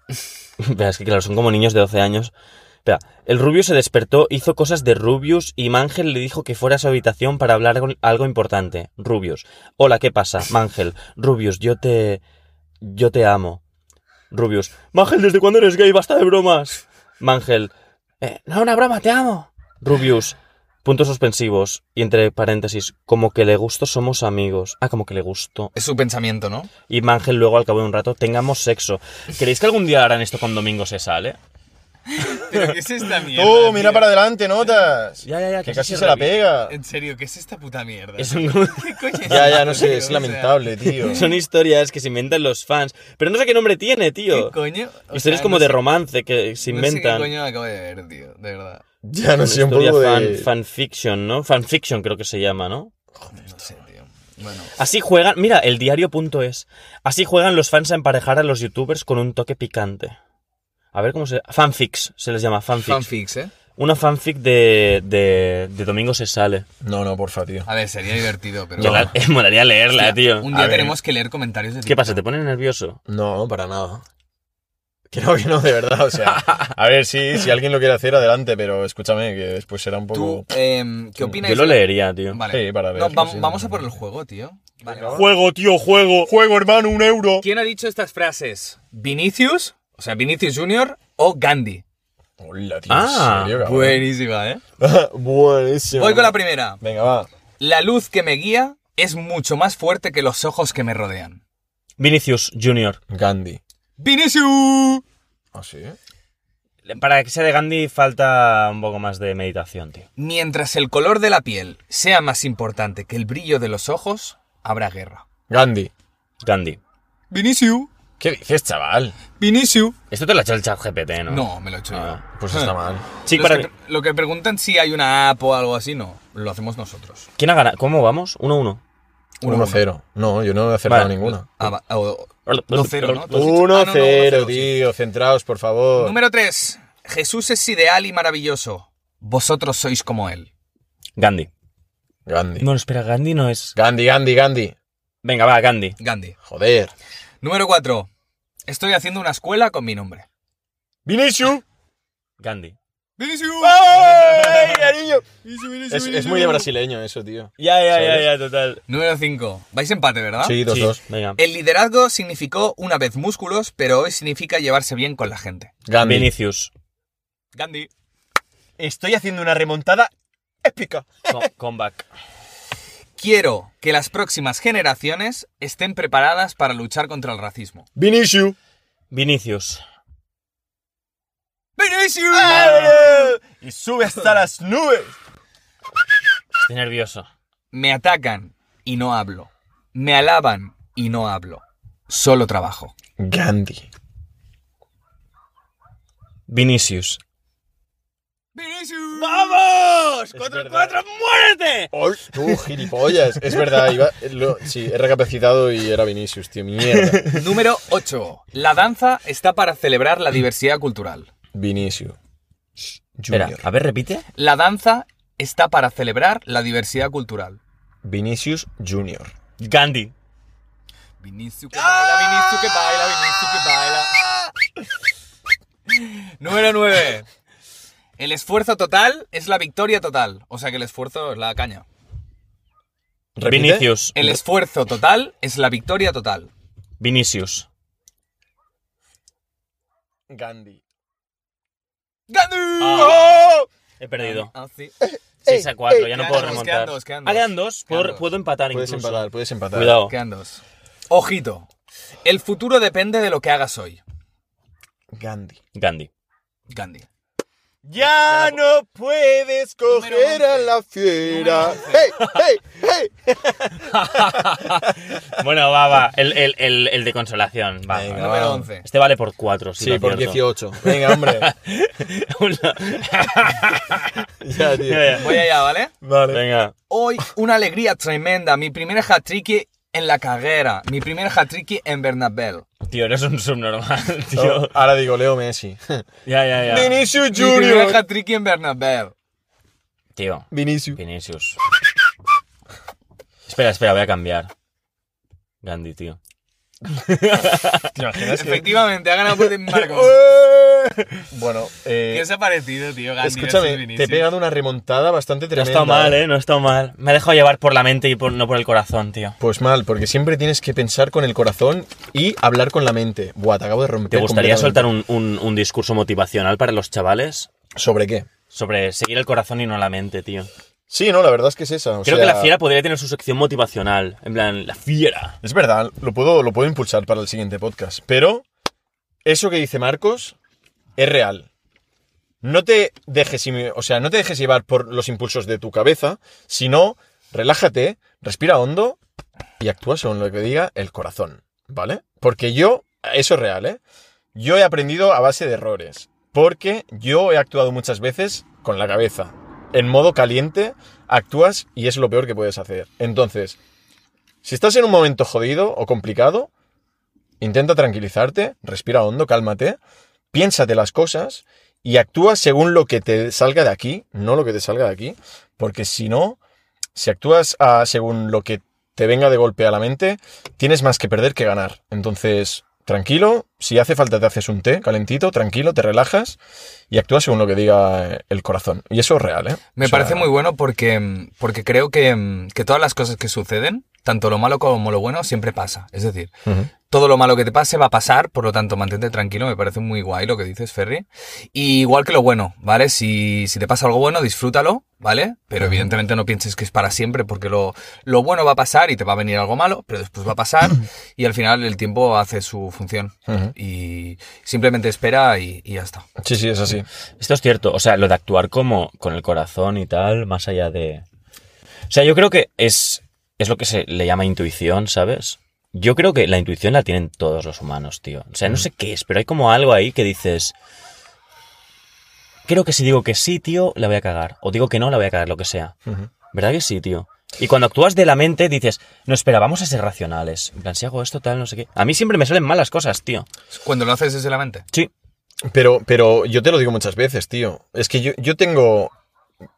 Speaker 3: Espera, es que claro, son como niños de 12 años. Espera, el Rubio se despertó, hizo cosas de Rubius y Mangel le dijo que fuera a su habitación para hablar con algo importante. Rubius. Hola, ¿qué pasa? Mangel. Rubius, yo te. Yo te amo. Rubius. Mangel, ¿desde cuándo eres gay? Basta de bromas. Mangel. "Eh, no, una broma, te amo. Rubius. Puntos suspensivos y entre paréntesis, como que le gusto somos amigos. Ah, como que le gusto.
Speaker 2: Es su pensamiento, ¿no?
Speaker 3: Y Mangel luego al cabo de un rato, tengamos sexo. ¿Creéis que algún día harán esto con Domingo eh? se sale?
Speaker 2: ¿Pero qué es esta mierda?
Speaker 1: Tú, mira
Speaker 2: tío?
Speaker 1: para adelante, notas.
Speaker 3: Ya, ya, ya,
Speaker 1: Que
Speaker 3: que
Speaker 1: casi
Speaker 3: sí se
Speaker 1: se la
Speaker 3: revi-
Speaker 1: pega.
Speaker 2: En serio, ¿qué es esta puta mierda?
Speaker 3: Es un-
Speaker 2: ¿Qué coño es
Speaker 1: Ya,
Speaker 2: esto,
Speaker 1: ya, no sé,
Speaker 2: tío? O
Speaker 1: es
Speaker 2: sea,
Speaker 1: lamentable, tío.
Speaker 3: Son historias que se inventan los fans. Pero no sé qué nombre tiene,
Speaker 2: ¿Qué
Speaker 3: tío.
Speaker 2: coño? O
Speaker 3: Historias
Speaker 2: sea,
Speaker 3: como
Speaker 2: no
Speaker 3: de
Speaker 2: sé-
Speaker 3: romance que se inventan.
Speaker 2: No sé qué coño acabo de ver, tío, de verdad.
Speaker 1: Ya no
Speaker 3: Una
Speaker 1: sé, un
Speaker 3: historia
Speaker 1: poco
Speaker 3: fan,
Speaker 1: de...
Speaker 3: fanfiction, ¿no? Fanfiction creo que se llama, ¿no?
Speaker 2: No sé, tío. Bueno,
Speaker 3: Así juegan, mira, el diario.es. Así juegan los fans a emparejar a los youtubers con un toque picante. A ver cómo se. Fanfics, se les llama fanfics.
Speaker 2: fanfics, ¿eh?
Speaker 3: Una fanfic de, de, de Domingo se sale.
Speaker 1: No, no, porfa, tío.
Speaker 2: A ver, sería divertido, pero...
Speaker 3: Yo la- molaría leerla, tío.
Speaker 2: Un día
Speaker 1: A ver.
Speaker 2: tenemos que leer comentarios de
Speaker 3: ¿Qué
Speaker 2: TikTok.
Speaker 3: pasa? ¿Te pone nervioso?
Speaker 1: No, para nada. Que no, que no, de verdad, o sea... A ver, sí, si alguien lo quiere hacer, adelante, pero escúchame, que después será un
Speaker 2: ¿Tú
Speaker 1: poco...
Speaker 2: em, qué opinas?
Speaker 3: Yo lo leería, tío.
Speaker 2: Vale.
Speaker 1: Sí, para ver.
Speaker 2: No, vam-
Speaker 1: sí,
Speaker 2: vamos
Speaker 1: no.
Speaker 2: a por el juego, tío. Vale, va.
Speaker 1: Juego, tío, juego. Juego, hermano, un euro.
Speaker 2: ¿Quién ha dicho estas frases? ¿Vinicius? O sea, ¿Vinicius Junior o Gandhi?
Speaker 1: Hola, tío, ¿en
Speaker 3: Ah,
Speaker 1: serio, cabrón?
Speaker 2: Buenísima, ¿eh?
Speaker 1: Buenísimo.
Speaker 2: Voy con la primera.
Speaker 1: Venga, va.
Speaker 2: La luz que me guía es mucho más fuerte que los ojos que me rodean.
Speaker 3: Vinicius Jr.
Speaker 1: Gandhi.
Speaker 2: ¡Vinicius!
Speaker 1: ¿Ah, sí?
Speaker 3: Para que sea de Gandhi falta un poco más de meditación, tío.
Speaker 2: Mientras el color de la piel sea más importante que el brillo de los ojos, habrá guerra.
Speaker 1: Gandhi.
Speaker 3: Gandhi.
Speaker 2: Vinicius,
Speaker 1: ¿Qué dices, chaval?
Speaker 2: Vinicius.
Speaker 3: Esto te lo ha hecho el chat GPT, ¿no?
Speaker 2: No, me lo he hecho
Speaker 3: Ah.
Speaker 1: Pues está mal.
Speaker 2: yo.
Speaker 3: Sí,
Speaker 2: Los
Speaker 3: para
Speaker 2: que-
Speaker 3: mí-
Speaker 2: lo que preguntan si hay una app o algo así, no. Lo hacemos nosotros.
Speaker 3: ¿Quién ha ganado? ¿Cómo vamos? 1-1.
Speaker 1: 1-0. No, yo no he acertado
Speaker 3: Vale.
Speaker 1: ninguna.
Speaker 2: Ah, va- ah, o-
Speaker 3: Perdón, perdón,
Speaker 2: 2-0, ¿no? Tú has dicho- ah, no, no,
Speaker 1: 1-0,
Speaker 2: 1-0, sí.
Speaker 1: tío. Centraos, por favor.
Speaker 2: Número 3. Jesús es ideal y maravilloso. Vosotros sois como él.
Speaker 3: Gandhi.
Speaker 1: Gandhi.
Speaker 3: No, espera, Gandhi no es.
Speaker 1: Gandhi, Gandhi, Gandhi.
Speaker 3: Venga, va, Gandhi.
Speaker 2: Gandhi.
Speaker 1: Joder.
Speaker 2: Número 4. Estoy haciendo una escuela con mi nombre.
Speaker 1: Vinicius.
Speaker 3: Gandhi.
Speaker 2: Vinicius.
Speaker 1: ¡Ay, cariño! Es, es muy de brasileño eso, tío.
Speaker 3: Ya, ya,
Speaker 1: ¿Sabes?
Speaker 3: ya, ya, total.
Speaker 2: Número 5. Vais empate, ¿verdad?
Speaker 1: Ah, Sí, 2-2.
Speaker 3: Sí,
Speaker 1: Eh,
Speaker 3: Venga.
Speaker 2: El liderazgo significó una vez músculos, pero hoy significa llevarse bien con la gente.
Speaker 1: Gandhi.
Speaker 3: Vinicius.
Speaker 2: Gandhi.
Speaker 1: Estoy haciendo una remontada épica.
Speaker 3: Com- comeback.
Speaker 2: Quiero que las próximas generaciones estén preparadas para luchar contra el racismo.
Speaker 1: Vinicius.
Speaker 3: Vinicius.
Speaker 2: ¡Vinicius!
Speaker 1: Y sube hasta las nubes.
Speaker 3: Estoy nervioso.
Speaker 2: Me atacan y no hablo. Me alaban y no hablo. Solo trabajo.
Speaker 1: Gandhi.
Speaker 3: Vinicius.
Speaker 2: ¡Vinicius!
Speaker 3: ¡Vamos!
Speaker 1: verdad.
Speaker 3: ¡Muérete!
Speaker 1: Ol- Tú, gilipollas. Es verdad, iba, lo- sí, he recapacitado y era Vinicius, tío. Mierda.
Speaker 2: Número 8. La danza está para celebrar la diversidad cultural.
Speaker 1: Vinicius.
Speaker 3: Espera,
Speaker 1: Junior.
Speaker 3: a ver, repite.
Speaker 2: La danza está para celebrar la diversidad cultural.
Speaker 1: Vinicius Junior.
Speaker 3: Gandhi.
Speaker 2: Vinicius que baila, Vinicius que baila, Vinicius que baila. Número 9. El esfuerzo total es la victoria total. O sea que el esfuerzo es la caña.
Speaker 1: Repite. Eh.
Speaker 3: Vinicius.
Speaker 2: El esfuerzo total es la victoria total.
Speaker 3: Vinicius.
Speaker 1: Gandhi.
Speaker 2: ¡Gandhi!
Speaker 3: Ah. He perdido.
Speaker 2: Ah, sí.
Speaker 3: 6 a 4, ya no
Speaker 2: quedan
Speaker 3: puedo
Speaker 2: dos,
Speaker 3: remontar.
Speaker 2: quedan dos, quedan
Speaker 3: Ah, quedan
Speaker 2: dos.
Speaker 3: dos,
Speaker 2: Quedan
Speaker 3: puedo-
Speaker 2: dos.
Speaker 3: puedo empatar
Speaker 1: Puedes
Speaker 3: incluso.
Speaker 1: empatar, puedes empatar.
Speaker 3: Cuidado.
Speaker 2: Quedan dos. Ojito. El futuro depende de lo que hagas hoy.
Speaker 1: Gandhi.
Speaker 3: Gandhi.
Speaker 2: Gandhi.
Speaker 1: Ya no puedes
Speaker 2: coger a la
Speaker 1: fiera. ¡Hey, hey, hey!
Speaker 3: Bueno, va, va. El, el- el- el de consolación. Va,
Speaker 1: Venga.
Speaker 3: va.
Speaker 2: Número 11.
Speaker 3: Este vale por 4, si
Speaker 1: Sí,
Speaker 3: lo
Speaker 1: por
Speaker 3: acierto.
Speaker 1: 18. Venga, hombre. ya, tío.
Speaker 3: Ya, ya.
Speaker 2: Voy allá, ¿vale?
Speaker 1: Vale.
Speaker 3: Venga.
Speaker 2: Hoy una alegría tremenda. Mi primer hat-trick en la carrera. Mi primer hat-trick en Bernabéu.
Speaker 3: Tío, eres un subnormal, tío.
Speaker 1: Ahora digo Leo Messi.
Speaker 3: Ya, ya, ya.
Speaker 1: Vinicius
Speaker 2: Mi primer hat-trick en Bernabéu.
Speaker 3: Tío,
Speaker 1: Vinicius.
Speaker 3: Vinicius. Espera, espera, voy a cambiar. Gandhi, tío.
Speaker 2: Efectivamente, ha ganado por el Marcos.
Speaker 1: Oh. bueno, eh,
Speaker 2: ¿Qué os ha parecido, tío? Gandhi versus
Speaker 1: escúchame, te
Speaker 2: Vinicius?
Speaker 1: he pegado una remontada bastante
Speaker 3: No ha
Speaker 1: tremenda.
Speaker 3: estado mal, eh, no ha estado mal. Me he dejado llevar por la mente y por- no por el corazón, tío.
Speaker 1: Pues mal, porque siempre tienes que pensar con el corazón y hablar con la mente. Buah, te acabo de romper.
Speaker 3: ¿Te gustaría
Speaker 1: completamente.
Speaker 3: soltar un, un- un discurso motivacional para los chavales?
Speaker 1: ¿Sobre qué?
Speaker 3: Sobre seguir el corazón y no la mente, tío.
Speaker 1: Sí, no, la verdad es que es esa. o
Speaker 3: Creo
Speaker 1: sea,
Speaker 3: que la fiera podría tener su sección motivacional. En plan, la fiera.
Speaker 1: Es verdad, lo puedo, lo puedo impulsar para el siguiente podcast. Pero eso que dice Marcos es real. No te dejes, im- o sea, no te dejes llevar por los impulsos de tu cabeza, sino relájate, respira hondo y actúa según lo que diga el corazón, ¿vale? Porque yo, eso es real, ¿eh? Yo he aprendido a base de errores, porque yo he actuado muchas veces con la cabeza. En modo caliente, actúas y es lo peor que puedes hacer. Entonces, si estás en un momento jodido o complicado, intenta tranquilizarte, respira hondo, cálmate, piénsate las cosas y actúa según lo que te salga de aquí, no lo que te salga de aquí, porque si no, si actúas ah, según lo que te venga de golpe a la mente, tienes más que perder que ganar. Entonces, tranquilo, si hace falta te haces un té calentito, tranquilo, te relajas y actúa según lo que diga eh, el corazón. Y eso es real, ¿eh?
Speaker 2: Me
Speaker 1: O sea,
Speaker 2: parece muy bueno porque, mm, porque creo que, mm, que todas las cosas que suceden, tanto lo malo como lo bueno, siempre pasa. Es decir,
Speaker 1: ujú.
Speaker 2: todo lo malo que te pase va a pasar, por lo tanto, mantente tranquilo. Me parece muy guay lo que dices, Ferry. Y igual que lo bueno, ¿vale? Si, si te pasa algo bueno, disfrútalo, ¿vale? Pero evidentemente no pienses que es para siempre, porque lo, lo bueno va a pasar y te va a venir algo malo, pero después va a pasar y al final el tiempo hace su función.
Speaker 1: Ujú.
Speaker 2: Y simplemente espera y, y ya está.
Speaker 1: Sí, sí, es así.
Speaker 3: Esto es cierto, o sea, lo de actuar como con el corazón y tal, más allá de... O sea, yo creo que es, es lo que se le llama intuición, ¿sabes? Yo creo que la intuición la tienen todos los humanos, tío. O sea, no sé qué es, pero hay como algo ahí que dices... Creo que si digo que sí, tío, la voy a cagar. O digo que no, la voy a cagar, lo que sea.
Speaker 1: Ujú.
Speaker 3: ¿Verdad que sí, tío? Y cuando actúas de la mente dices, no, espera, vamos a ser racionales. En plan, si hago esto, tal, no sé qué. A mí siempre me salen malas cosas, tío.
Speaker 2: Cuando lo haces desde la mente.
Speaker 3: Sí.
Speaker 1: Pero, pero yo te lo digo muchas veces, tío. Es que yo, yo tengo.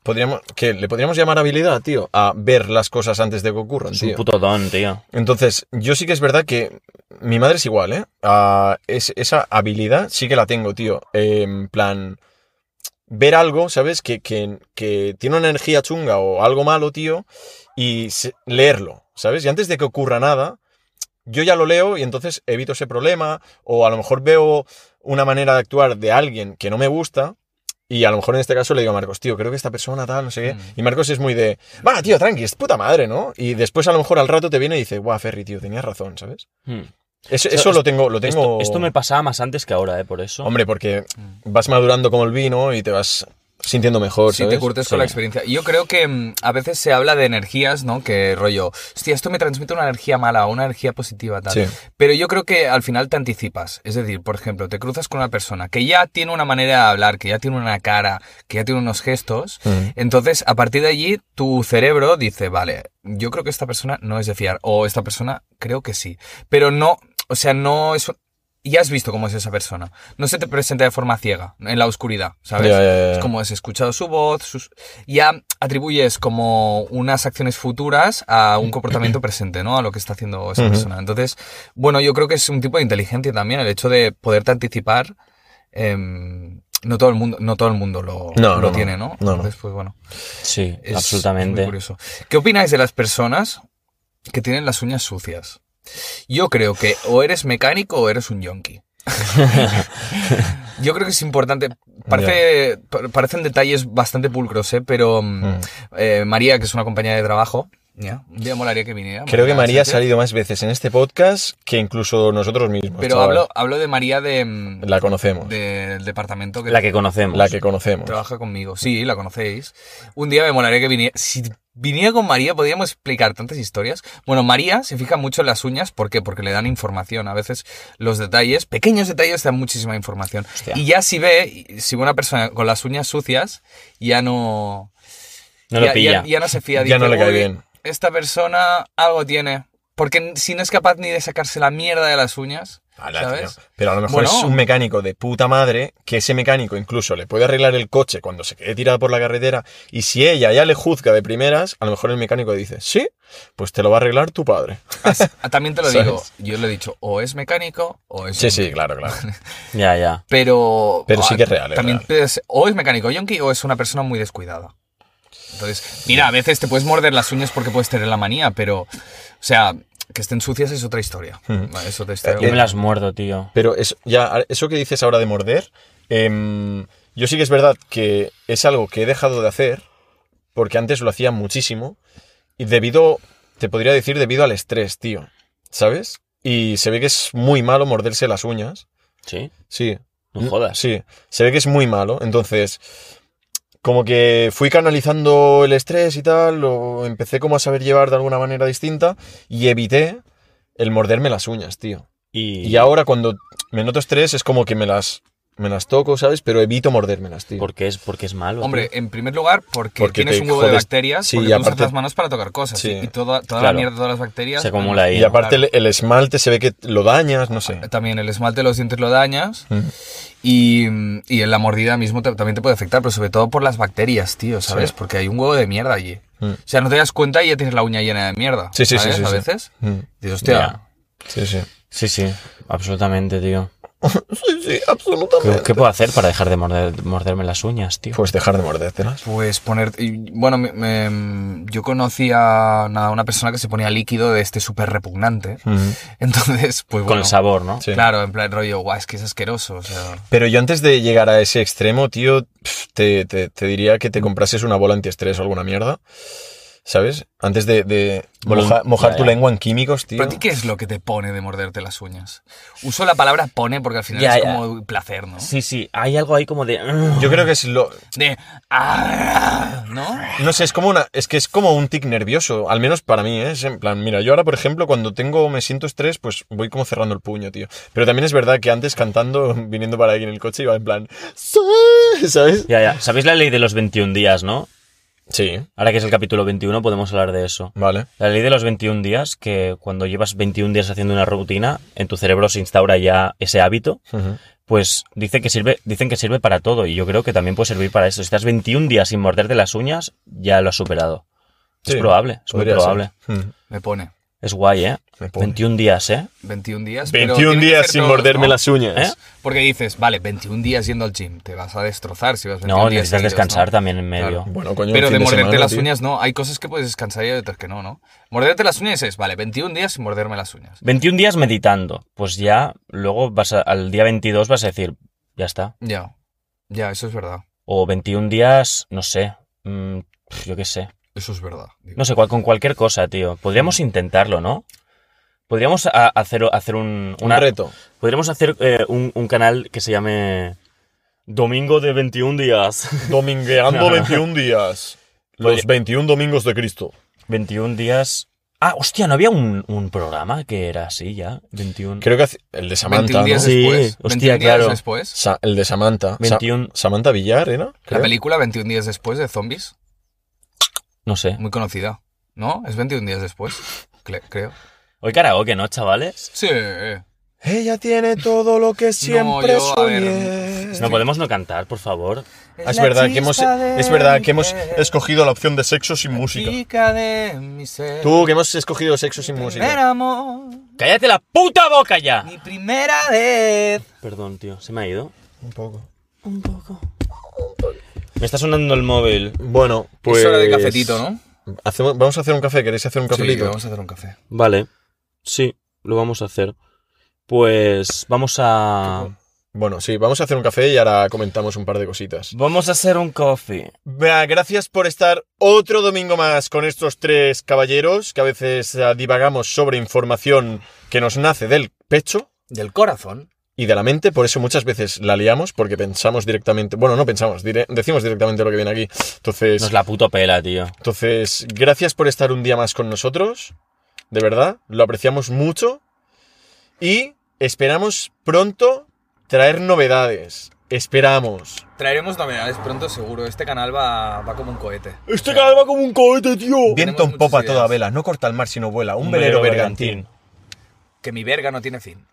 Speaker 1: Podríamos, que le podríamos llamar habilidad, tío, a ver las cosas antes de que ocurran,
Speaker 3: Es un
Speaker 1: tío.
Speaker 3: puto don, tío.
Speaker 1: Entonces, yo sí que es verdad que mi madre es igual, ¿eh? Ah, es- esa habilidad sí que la tengo, tío. Eh, en plan, ver algo, ¿sabes? Que, que- que tiene una energía chunga o algo malo, tío, y se- leerlo, ¿sabes? Y antes de que ocurra nada, yo ya lo leo y entonces evito ese problema, o a lo mejor veo una manera de actuar de alguien que no me gusta. Y a lo mejor en este caso le digo a Marcos, tío, creo que esta persona tal, no sé qué.
Speaker 2: Mm.
Speaker 1: Y Marcos es muy de, va, tío, tranqui, es puta madre, ¿no? Y después a lo mejor al rato te viene y dice, guau, Ferry, tío, tenías razón, ¿sabes?
Speaker 3: Hmm.
Speaker 1: Eso,
Speaker 3: Esto-
Speaker 1: eso lo tengo, lo
Speaker 3: Esto-
Speaker 1: tengo.
Speaker 3: Esto, me pasaba más antes que ahora, ¿eh? Por eso.
Speaker 1: Hombre, porque vas madurando como el vino y te vas sintiendo mejor,
Speaker 2: Si
Speaker 1: ¿sabes?
Speaker 2: Mm. te curtes con la
Speaker 3: Sí.
Speaker 2: experiencia. Y Yo creo que mm, a veces se habla de energías, ¿no? Que rollo, hostia, esto me transmite una energía mala o una energía positiva, tal.
Speaker 1: Sí.
Speaker 2: Pero yo creo que al final te anticipas. Es decir, por ejemplo, te cruzas con una persona que ya tiene una manera de hablar, que ya tiene una cara, que ya tiene unos gestos.
Speaker 1: Mm.
Speaker 2: Entonces, a partir de allí, tu cerebro dice, vale, yo creo que esta persona no es de fiar, o esta persona creo que sí. Pero no, o sea, no es... Ya has visto cómo es esa persona. No se te presenta de forma ciega, en la oscuridad, ¿sabes?
Speaker 1: Ya, ya, ya.
Speaker 2: Es como has escuchado su voz, sus... ya atribuyes como unas acciones futuras a un comportamiento presente, ¿no? A lo que está haciendo esa
Speaker 1: Ujú.
Speaker 2: persona. Entonces, bueno, yo creo que es un tipo de inteligencia también, el hecho de poderte anticipar. em, no todo el mundo, no todo el mundo lo,
Speaker 1: No,
Speaker 2: lo
Speaker 1: no,
Speaker 2: tiene,
Speaker 1: no.
Speaker 2: ¿no?
Speaker 1: No, no.
Speaker 2: Entonces, pues bueno.
Speaker 3: Sí,
Speaker 2: Es- es muy
Speaker 3: absolutamente.
Speaker 2: curioso. ¿Qué opináis de las personas que tienen las uñas sucias. Yo creo que o eres mecánico o eres un yonki. Yo creo que es importante. Parece, pa- parecen detalles bastante pulcros, ¿eh? pero mm, eh, María, que es una compañera de trabajo, ya, un día molaría que viniera.
Speaker 1: Creo que María ha
Speaker 2: Sánchez.
Speaker 1: salido más veces en este podcast que incluso nosotros mismos.
Speaker 2: Pero
Speaker 1: chaval.
Speaker 2: hablo, hablo de María de, mm,
Speaker 1: La conocemos.
Speaker 2: del departamento que,
Speaker 3: La que conocemos.
Speaker 1: La que conocemos.
Speaker 2: trabaja conmigo. Sí, la conocéis. Un día me molaría que viniera. Si viniera con María, podríamos explicar tantas historias. Bueno, María se fija mucho en las uñas. ¿Por qué? Porque le dan información. A veces los detalles, pequeños detalles, dan muchísima información. Y ya si ve, si ve una persona con las uñas sucias, ya no.
Speaker 3: No lo
Speaker 2: ya,
Speaker 3: pilla.
Speaker 2: ya- ya no se fía.
Speaker 1: Ya
Speaker 2: dice,
Speaker 1: no le cae
Speaker 2: "Uy,
Speaker 1: bien".
Speaker 2: Esta persona algo tiene. Porque si no es capaz ni de sacarse la mierda de las uñas.
Speaker 1: Ala,
Speaker 2: ¿Sabes?
Speaker 1: tío. Pero a lo mejor
Speaker 2: Bueno.
Speaker 1: es un mecánico de puta madre que ese mecánico incluso le puede arreglar el coche cuando se quede tirado por la carretera y si ella ya le juzga de primeras, a lo mejor el mecánico dice, sí, pues te lo va a arreglar tu padre.
Speaker 2: Ah, También te lo
Speaker 1: ¿Sabes?
Speaker 2: digo. Yo le he dicho, o es mecánico o es
Speaker 1: Sí,
Speaker 2: un
Speaker 1: sí, claro, claro.
Speaker 3: Ya, ya.
Speaker 2: Pero.
Speaker 1: Pero sí que es
Speaker 2: ah,
Speaker 1: real, es
Speaker 2: También
Speaker 1: real.
Speaker 2: es- o es mecánico yonki o es una persona muy descuidada. Entonces, mira, a veces te puedes morder las uñas porque puedes tener la manía, pero. O sea, que estén sucias es otra historia.
Speaker 1: Hmm.
Speaker 2: Vale, Es otra
Speaker 3: Yo
Speaker 2: historia.
Speaker 3: me las muerdo, tío.
Speaker 1: Pero es, ya, eso que dices ahora de morder, em, yo sí que es verdad que es algo que he dejado de hacer, porque antes lo hacía muchísimo, y debido, te podría decir, debido al estrés, tío, ¿sabes? Y se ve que es muy malo morderse las uñas.
Speaker 3: Sí.
Speaker 1: Sí,
Speaker 3: No jodas.
Speaker 1: Mm, Sí, se ve que es muy malo. Entonces, como que fui canalizando el estrés y tal, lo empecé como a saber llevar de alguna manera distinta y evité el morderme las uñas, tío.
Speaker 3: Y,
Speaker 1: Y ahora cuando me noto estrés es como que me las, me las toco, ¿sabes? Pero evito mordérmelas, tío.
Speaker 3: porque es porque es malo.
Speaker 2: Hombre, en primer lugar, porque,
Speaker 1: Porque
Speaker 2: tienes
Speaker 1: te
Speaker 2: un huevo de
Speaker 1: jodes-
Speaker 2: bacterias,
Speaker 1: sí,
Speaker 2: porque
Speaker 1: y
Speaker 2: tú usas
Speaker 1: aparte-
Speaker 2: las manos para tocar cosas.
Speaker 1: Sí.
Speaker 2: y- Y toda, toda la
Speaker 3: Claro.
Speaker 2: mierda, todas las bacterias.
Speaker 3: Se acumula ahí.
Speaker 1: y aparte
Speaker 2: claro. Ah,
Speaker 1: el, el esmalte se ve que lo dañas, no sé.
Speaker 2: Eh, También el esmalte de los dientes lo dañas. Y, mm, y en la mordida mismo te- también te puede afectar, pero sobre todo por las bacterias, tío, ¿sabes?
Speaker 1: Sí.
Speaker 2: Porque hay un huevo de mierda allí.
Speaker 1: Mm.
Speaker 2: O sea, no te das cuenta y ya tienes la uña llena de mierda.
Speaker 1: Sí, sí, sí,
Speaker 2: ¿sabes?
Speaker 1: sí,
Speaker 2: A
Speaker 1: sí.
Speaker 2: veces.
Speaker 1: Mm.
Speaker 2: Dices, hostia,
Speaker 3: Ya.
Speaker 1: Sí, sí.
Speaker 3: Sí, sí. Absolutamente, tío.
Speaker 1: Sí, sí,
Speaker 3: ¿Qué,
Speaker 2: Eh,
Speaker 1: absolutamente.
Speaker 3: qué puedo hacer para dejar de morder- morderme las uñas, tío?
Speaker 1: Pues dejar de mordértelas.
Speaker 2: pues poner. y, bueno, me- me- yo conocí a nada, una persona que se ponía líquido de este súper repugnante.
Speaker 1: Mm.
Speaker 2: Entonces, pues
Speaker 3: Con
Speaker 2: bueno.
Speaker 3: el sabor, ¿no?
Speaker 1: Sí.
Speaker 2: Claro, en plan rollo, guau, es que es asqueroso. O sea,
Speaker 1: Pero yo antes de llegar a ese extremo, tío, pf, te, te- te diría que te comprases una bola antiestrés o alguna mierda. ¿Sabes? Antes de, de
Speaker 3: Bola-
Speaker 1: moja- mojar
Speaker 3: ya,
Speaker 1: tu
Speaker 3: ya.
Speaker 1: lengua en químicos, tío.
Speaker 2: ¿Pero a ti qué es lo que te pone de morderte las uñas? Uso la palabra pone porque al final
Speaker 3: Ya,
Speaker 2: es
Speaker 3: ya.
Speaker 2: como placer, ¿no?
Speaker 3: Sí, sí. Hay algo ahí como de.
Speaker 1: Yo creo que es lo.
Speaker 2: De. "Ah", ¿No?
Speaker 1: No sé, es como una. Es que es como un tic nervioso. Al menos para mí, ¿eh? Es en plan, mira, yo ahora, por ejemplo, cuando tengo, me siento estrés, pues voy como cerrando el puño, tío. Pero también es verdad que antes cantando, viniendo para aquí en el coche, iba en plan. "Sí", ¿Sabes?
Speaker 3: Ya, ya. ¿Sabéis la ley de los 21 días, no?
Speaker 1: Sí,
Speaker 3: Ahora que es el capítulo 21 podemos hablar de eso.
Speaker 1: vale.
Speaker 3: La ley de los 21 días, que cuando llevas 21 días haciendo una rutina, en tu cerebro se instaura ya ese hábito,
Speaker 1: Ujú.
Speaker 3: pues dice que sirve, dicen que sirve para todo y yo creo que también puede servir para eso. Si estás 21 días sin morderte las uñas, ya lo has superado.
Speaker 1: Sí,
Speaker 3: es probable, es muy
Speaker 1: podría ser.
Speaker 3: probable.
Speaker 1: Mm,
Speaker 2: Me pone.
Speaker 3: Es guay, ¿eh?
Speaker 1: me pone.
Speaker 3: 21 días, ¿eh?
Speaker 2: 21 días. pero
Speaker 1: 21
Speaker 2: tienen que
Speaker 1: días
Speaker 2: ser
Speaker 1: sin
Speaker 2: todos,
Speaker 1: morderme
Speaker 2: ¿no?
Speaker 1: las uñas.
Speaker 3: ¿Eh?
Speaker 2: Porque dices, vale, 21 días yendo al gym, te vas a destrozar si vas 21
Speaker 3: No,
Speaker 2: días
Speaker 3: necesitas
Speaker 2: seguidos,
Speaker 3: descansar
Speaker 2: ¿no?
Speaker 3: también en medio.
Speaker 2: Claro.
Speaker 1: Bueno, coño, un
Speaker 2: Pero
Speaker 1: fin
Speaker 2: de morderte
Speaker 1: semana,
Speaker 2: las
Speaker 1: tío.
Speaker 2: uñas no, hay cosas que puedes descansar y hay otras que no, ¿no? Morderte las uñas es, vale, 21 días sin morderme las uñas.
Speaker 3: 21 días meditando, pues ya luego vas a- al día 22 vas a decir, ya está.
Speaker 2: Ya, ya, eso es verdad,
Speaker 3: O 21 días, no sé, mm, pf, yo qué sé.
Speaker 2: eso es verdad. digo.
Speaker 3: No sé, cual- con cualquier cosa, tío. Podríamos intentarlo, ¿no? Podríamos a- hacer, hacer un,
Speaker 1: Un
Speaker 3: una-
Speaker 1: reto.
Speaker 3: Podríamos hacer eh, un, un canal que se llame Domingo de 21 días.
Speaker 1: Domingueando 21 días. Los 21 domingos de Cristo.
Speaker 3: 21 días. Ah, hostia, ¿no había un, un programa que era así ya? 21.
Speaker 1: Creo que hace- el de Samantha,
Speaker 2: 21 días
Speaker 1: ¿no?
Speaker 3: Sí,
Speaker 2: después.
Speaker 3: hostia,
Speaker 2: 21
Speaker 3: claro.
Speaker 2: días después.
Speaker 1: Sa- el de Samantha. Sa-
Speaker 3: 21.
Speaker 1: Samantha Villar, ¿era?
Speaker 2: La
Speaker 1: Creo.
Speaker 2: película 21 días después de zombies,
Speaker 3: No sé.
Speaker 2: muy conocida, ¿no? Es 21 días después, cle- creo.
Speaker 3: Hoy karaoke, ¿no, chavales?
Speaker 2: Sí,
Speaker 1: Ella tiene todo lo que siempre
Speaker 2: yo, a ver,
Speaker 1: soñé.
Speaker 3: No podemos no cantar, por favor.
Speaker 1: Ah, Es verdad que hemos, es verdad que hemos escogido la opción de sexo sin música.
Speaker 2: Chica de mi ser.
Speaker 1: Tú, que hemos escogido sexo sin
Speaker 2: Primer
Speaker 1: música.
Speaker 2: amor,
Speaker 3: ¡Cállate la puta boca ya!
Speaker 2: mi primera vez.
Speaker 3: Perdón, tío, se me ha ido.
Speaker 1: Un poco.
Speaker 3: Me está sonando el móvil.
Speaker 1: Bueno, pues...
Speaker 2: es hora de cafetito, ¿no?
Speaker 1: hacemos- vamos a hacer un café, ¿queréis hacer un
Speaker 2: Sí,
Speaker 1: cafelito?
Speaker 2: vamos a hacer un café.
Speaker 3: Vale, sí, lo vamos a hacer. Pues vamos a...
Speaker 1: Bueno, sí, vamos a hacer un café y ahora comentamos un par de cositas.
Speaker 3: Vamos a hacer un coffee.
Speaker 1: Bah, Gracias por estar otro domingo más con estos tres caballeros que a veces ah, divagamos sobre información que nos nace del pecho
Speaker 2: Del corazón.
Speaker 1: y de la mente. Por eso muchas veces la liamos porque pensamos directamente. Bueno, no pensamos, dire- decimos directamente lo que viene aquí. Entonces,
Speaker 3: Nos la puto pela, tío.
Speaker 1: entonces, gracias por estar un día más con nosotros. De verdad, lo apreciamos mucho. Y esperamos pronto traer novedades. Esperamos.
Speaker 2: Traeremos novedades pronto, seguro. Este canal va, va como un cohete.
Speaker 3: Este canal va como un cohete, tío.
Speaker 1: Viento en
Speaker 2: muchas
Speaker 1: popa a
Speaker 2: ideas.
Speaker 1: toda vela, no corta el mar sino vuela, un, velero, bergantín.
Speaker 2: Que mi verga no tiene fin.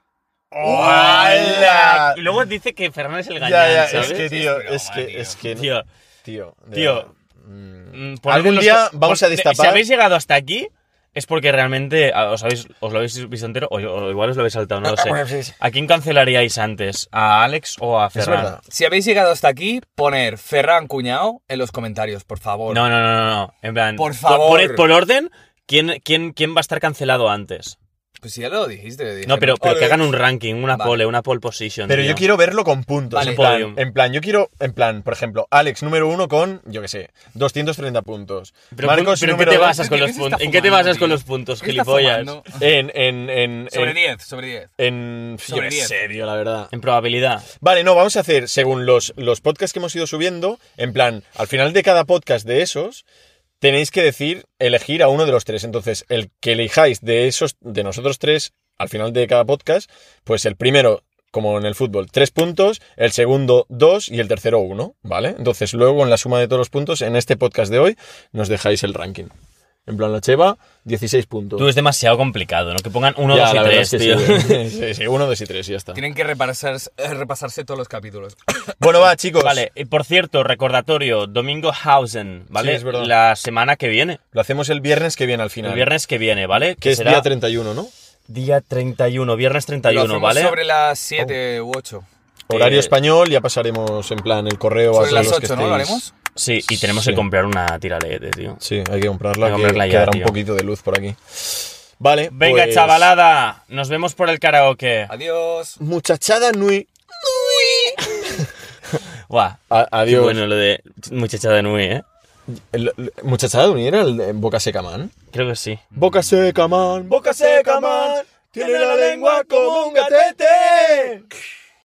Speaker 1: ¡Hala!
Speaker 3: Y luego dice que Fernández es el
Speaker 1: Ya,
Speaker 3: gañán,
Speaker 1: ya,
Speaker 3: ¿sabes?
Speaker 1: es que, tío, es
Speaker 2: broma,
Speaker 1: que, es que,
Speaker 3: Tío,
Speaker 1: tío, de
Speaker 3: tío,
Speaker 1: verdad. Mm.
Speaker 3: mm,
Speaker 1: Algún
Speaker 3: ponednos-
Speaker 1: día vamos a
Speaker 3: pon- de-
Speaker 1: destapar-
Speaker 3: Si habéis llegado hasta aquí, es porque realmente ah, os, habéis, os lo habéis visto entero o, o igual os lo habéis saltado, no lo sé. ¿A quién cancelaríais antes? ¿A Alex o a
Speaker 1: Es
Speaker 3: Ferran?
Speaker 1: verdad.
Speaker 2: Si habéis llegado hasta aquí, poner Ferran Cuñao en los comentarios, por favor.
Speaker 3: No, no, no, no, no. En plan,
Speaker 2: Por
Speaker 3: po-
Speaker 2: favor.
Speaker 3: Por, por orden, ¿quién, quién, ¿quién va a estar cancelado antes?
Speaker 2: Pues si ya lo dijiste. dije,
Speaker 3: No, pero, pero
Speaker 2: Ole.
Speaker 3: que hagan un ranking, una
Speaker 2: Vale.
Speaker 3: pole, una pole position.
Speaker 1: Pero
Speaker 3: tío.
Speaker 1: yo quiero verlo con puntos.
Speaker 2: Vale.
Speaker 1: en, plan,
Speaker 3: Podium.
Speaker 1: en plan, yo quiero, en plan, por ejemplo, Alex número uno con, yo qué sé, 230 puntos.
Speaker 3: Pero,
Speaker 1: Marcos
Speaker 3: pero ¿en qué
Speaker 1: número
Speaker 3: te
Speaker 1: dos-
Speaker 3: basas con
Speaker 2: ¿Qué
Speaker 3: los
Speaker 2: se
Speaker 3: puntos?
Speaker 2: está
Speaker 3: ¿En qué te
Speaker 2: fumando,
Speaker 3: basas con
Speaker 2: tío?
Speaker 3: los puntos,
Speaker 2: ¿Qué está
Speaker 3: gilipollas?
Speaker 2: fumando?
Speaker 1: En, en, en,
Speaker 2: Sobre
Speaker 1: en,
Speaker 2: 10, sobre 10.
Speaker 1: en, yo
Speaker 2: Sobre
Speaker 1: qué
Speaker 2: diez.
Speaker 1: sé, tío, la verdad.
Speaker 3: En probabilidad.
Speaker 1: Vale, no, vamos a hacer según los, los podcasts que hemos ido subiendo, en plan, al final de cada podcast de esos, tenéis que decir, elegir a uno de los tres. Entonces, el que elijáis de esos, de nosotros tres, al final de cada podcast, pues el primero, como en el fútbol, tres puntos, el segundo, dos, y el tercero, uno, ¿vale? Entonces, luego, en la suma de todos los puntos, en este podcast de hoy, nos dejáis el ranking. En plan, la Cheva, 16 puntos.
Speaker 3: Tú es demasiado complicado, ¿no? Que pongan uno,
Speaker 1: Ya,
Speaker 3: dos
Speaker 1: la
Speaker 3: y
Speaker 1: verdad
Speaker 3: tres,
Speaker 1: es que
Speaker 3: tío.
Speaker 1: Sí, eh. sí, sí, uno, dos y tres, y ya está.
Speaker 2: Tienen que repasarse, eh, repasarse todos los capítulos.
Speaker 1: Bueno, va, chicos.
Speaker 3: Vale, y por cierto, recordatorio, Domingo Hausen, ¿vale?
Speaker 1: Sí, es verdad.
Speaker 3: La semana que viene,
Speaker 1: Lo hacemos el viernes que viene al final.
Speaker 3: el viernes que viene, ¿vale?
Speaker 1: Que es
Speaker 3: será
Speaker 1: día 31, ¿no?
Speaker 3: día 31, viernes
Speaker 2: Lo
Speaker 3: 31,
Speaker 2: hacemos
Speaker 3: ¿vale?
Speaker 2: sobre las 7
Speaker 1: Oh.
Speaker 2: u 8.
Speaker 1: Horario
Speaker 3: Eh,
Speaker 1: español, ya pasaremos en plan el correo a
Speaker 2: Sobre
Speaker 1: todos
Speaker 2: las
Speaker 1: los que
Speaker 2: 8, ¿no?
Speaker 1: estéis-
Speaker 2: ¿Lo haremos?
Speaker 3: Sí, y tenemos
Speaker 1: Sí.
Speaker 3: que comprar una tiralete, tío.
Speaker 1: Sí, hay que comprarla,
Speaker 3: Hay que
Speaker 1: que,
Speaker 3: comprarla ya,
Speaker 1: quedará
Speaker 3: tío.
Speaker 1: un poquito de luz por aquí. Vale.
Speaker 3: Venga,
Speaker 1: pues,
Speaker 3: chavalada, nos vemos por el karaoke.
Speaker 2: Adiós.
Speaker 1: Muchachada Nui.
Speaker 3: Buah,
Speaker 1: A-
Speaker 3: qué
Speaker 1: adiós.
Speaker 3: bueno lo de muchachada Nui, ¿eh?
Speaker 1: El- el- muchachada Nui era el de Boca Seca Man.
Speaker 3: Creo que sí.
Speaker 1: Boca Seca Man, Boca Seca Man, tiene la lengua como un gatete.